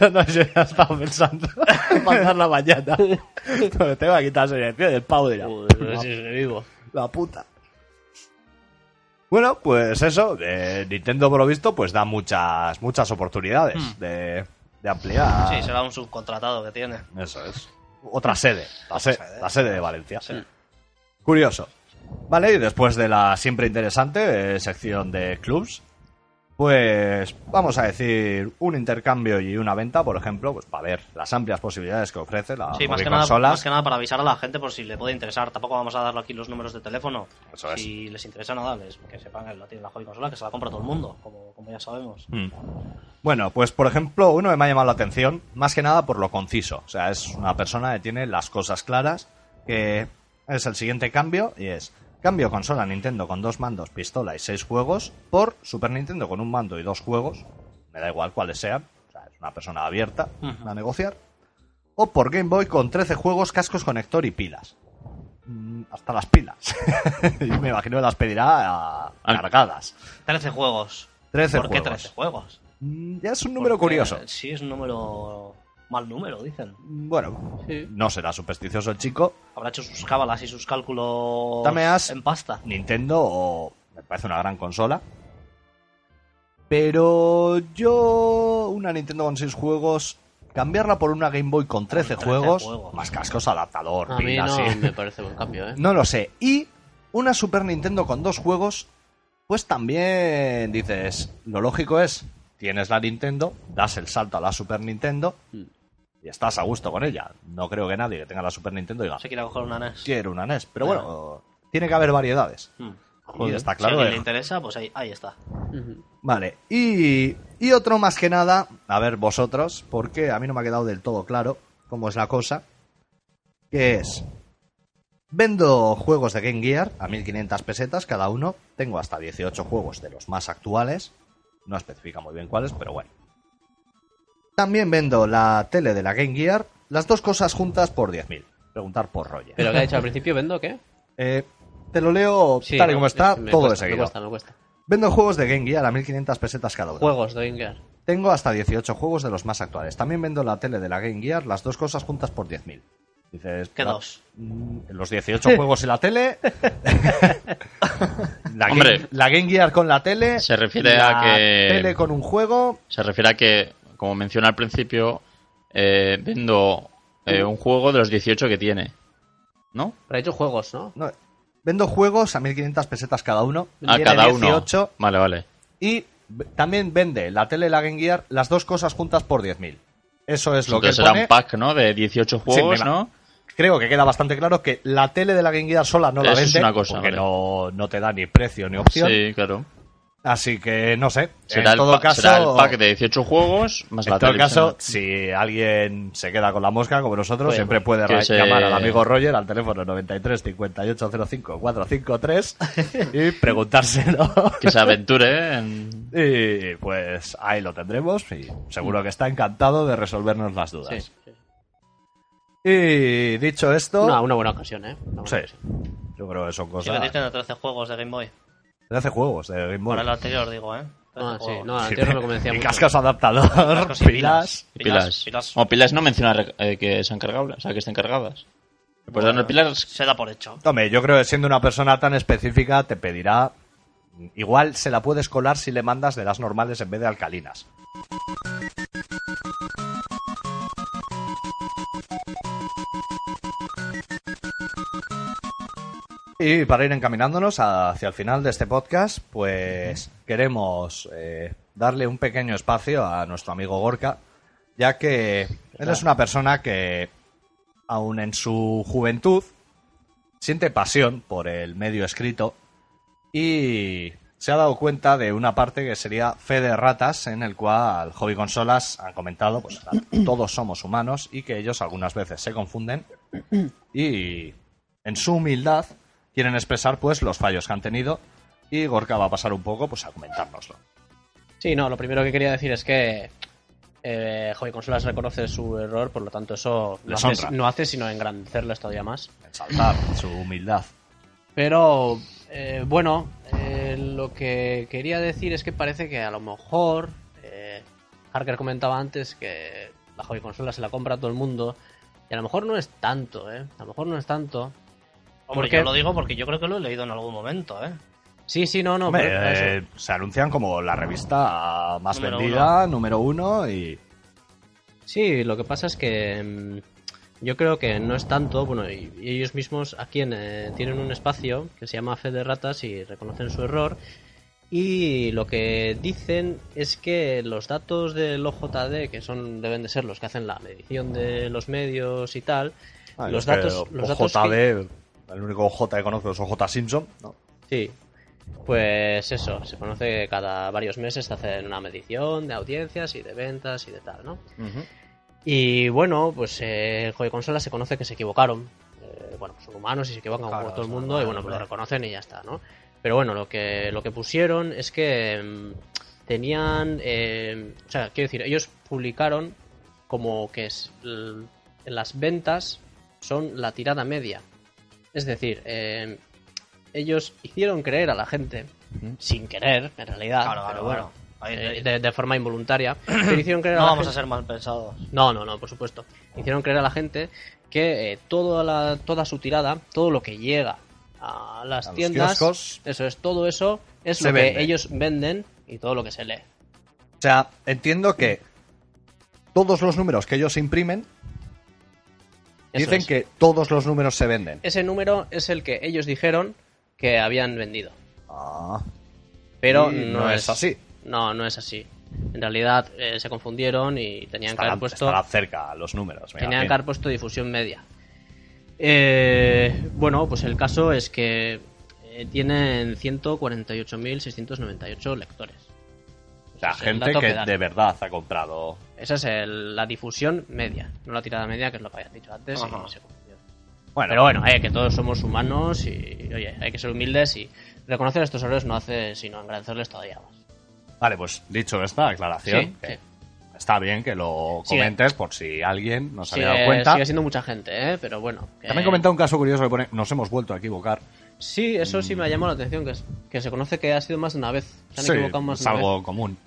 No, no, yo ya estaba pensando en mandarla mañana. Pero tengo que quitarse el pie del pavo dirá. Joder, si es vivo. La puta. Bueno, pues eso. eh, Nintendo, por lo visto, pues da muchas, muchas oportunidades de, de ampliar. Sí, será un subcontratado que tiene. Eso es. Otra sede. La, se- sede. la sede de Valencia. Curioso. Vale, y después de la siempre interesante eh, sección de clubs, pues vamos a decir un intercambio y una venta, por ejemplo, pues para ver las amplias posibilidades que ofrece la Sí, más hobby que, nada, consola. más que nada para avisar a la gente por si le puede interesar. Tampoco vamos a darle aquí los números de teléfono. Eso es. Si les interesa nada, les, que sepan que lo tiene la hobby consola, que se la compra todo el mundo, como, como ya sabemos. Mm. Bueno, pues por ejemplo, uno que me ha llamado la atención, más que nada por lo conciso. O sea, es una persona que tiene las cosas claras, que es el siguiente cambio, y es cambio consola Nintendo con dos mandos, pistola y seis juegos, por Super Nintendo con un mando y dos juegos, me da igual cuáles sean, o sea, es una persona abierta Ujú. a negociar, o por Game Boy con 13 juegos, cascos, conector y pilas. Mm, Hasta las pilas. Yo me imagino que las pedirá ah, Al- cargadas. 13 juegos. 13 ¿Por qué juegos. 13 juegos? Mm, Ya es un número Porque, curioso. eh, Sí, es un número. Mal número, dicen. Bueno, Sí. no será supersticioso el chico. Habrá hecho sus cábalas y sus cálculos Dame as. en pasta. Nintendo o- me parece una gran consola. Pero yo, una Nintendo con 6 juegos, cambiarla por una Game Boy con 13, 13 juegos, juegos. más cascos, adaptador, A mí pilas, no sí. me parece buen cambio, ¿eh? No lo sé. Y una Super Nintendo con dos juegos, pues también dices, lo lógico es, tienes la Nintendo, das el salto a la Super Nintendo Mm. y estás a gusto con ella. No creo que nadie que tenga la Super Nintendo diga, Se quiere coger una E NES. quiero una NES. Pero Ah. bueno, tiene que haber variedades. Hmm. Y está si a claro. alguien eh. le interesa, pues ahí, ahí está. Ujú. Vale. Y, y otro más que nada, a ver vosotros, porque a mí no me ha quedado del todo claro cómo es la cosa, que es... Vendo juegos de Game Gear a 1500 pesetas cada uno. Tengo hasta 18 juegos de los más actuales. No especifica muy bien cuáles, pero bueno. También vendo la tele de la Game Gear. Las dos cosas juntas por 10.000. Preguntar por Roger. Pero que ha dicho al principio, ¿vendo qué? Eh, te lo leo Sí, tal y no, como está, es- me todo de cuesta, me seguido. cuesta, me cuesta. Vendo juegos de Game Gear a 1500 pesetas cada uno. Juegos de Game Gear. Tengo hasta 18 juegos de los más actuales. También vendo la tele de la Game Gear, las dos cosas juntas por 10.000. Dices, ¿Qué "Ah, dos? mm, Los 18 juegos y la tele. la, Game, Hombre. la Game Gear con la tele. Se refiere la a que- tele con un juego. Se refiere a que, como mencioné al principio, eh, vendo eh, un juego de los 18 que tiene. ¿No? Pero ha hecho juegos, ¿no? No, vendo juegos a 1500 pesetas cada uno. A Viene cada uno. 18, Vale, vale. Y v- también vende la tele y la Game Gear las dos cosas juntas por 10.000. Eso es lo Entonces que será pone. un pack, ¿no? De 18 juegos, me ¿no? Creo que queda bastante claro que la tele de la Game Gear sola no la Eso es vende una cosa, porque vale. no, no te da ni precio ni opción. Sí, claro. Así que no sé. Será, en todo el pa- caso, será el pack de 18 juegos más la en todo televisión. caso, si alguien se queda con la mosca como nosotros, Bueno, siempre puede que ra- se- llamar al amigo Roger al teléfono 93 58 05 453 y preguntárselo. Que se aventure en... Y pues ahí lo tendremos y seguro que está encantado de resolvernos las Sí. dudas. sí. Y dicho esto, Una, una buena ocasión, ¿eh? Una buena Sí. ocasión. yo creo que son Si me cosas... dices que no 13 juegos de Game Boy. 13 juegos de Game Boy. Para el anterior, digo, ¿eh? 13 Ah, sí. juegos. No, antes no me convencía y mucho. cascos adaptador, Cascos y pilas... y pilas. pilas. O pilas no menciona eh, que sean cargables, o sea, que estén cargadas. Pues Bueno. dando pilas Se da por hecho. Tome, yo creo que siendo una persona tan específica te pedirá... Igual se la puedes colar si le mandas de las normales en vez de alcalinas. Y para ir encaminándonos hacia el final de este podcast, pues queremos eh, darle un pequeño espacio a nuestro amigo Gorka, ya que él es una persona que, aun en su juventud, siente pasión por el medio escrito y se ha dado cuenta de una parte que sería fe de ratas, en el cual Hobby Consolas han comentado, pues todos somos humanos y que ellos algunas veces se confunden y en su humildad quieren expresar pues los fallos que han tenido y Gorka va a pasar un poco pues a comentárnoslo. Sí, no, lo primero que quería decir es que eh, Hobby Consolas reconoce su error, por lo tanto eso no Les hace, honra. no hace sino engrandecerles todavía más. Exaltar su humildad. Pero eh, bueno, eh, lo que quería decir es que parece que a lo mejor eh, Harker comentaba antes que la hobby consola se la compra a todo el mundo y a lo mejor no es tanto, ¿eh? A lo mejor no es tanto. Hombre, qué? yo lo digo porque yo creo que lo he leído en algún momento, ¿eh? Sí, sí, no, no. Hombre, pero- eso. eh, se anuncian como la revista más Número vendida, número uno y... Sí, lo que pasa es que mm, yo creo que no es tanto, bueno, y, y ellos mismos aquí en, eh, tienen un espacio que se llama Fe de Ratas y reconocen su error. Y lo que dicen es que los datos del OJD, que son deben de ser los que hacen la medición de los medios y tal, Ah, los yo es que datos, los datos OJD, que- el único J que conozco es OJ Simpson. ¿no? Sí. Pues eso, se conoce que cada varios meses se hacen una medición de audiencias y de ventas y de tal, ¿no? Y bueno, pues eh, Joy Consola se conoce que se equivocaron. Eh, bueno, son humanos y se equivocan Claro, como todo el son mundo y bueno, humanos, pues lo hombre. reconocen y ya está, ¿no? Pero bueno, lo que, lo que pusieron es que mm, tenían... eh, o sea, quiero decir, ellos publicaron como que es, l- las ventas son la tirada media. Es decir, eh, ellos hicieron creer a la gente, sin querer, en realidad, Claro, claro, Ah, pero bueno. bueno, Ahí- eh, de, de forma involuntaria, pero hicieron creer a No la vamos gente- a ser mal pensados. no, no, no, por supuesto. Hicieron creer a la gente que eh, toda, la- toda su tirada, todo lo que llega a las A los tiendas, kioscos. eso es, todo eso es Se lo que vende. ellos venden y todo lo que se lee. O sea, entiendo que todos los números que ellos imprimen Eso dicen es. que todos los números se venden. Ese número es el que ellos dijeron que habían vendido. Ah, Pero Y no, no es así. No, no es así. En realidad eh, se confundieron y tenían que estarán, haber puesto... estarán cerca los números. me Tenían que imagino. haber puesto difusión media. Eh, bueno, pues el caso es que eh, tienen 148.698 lectores. O sea, Ese es pues el gente dato que dan. de verdad ha comprado. Esa es el- la difusión media, no la tirada media, que es lo que habías dicho antes. y Ajá. se confundió. Bueno, Pero bueno, eh, que todos somos humanos y, oye, hay que ser humildes y reconocer estos errores no hace sino agradecerles todavía más. vale, pues dicho esta aclaración, Sí, que sí. está bien que lo Sigue. comentes por si alguien nos había dado Sigue- cuenta. sigue siendo mucha gente, eh, pero bueno. que- También comenta un caso curioso que pone, nos hemos vuelto a equivocar. Sí, eso sí me ha llamado la atención, que, es- que se conoce que ha sido más de una vez. Se han Sí, equivocado más es de una vez. algo común.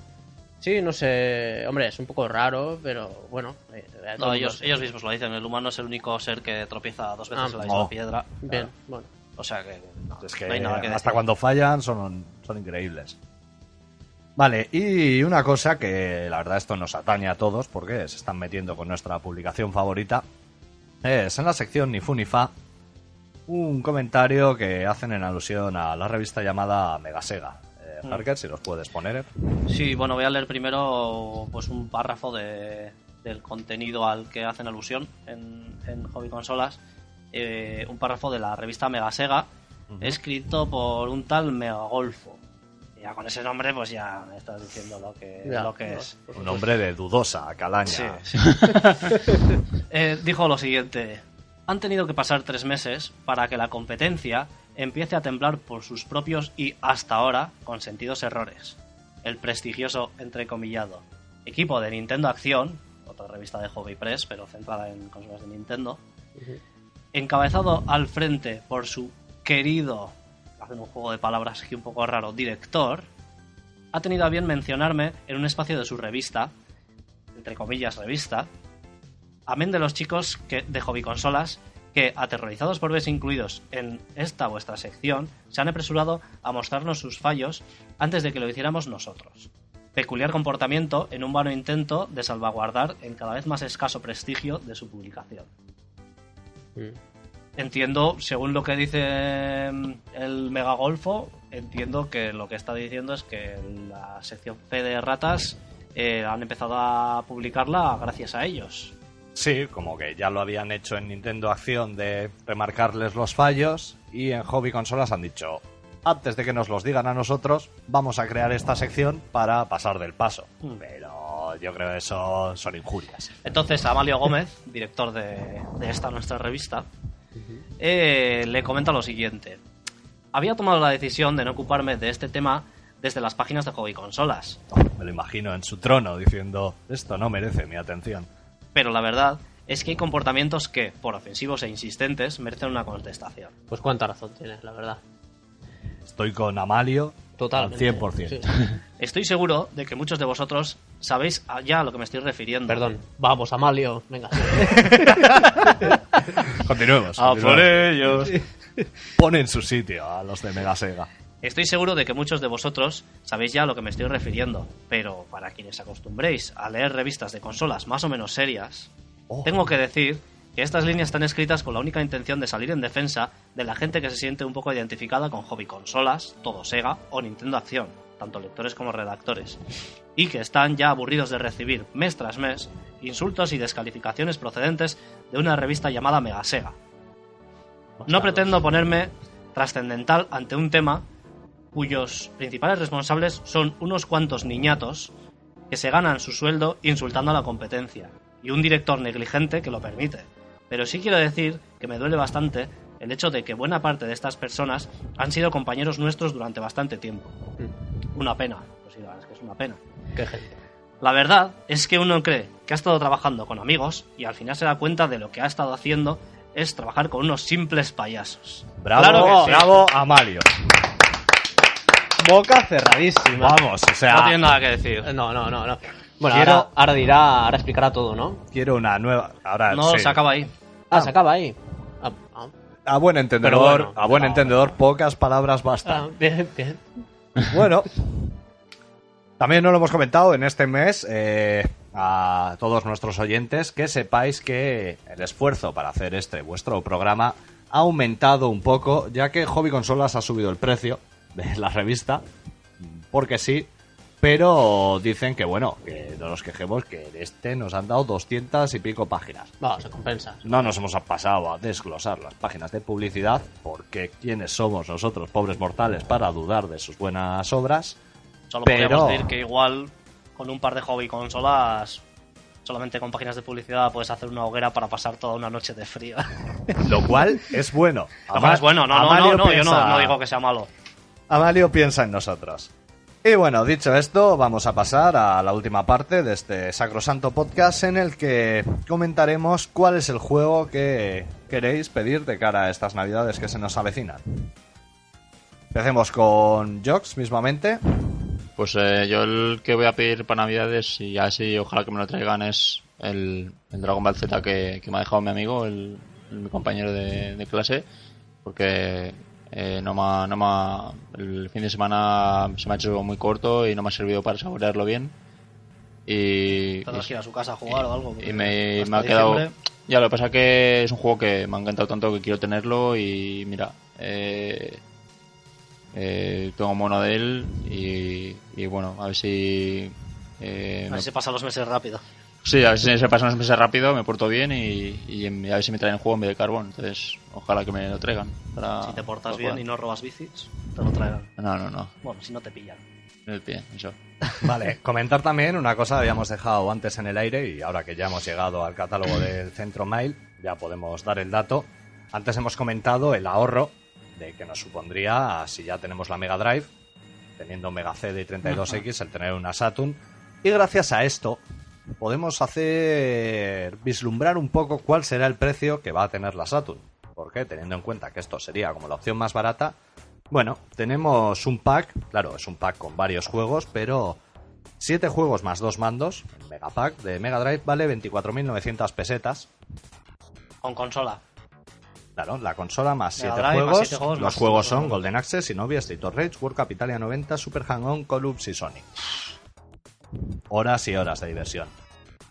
Sí, no sé. Hombre, es un poco raro, pero bueno. eh, eh, todo No, el ellos, mundo- ellos mismos lo dicen. El humano es el único ser que tropieza dos veces Ah, pues, en la no. misma piedra. Bien, bueno. O sea que. no, Es que, no hay nada que hasta decir. cuando fallan son, son increíbles. Vale, y una cosa que la verdad esto nos atañe a todos porque se están metiendo con nuestra publicación favorita es en la sección Ni Fu Ni Fa un comentario que hacen en alusión a la revista llamada Megasega. Mm. Eh, Harker, si los puedes poner. Sí, bueno, voy a leer primero pues un párrafo de- del contenido al que hacen alusión en, en Hobby Consolas. Eh, un párrafo de la revista Megasega, escrito por un tal Megagolfo. Ya con ese nombre, pues ya me estás diciendo lo que, Ya, lo que no, es. por Un supuesto. hombre de dudosa calaña. Sí, sí. Eh, dijo lo siguiente. Han tenido que pasar tres meses para que la competencia empiece a temblar por sus propios y hasta ahora consentidos errores. El prestigioso, entrecomillado, equipo de Nintendo Acción, otra revista de Hobby Press, pero centrada en consolas de Nintendo, Ujú. encabezado al frente por su querido, hacen un juego de palabras aquí un poco raro, director, ha tenido a bien mencionarme en un espacio de su revista, entre comillas revista, amén de los chicos que, de hobby consolas que, aterrorizados por verse incluidos en esta vuestra sección, se han apresurado a mostrarnos sus fallos antes de que lo hiciéramos nosotros. Peculiar comportamiento en un vano intento de salvaguardar el cada vez más escaso prestigio de su publicación Mm. entiendo, según lo que dice mm, el megagolfo, entiendo que lo que está diciendo es que la sección C de ratas eh, han empezado a publicarla gracias a ellos. Sí, como que ya lo habían hecho en Nintendo Acción de remarcarles los fallos y en Hobby Consolas han dicho, antes de que nos los digan a nosotros, vamos a crear esta sección para pasar del paso. Mm. Pero yo creo que eso son injurias. Entonces, Amalio Gómez, director de, de esta nuestra revista, eh, le comenta lo siguiente. Había tomado la decisión de no ocuparme de este tema desde las páginas de Hobby Consolas, Me lo imagino en su trono diciendo, esto no merece mi atención. pero la verdad es que hay comportamientos que, por ofensivos e insistentes, merecen una contestación. Pues cuánta razón tienes, la verdad. Estoy con Amalio Total. al 100%. Estoy seguro de que muchos de vosotros sabéis ya a lo que me estoy refiriendo. Perdón. Vamos, Amalio. Venga. Continuemos. Ah, A continuemos. Ah, por ellos. Pone en su sitio a los de Mega Sega. Estoy seguro de que muchos de vosotros sabéis ya a lo que me estoy refiriendo, pero para quienes acostumbréis a leer revistas de consolas más o menos serias, Oh. tengo que decir que estas líneas están escritas con la única intención de salir en defensa de la gente que se siente un poco identificada con hobby consolas, todo Sega o Nintendo Acción, tanto lectores como redactores, y que están ya aburridos de recibir mes tras mes insultos y descalificaciones procedentes de una revista llamada Mega Sega. No pretendo ponerme trascendental ante un tema cuyos principales responsables son unos cuantos niñatos que se ganan su sueldo insultando a la competencia y un director negligente que lo permite. Pero sí quiero decir que me duele bastante el hecho de que buena parte de estas personas han sido compañeros nuestros durante bastante tiempo. Una pena, pues sí, la verdad es que es una pena. Qué gente. La verdad es que uno cree que ha estado trabajando con amigos y al final se da cuenta de lo que ha estado haciendo es trabajar con unos simples payasos. Bravo, Claro que sí. bravo Amalio. Boca cerradísima. Vamos, o sea, No tiene nada que decir. No, no, no, no. Bueno, Quiero- ahora, ahora dirá, ahora explicará todo, ¿no? quiero una nueva. Ahora No, sí. se acaba ahí. Ah, Ah. se acaba ahí. Ah, ah, A buen entendedor, Pero bueno, Ah. a buen no. entendedor, pocas palabras bastan. ah, bien, bien. Bueno, también no lo hemos comentado en este mes eh, a todos nuestros oyentes que sepáis que el esfuerzo para hacer este vuestro programa ha aumentado un poco, ya que Hobby Consolas ha subido el precio de la revista, porque sí, pero dicen que bueno, que no nos quejemos, que de este nos han dado 200 y pico páginas. Vamos, se compensa. No nos hemos pasado a desglosar las páginas de publicidad, porque ¿quiénes somos nosotros, pobres mortales, para dudar de sus buenas obras? Solo Pero- podríamos decir que igual con un par de hobby consolas, solamente con páginas de publicidad puedes hacer una hoguera para pasar toda una noche de frío. Lo cual es bueno. Lo cual es bueno, no, no, no, Amalio no, yo no, piensa- no digo que sea malo. Amalio piensa en nosotros. Y bueno, dicho esto, vamos a pasar a la última parte de este Sacrosanto Podcast en el que comentaremos cuál es el juego que queréis pedir de cara a estas navidades que se nos avecinan. Empecemos con Jox mismamente. Pues eh, yo el que voy a pedir para Navidades y así ojalá que me lo traigan es el, el Dragon Ball Z que, que me ha dejado mi amigo, el, el- mi compañero de, de clase, porque eh, no me ha- no me ha- el fin de semana se me ha hecho muy corto y no me ha servido para saborearlo bien. Y, Tendrás y- que ir a su casa a jugar o algo. y porque me, hasta me ha quedado. diciembre- Ya, lo que pasa que es un juego que me ha encantado tanto que quiero tenerlo y mira, eh, eh, tengo mono de él y, y bueno, a ver si. eh, A me- ver si pasan los meses rápido. Sí, a ver si se pasan los meses rápido, me porto bien y, y a ver si me traen el juego en vez de carbón. Entonces, ojalá que me lo traigan. Ah, Para, si te portas pues para bien jugar. y no robas bicis, te lo traerán. No, no, no. Bueno, si no te pillan. En el pie, eso. Vale, comentar también una cosa habíamos dejado antes en el aire y ahora que ya hemos llegado al catálogo del Centro Mail, ya podemos dar el dato. Antes hemos comentado el ahorro de que nos supondría si ya tenemos la Mega Drive, teniendo Mega CD y 32X, el tener una Saturn. Y gracias a esto podemos hacer vislumbrar un poco cuál será el precio que va a tener la Saturn. Porque teniendo en cuenta que esto sería como la opción más barata, bueno, tenemos un pack, claro, es un pack con varios juegos, pero 7 juegos más dos mandos, el Megapack de Mega Drive vale 24.900 pesetas. Con consola. Claro, la consola más Mega 7 Drive más juegos. siete juegos, Los más juegos otros, son ¿no? Golden Axe, Sinobia, State of Rage, World Capitalia 90, Super Hang-On, Columns y Sonic. Horas y horas de diversión.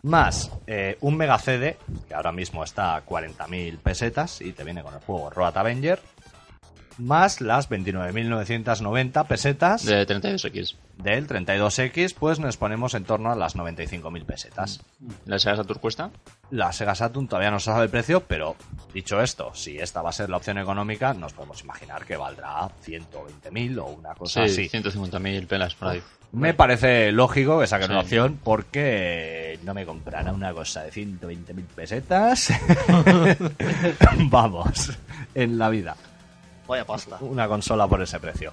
Más eh, un Mega CD, que ahora mismo está a 40.000 pesetas y te viene con el juego Road Avenger. Más las 29.990 pesetas De 32X. del 32X, pues nos ponemos en torno a las 95.000 pesetas. ¿La Sega Saturn cuesta? La Sega Saturn todavía no se sabe el precio, pero dicho esto, si esta va a ser la opción económica, nos podemos imaginar que valdrá 120.000 o una cosa sí, así. 150.000 pelas por ahí. Me parece lógico que saquen Sí. una opción porque no me comprará una cosa de 120.000 pesetas. Vamos, en la vida. Vaya pasta. Una consola por ese precio.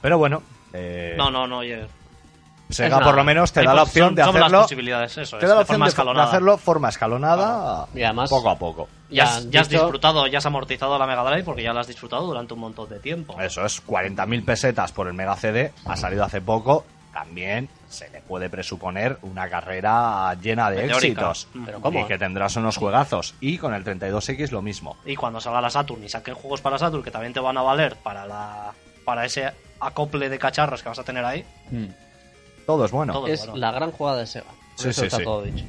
Pero bueno, Uh, eh, No, no, no, oye. Sega Es una- por lo menos te hay da la pos- opción son- de son hacerlo. las posibilidades, eso. Te da es, la de opción forma de, escalonada. de hacerlo forma escalonada Y además- poco a poco. Ya, Ya has ya has dicho- disfrutado, ya has amortizado la Mega Drive porque ya la has disfrutado durante un montón de tiempo. Eso es, 40.000 pesetas por el Mega CD, ha salido hace poco, también se le puede presuponer una carrera llena de Meteórica. éxitos. Mm. Pero ¿cómo? Y que tendrás unos juegazos. Y con el 32X lo mismo. Y cuando salga la Saturn y saquen juegos para Saturn que también te van a valer para la para ese acople de cacharros que vas a tener ahí, Todo es bueno. Todo. Es la gran jugada de Sega. Por Sí, eso sí, está sí. todo dicho.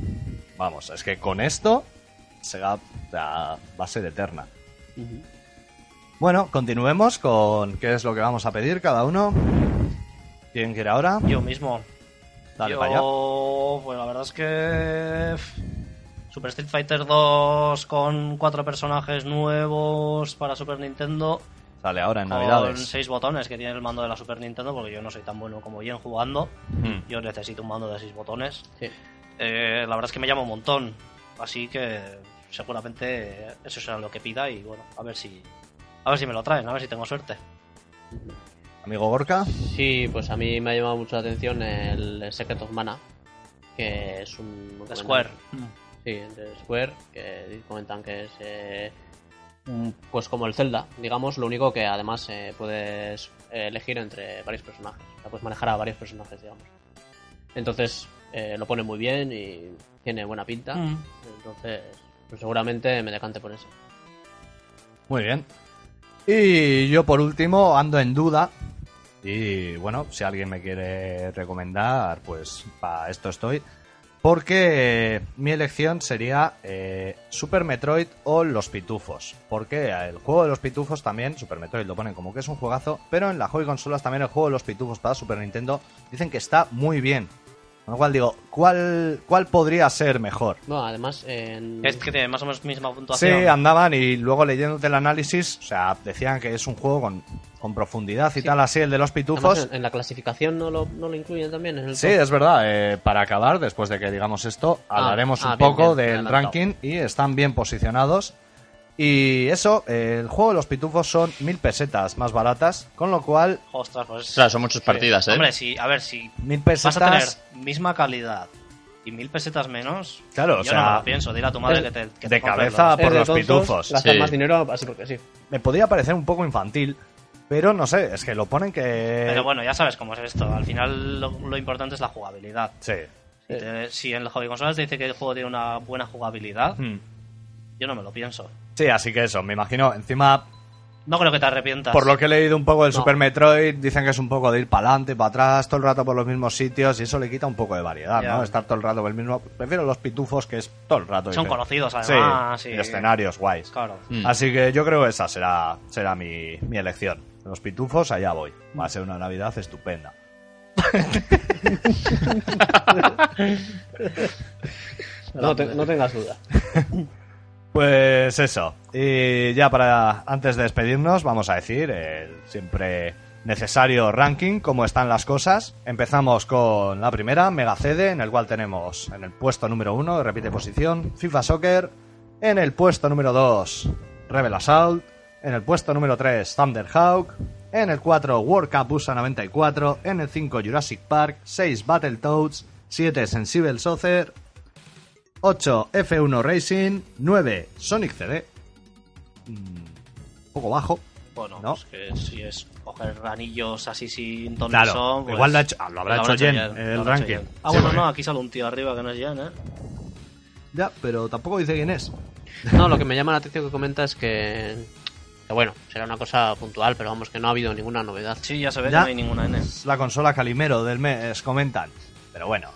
Vamos, es que con esto Sega la- va a ser eterna. Bueno, continuemos con qué es lo que vamos a pedir cada uno. ¿Quién quiere ahora? yo mismo. Dale yo, para allá. pues la verdad es que pff, Super Street Fighter 2 con cuatro personajes nuevos para Super Nintendo. Sale ahora en Con Navidades. seis botones que tiene el mando de la Super Nintendo, porque yo no soy tan bueno como bien jugando. Mm. Yo necesito un mando de seis botones. Sí. Eh, la verdad es que me llama un montón. Así que seguramente eh, eso será lo que pida y bueno, a ver si a ver si me lo traen, a ver si tengo suerte. Amigo Gorka. Sí, pues a mí me ha llamado mucho la atención el Secret of Mana, que es un... De documental- Square. Mm. Sí, de Square, que comentan que es eh, un- pues como el Zelda, digamos, lo único que además eh, puedes eh, elegir entre varios personajes, o sea, puedes manejar a varios personajes, digamos. Entonces eh, lo pone muy bien y tiene buena pinta, entonces pues seguramente me decante por eso. Muy bien. Y yo por último ando en duda. Y bueno, si alguien me quiere recomendar, pues para esto estoy. Porque mi elección sería eh, Super Metroid o Los Pitufos. Porque el juego de los Pitufos también, Super Metroid lo ponen como que es un juegazo, pero en la Joy Consolas también el juego de los Pitufos para Super Nintendo dicen que está muy bien. Con lo cual digo, ¿cuál, cuál podría ser mejor? Bueno, además en... Es que tiene más o menos misma Sí, puntuación. andaban y luego leyéndote el análisis, o sea, decían que es un juego con, con profundidad y tal, así el de los además, pitufos. en, en la clasificación no lo, no lo incluyen también. En el Sí, top. es verdad. eh, para acabar, después de que digamos esto, Ah, hablaremos ah, un bien, poco bien, del adelantado. ranking y están bien posicionados. Y eso, eh, el juego de los pitufos son mil pesetas más baratas, con lo cual, Ostras, pues. O sea, son muchas partidas, ¿eh? Hombre, sí, a ver, si mil vas pesetas. a tener misma calidad y mil pesetas menos, Claro, o yo no sea, me lo pienso, dile a tu madre es que te, que de te compre cabeza eh. los- por Es de los tontos pitufos. Gastar Sí. más dinero así porque sí. Me podía parecer un poco infantil, pero no sé, es que lo ponen que. Pero bueno, ya sabes cómo es esto. Al final lo, lo importante es la jugabilidad. Sí. Eh. Si, te- si en la hobby consolas te dice que el juego tiene una buena jugabilidad, Hmm. yo no me lo pienso. Sí, así que eso, me imagino. Encima, No creo que te arrepientas. Por lo que he leído un poco del No. Super Metroid, dicen que es un poco de ir para adelante, para atrás, todo el rato por los mismos sitios, y eso le quita un poco de variedad, Ya. ¿no? Estar todo el rato por el mismo. Prefiero los pitufos, que es todo el rato. Son diferente. conocidos, Sí, además. y- y escenarios guays. Claro. Mm. Así que yo creo que esa será, será mi, mi elección. Los pitufos, allá voy. Va a ser una Navidad estupenda. No, te- no tengas duda. Pues eso. Y ya para antes de despedirnos, vamos a decir el siempre necesario ranking, cómo están las cosas. Empezamos con la primera, Mega CD, en el cual tenemos en el puesto número uno, repite posición, FIFA Soccer. En el puesto número 2, Rebel Assault. En el puesto número 3, Thunderhawk. En el 4, World Cup USA 94. En el 5, Jurassic Park. 6, Battletoads. 7, Sensible Soccer. 8 F1 Racing, 9 Sonic CD. Mm, Un poco bajo. Bueno, ¿No? pues que si es coger anillos así sin ton Claro, ni son, pues- igual lo ha hecho- ah, lo habrá hecho Jen, el lo habrá ranking. hecho Jen. Ah, Sí, bueno, porque- no, aquí sale un tío arriba que no es Jen, ¿eh? Ya, pero tampoco dice quién es. No, lo que me llama la atención que comenta es que, que, bueno, será una cosa puntual, pero vamos, que no ha habido ninguna novedad. Sí, ya se ve, Ya. no hay ninguna N. Es la consola Calimero del mes, comentan. Pero bueno,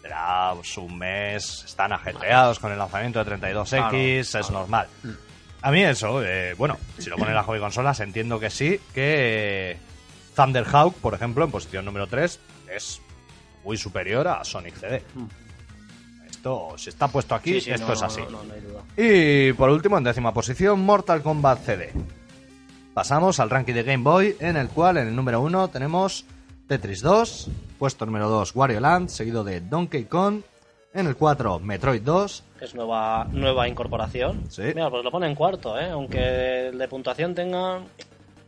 será pues, un mes, están ajetreados con el lanzamiento de 32X, es normal. Mm. A mí eso, eh, bueno, si lo ponen las hobby consolas, entiendo que sí, que eh, Thunderhawk, por ejemplo, en posición número 3, es muy superior a Sonic CD. Esto, si está puesto aquí, Mm. Sí, sí, esto no, es así. No, no, no hay duda. Y por último, en décima posición, Mortal Kombat CD. Pasamos al ranking de Game Boy, en el cual en el número 1 tenemos Tetris 2, puesto número 2 Wario Land, seguido de Donkey Kong, en el 4 Metroid 2, Es nueva, nueva incorporación. Sí. Mira, pues lo pone en cuarto, ¿eh? Aunque el de puntuación tenga.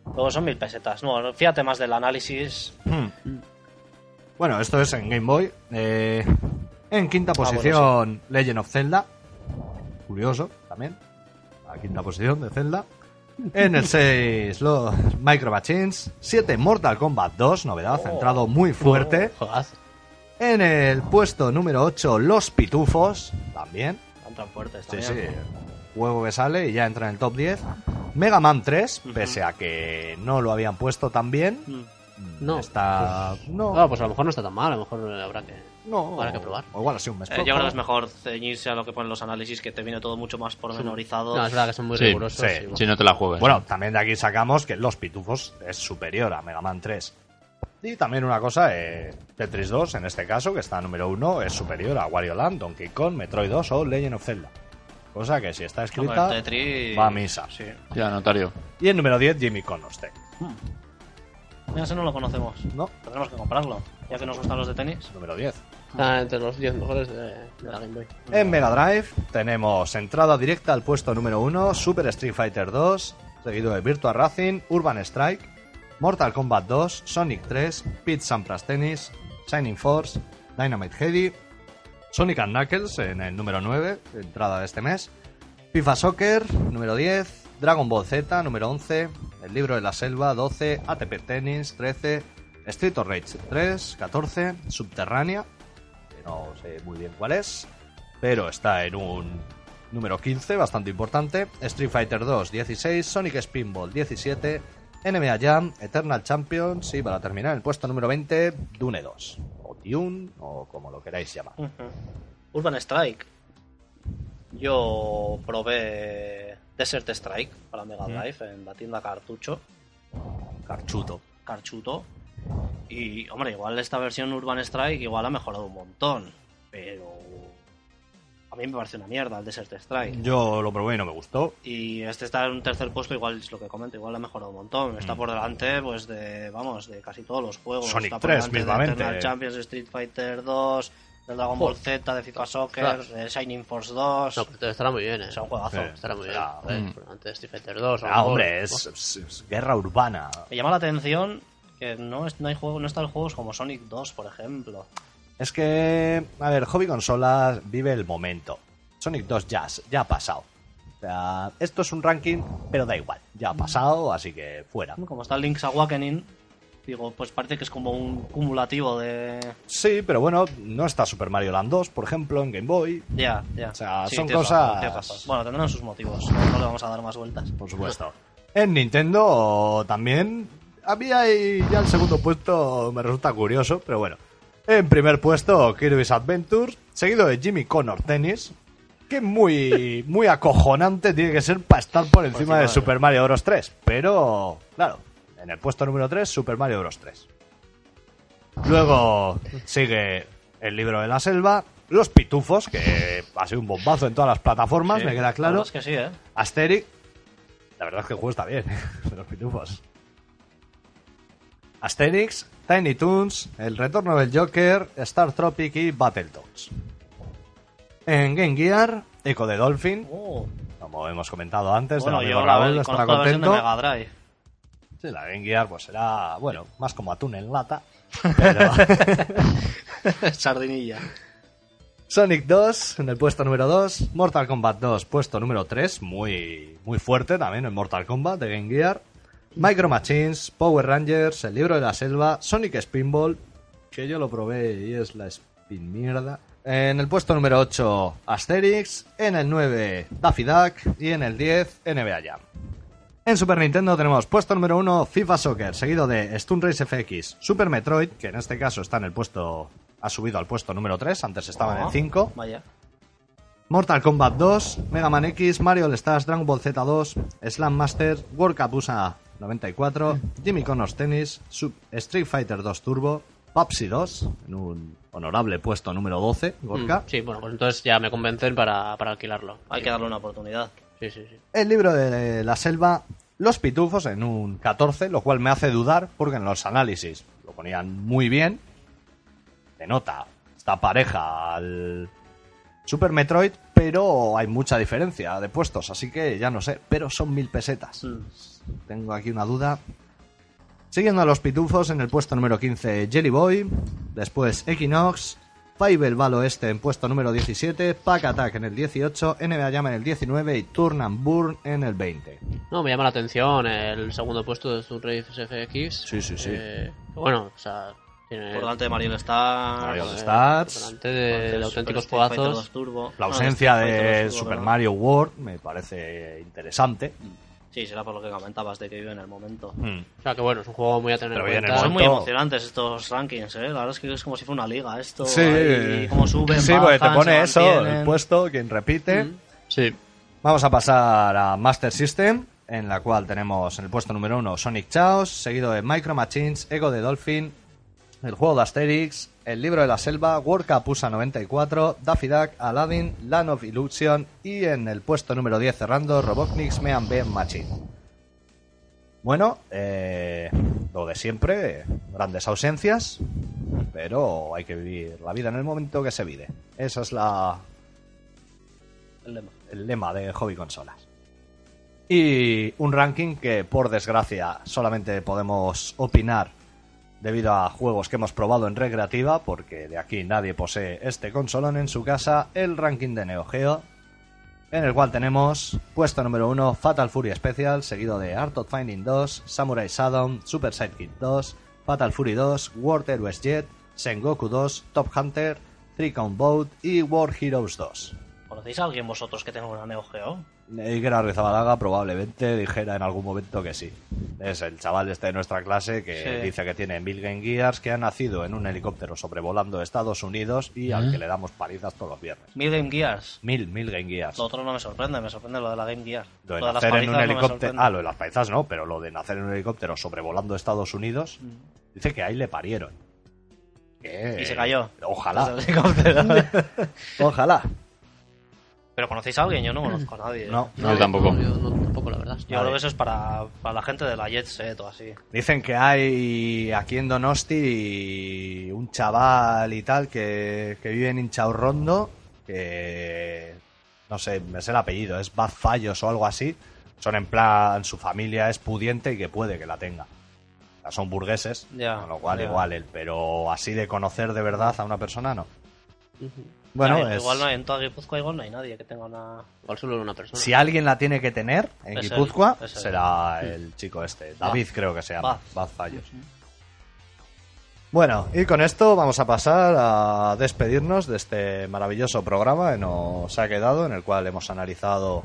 Luego son mil pesetas. No, fíjate más del análisis. Hmm. Bueno, esto es en Game Boy. Eh, en quinta Ah, bueno, posición, Legend of Zelda. Curioso, también. La quinta posición de Zelda. En el 6, los Micro Machines. 7, Mortal Kombat 2, novedad, Oh. centrado muy fuerte. Jodazo. En el puesto número 8, Los Pitufos, también. Están tan fuertes Sí, también. sí. Juego que sale y ya entra en el top 10. Mega Man 3, pese a que no lo habían puesto tan bien. Mm. No. Está... No, Ah, pues a lo mejor no está tan mal, a lo mejor habrá que... no, Habrá que probar. O igual así un mes. Eh, yo creo que es mejor ceñirse a lo que ponen los análisis, que te viene todo mucho más pormenorizado. No, es verdad que son muy Sí, rigurosos. sí, y bueno. Si no te la juegas. Bueno, también de aquí sacamos que Los Pitufos es superior a Mega Man 3. Y también una cosa, eh, Tetris 2 en este caso, que está número 1, es superior a Wario Land, Donkey Kong, Metroid 2 o Legend of Zelda. Cosa que si está Como escrita, el Tetris. va a misa. Sí. Ya, notario. Y el número 10, Jimmy Conoste. Mira, ese no lo conocemos. ¿No? Tendremos que comprarlo, ya que nos gustan los de tenis. Número 10. Está entre los 10 mejores de, de la Game Boy. En Mega Drive tenemos entrada directa al puesto número 1, Super Street Fighter 2, seguido de Virtua Racing, Urban Strike, Mortal Kombat 2, Sonic 3, Pete Sampras Tennis, Shining Force, Dynamite Heady, Sonic and Knuckles en el número 9, entrada de este mes, FIFA Soccer, número 10, Dragon Ball Z, número 11, El Libro de la Selva, 12, ATP Tennis, 13, Street of Rage 3, 14, Subterránea, que no sé muy bien cuál es, pero está en un número 15, bastante importante. Street Fighter 2, 16, Sonic Spinball, 17, NBA Jam, Eternal Champions y para terminar, el puesto número 20, Dune 2, o Dune, o como lo queráis llamar. Ujú. Urban Strike. Yo probé Desert Strike para Mega Drive en la tienda Cartucho, Carchuto. Carchuto. Y, hombre, igual esta versión Urban Strike igual ha mejorado un montón. Pero. A mí me parece una mierda el Desert Strike. Yo lo probé y no me gustó. Y este está en un tercer puesto, igual es lo que comento, igual ha mejorado un montón. Está por delante, pues, de, vamos, de casi todos los juegos. Mm. Sonic está por 3 delante de mismamente. Eternal Champions, Street Fighter 2, de Dragon Ball Z, de FIFA Soccer, Ostras. de Shining Force 2. No, pero estará muy bien, eh. O sea, un juegazo. Sí. Estará muy bien. Será- Joder, Mm. por delante de Street Fighter 2. Ah, hombre, es, es- es guerra urbana. Me llama la atención que no, es- no hay juego, no están juegos como Sonic 2, por ejemplo. Es que, a ver, Hobby Consolas vive el momento. Sonic 2 ya, s- ya ha pasado. O sea, esto es un ranking, pero da igual. Ya ha pasado, así que fuera. Como está Link's Awakening, digo, pues parece que es como un cumulativo de. Sí, pero bueno, no está Super Mario Land 2, por ejemplo, en Game Boy, Ya, ya. sea, son tienes razón, cosas- tienes razón. bueno, tendrán sus motivos. No le vamos a dar más vueltas. por supuesto. En Nintendo también. A mí ahí ya el segundo puesto me resulta curioso, pero bueno. En primer puesto, Kirby's Adventures, seguido de Jimmy Connor Tennis. Que muy, muy acojonante tiene que ser para estar por encima de Super Mario Bros. 3. Pero, claro, en el puesto número 3, Super Mario Bros. 3. Luego sigue el libro de la selva, Los Pitufos, que ha sido un bombazo en todas las plataformas, Sí, me queda la claro. verdad Es que sí, ¿eh? Asterix. La verdad es que el juego está bien, los pitufos. Asterix, Tiny Toons, El Retorno del Joker, Star Tropic y Battletoads. En Game Gear, Echo de Dolphin, Oh. como hemos comentado antes, bueno, de yo la, Raúl, conozco estará la versión de contento. Mega Drive. Sí, la Game Gear pues será, bueno, más como atún en lata. Pero... Sardinilla. Sonic 2 en el puesto número 2, Mortal Kombat 2 puesto número 3, muy, muy fuerte también en Mortal Kombat de Game Gear, Micro Machines, Power Rangers, El Libro de la Selva, Sonic Spinball, que yo lo probé y es la spin mierda. En el puesto número 8, Asterix, en el 9, Daffy Duck y en el 10, NBA Jam. En Super Nintendo tenemos puesto número 1 FIFA Soccer, seguido de Stun Race FX, Super Metroid, que en este caso está en el puesto ha subido al puesto número 3, antes estaba Ah, en el 5, Vaya. Mortal Kombat 2, Mega Man X, Mario All Stars, Dragon Ball Z 2, Slam Master, World Cup USA 94, Jimmy Connors Tennis, Sub- Street Fighter 2 Turbo, Pepsi 2, en un honorable puesto número 12, World Cup. Sí, bueno, pues entonces ya me convencen para, para alquilarlo. Hay que darle una oportunidad. Sí, sí, sí. el libro de la selva Los Pitufos en un 14, lo cual me hace dudar porque en los análisis lo ponían muy bien. Denota esta pareja al Super Metroid, pero hay mucha diferencia de puestos, así que ya no sé, pero son mil pesetas. Tengo aquí una duda. Siguiendo a los pitufos en el puesto número 15, Jelly Boy. Después Equinox. Five Ball Oeste en puesto número 17. Pack Attack en el 18. NBA Llama en el 19. Y Turn and Burn en el 20. No, me llama la atención el segundo puesto de Sunray FX. Sí, sí, sí. Eh, bueno, o sea, tiene Por delante de Mario está. Mario All eh, por Stars. delante de, de auténticos juegazos. La Ah, ausencia este de Super Mario World me parece interesante. Sí, será por lo que comentabas de que vive en el momento. Mm. O sea, que bueno, es un juego muy a tener Pero en bien, cuenta. el Son muy Momento. emocionantes estos rankings, ¿eh? La verdad es que es como si fuera una liga esto. Sí, ahí, como suben, sí, porque te bajan, se pone eso, el mantienen. puesto, quien repite. Mm. Sí, Vamos a pasar a Master System, en la cual tenemos en el puesto número uno Sonic Chaos, seguido de Micro Machines, Ego de Dolphin, el juego de Asterix, el libro de la selva, World Cup USA 94, Daffy Duck, Aladdin, Land of Illusion y en el puesto número 10 cerrando Robotnik's Mean Bean Machine. Bueno, eh, lo de siempre, grandes ausencias, pero hay que vivir la vida en el momento que se vive. Esa es la, El lema. el lema de Hobby Consolas. Y un ranking que, por desgracia, solamente podemos opinar debido a juegos que hemos probado en recreativa, porque de aquí nadie posee este consolón en su casa, el ranking de Neo Geo, en el cual tenemos puesto número 1 Fatal Fury Special, seguido de Art of Finding 2, Samurai Shodown, Super Sidekick 2, Fatal Fury 2, World Heroes Jet, Sengoku 2, Top Hunter, Three Count Boat y War Heroes 2. ¿Conocéis a alguien vosotros que tenga una Neo Geo? Iker Arrizabalaga probablemente dijera en algún momento que sí. Es el chaval este de nuestra clase que Sí. dice que tiene mil Game Gears, que ha nacido en un helicóptero sobrevolando Estados Unidos y al que le damos palizas todos los viernes. Mil Game Gears. Mil, mil Game Gears. Lo otro no me sorprende, me sorprende lo de la Game Gear. Lo de de las nacer en palizas un no me helicóptero... sorprende. ah, lo de las palizas no, pero lo de nacer en un helicóptero sobrevolando Estados Unidos, dice que ahí le parieron. Que- Mm. Y se cayó. Ojalá, Desde el helicóptero. ojalá. Pero ¿conocéis a alguien? Yo no conozco a nadie. No. yo tampoco. No, yo no- tampoco, la verdad. Yo creo que eso es para, para la gente de la Jet Set o así. Dicen que hay aquí en Donosti un chaval y tal que, que vive en Inchaurrondo, que no sé, me sé el apellido, es Bazfallos o algo así. Son en plan, su familia es pudiente y que puede que la tenga. O sea, son burgueses, Ya, con lo cual ya. igual él, pero así de conocer de verdad a una persona no. Ujú. Bueno, Ya, es- igual no hay- en toda Guipúzcoa igual no hay nadie que tenga una... Igual solo era una persona. si alguien la tiene que tener en Es él, Guipúzcoa, es él. será el chico este, David creo que se llama, Baz. Bazfallos. Bueno, y con esto vamos a pasar a despedirnos de este maravilloso programa que nos ha quedado, en el cual hemos analizado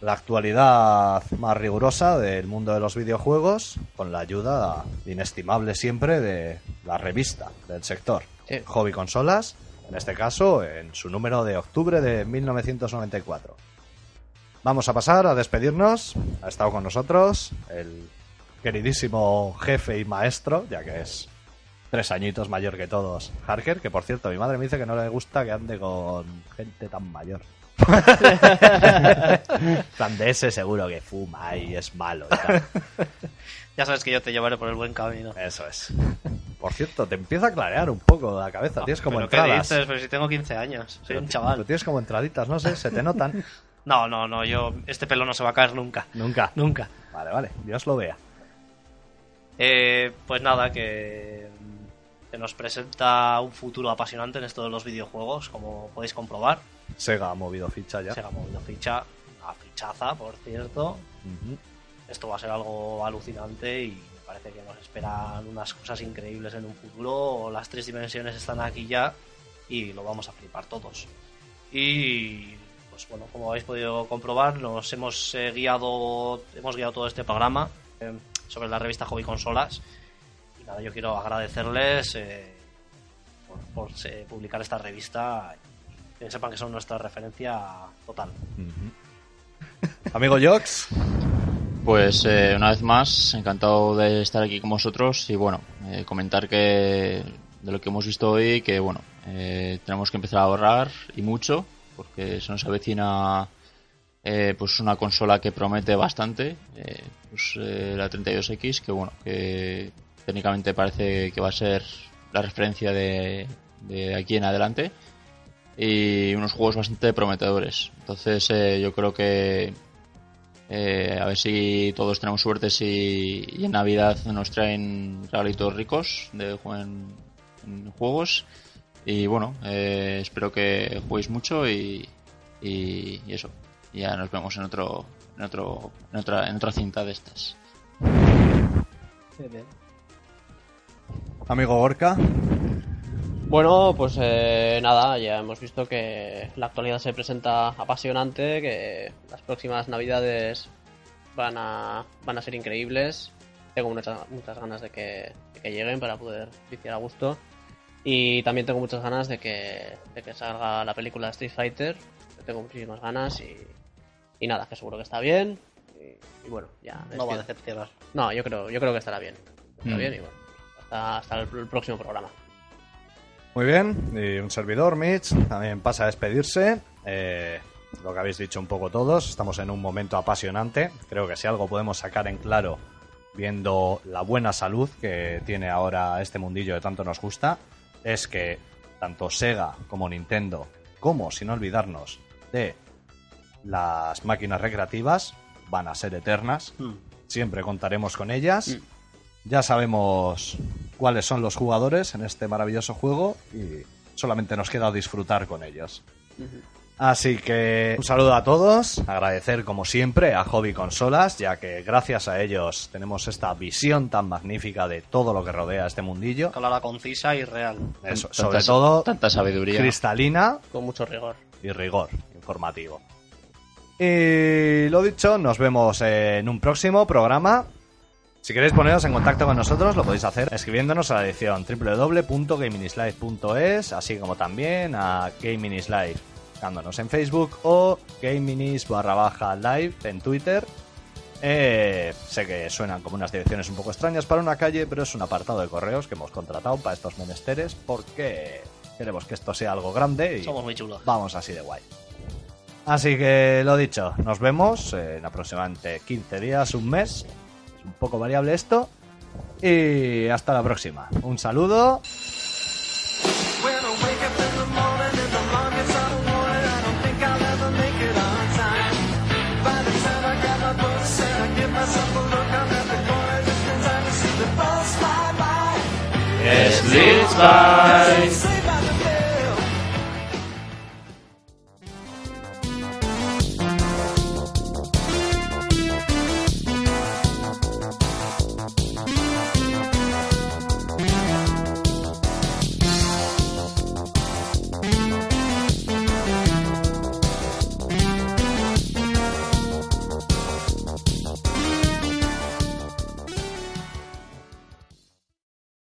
la actualidad más rigurosa del mundo de los videojuegos con la ayuda inestimable siempre de la revista del sector eh, Sí. Hobby Consolas, en este caso en su número de octubre de 1994. Vamos a pasar a despedirnos. Ha estado con nosotros el queridísimo jefe y maestro, ya que es tres añitos mayor que todos, Harker, que por cierto mi madre me dice que no le gusta que ande con gente tan mayor. Tan de ese seguro que fuma y es malo. y tal. Ya sabes que yo te llevaré por el buen camino. Eso es. Por cierto, te empieza a clarear un poco la cabeza. tienes como Ah, ¿Pero qué entradas. dices? Pero si tengo 15 años, soy Pero un ti- chaval. pero tienes como entraditas, no sé, se te notan. No, no, no, yo. Este pelo no se va a caer nunca. Nunca. Nunca. Vale, vale. Dios lo vea. Eh, pues nada, que, mm, que nos presenta un futuro apasionante en esto de los videojuegos, como podéis comprobar. Sega ha movido ficha ya. Se ha movido ficha, una fichaza, por cierto. Ujú. Esto va a ser algo alucinante y me parece que nos esperan unas cosas increíbles en un futuro. Las tres dimensiones están aquí ya y lo vamos a flipar todos. Y pues bueno, como habéis podido comprobar, nos hemos eh, guiado, hemos guiado todo este programa eh, sobre la revista Hobby Consolas. Y nada, yo quiero agradecerles eh, por, por, eh, publicar esta revista y que sepan que son nuestra referencia total. Ujú. Amigo Jox, Pues eh, una vez más, encantado de estar aquí con vosotros y bueno, eh, comentar que de lo que hemos visto hoy, que bueno, eh, tenemos que empezar a ahorrar y mucho, porque se nos avecina eh, pues una consola que promete bastante, eh, pues, eh, la 32X, que bueno, que técnicamente parece que va a ser la referencia de, de aquí en adelante y unos juegos bastante prometedores. Entonces eh, yo creo que eh, a ver si todos tenemos suerte si y en Navidad nos traen regalitos ricos de ju- en, en juegos. Y bueno, eh, espero que juguéis mucho y, y, y eso. Y Ya nos vemos en otro, en otro, en otra, en otra cinta de estas. amigo Gorka. Bueno, pues eh, nada, ya hemos visto que la actualidad se presenta apasionante, que las próximas navidades van a, van a ser increíbles. Tengo muchas, muchas ganas de que, de que lleguen para poder viciar a gusto. Y también tengo muchas ganas de que, de que salga la película Street Fighter. Tengo muchísimas ganas y, y nada, que seguro que está bien. Y, y bueno, ya. No va a despido. decepcionar. No, yo creo, yo creo que estará bien. Está Mm. bien y bueno, hasta, hasta el, el próximo programa. Muy bien, y un servidor, Mitch, también pasa a despedirse. Eh, lo que habéis dicho un poco todos, estamos en un momento apasionante. Creo que si algo podemos sacar en claro viendo la buena salud que tiene ahora este mundillo que tanto nos gusta, es que tanto Sega como Nintendo, como sin olvidarnos de las máquinas recreativas, van a ser eternas. Siempre contaremos con ellas. Ya sabemos cuáles son los jugadores en este maravilloso juego y solamente nos queda disfrutar con ellos. Así que un saludo a todos, agradecer como siempre a Hobby Consolas, ya que gracias a ellos tenemos esta visión tan magnífica de todo lo que rodea este mundillo. Clara concisa y real. Eso, Tanta- sobre todo Tanta sabiduría. cristalina Con mucho rigor. y rigor informativo. Y lo dicho, nos vemos en un próximo programa. Si queréis poneros en contacto con nosotros, lo podéis hacer escribiéndonos a la edición www.gameinislife.es, así como también a Gameinislife, buscándonos en Facebook o gameinis barra baja live en Twitter. Eh, sé que suenan como unas direcciones un poco extrañas para una calle, pero es un apartado de correos que hemos contratado para estos menesteres porque queremos que esto sea algo grande y Somos muy chulos. vamos así de guay. Así que lo dicho, nos vemos en aproximadamente 15 días, un mes. Es un poco variable esto. Y hasta la próxima. Un saludo. When I wake up in the morning and the longest I wanted, I don't think I'll ever make it on time. By the time I grab my books and I give myself a look, I'm at the Eh, corner just in time to see the bus fly by. Yes, it's by.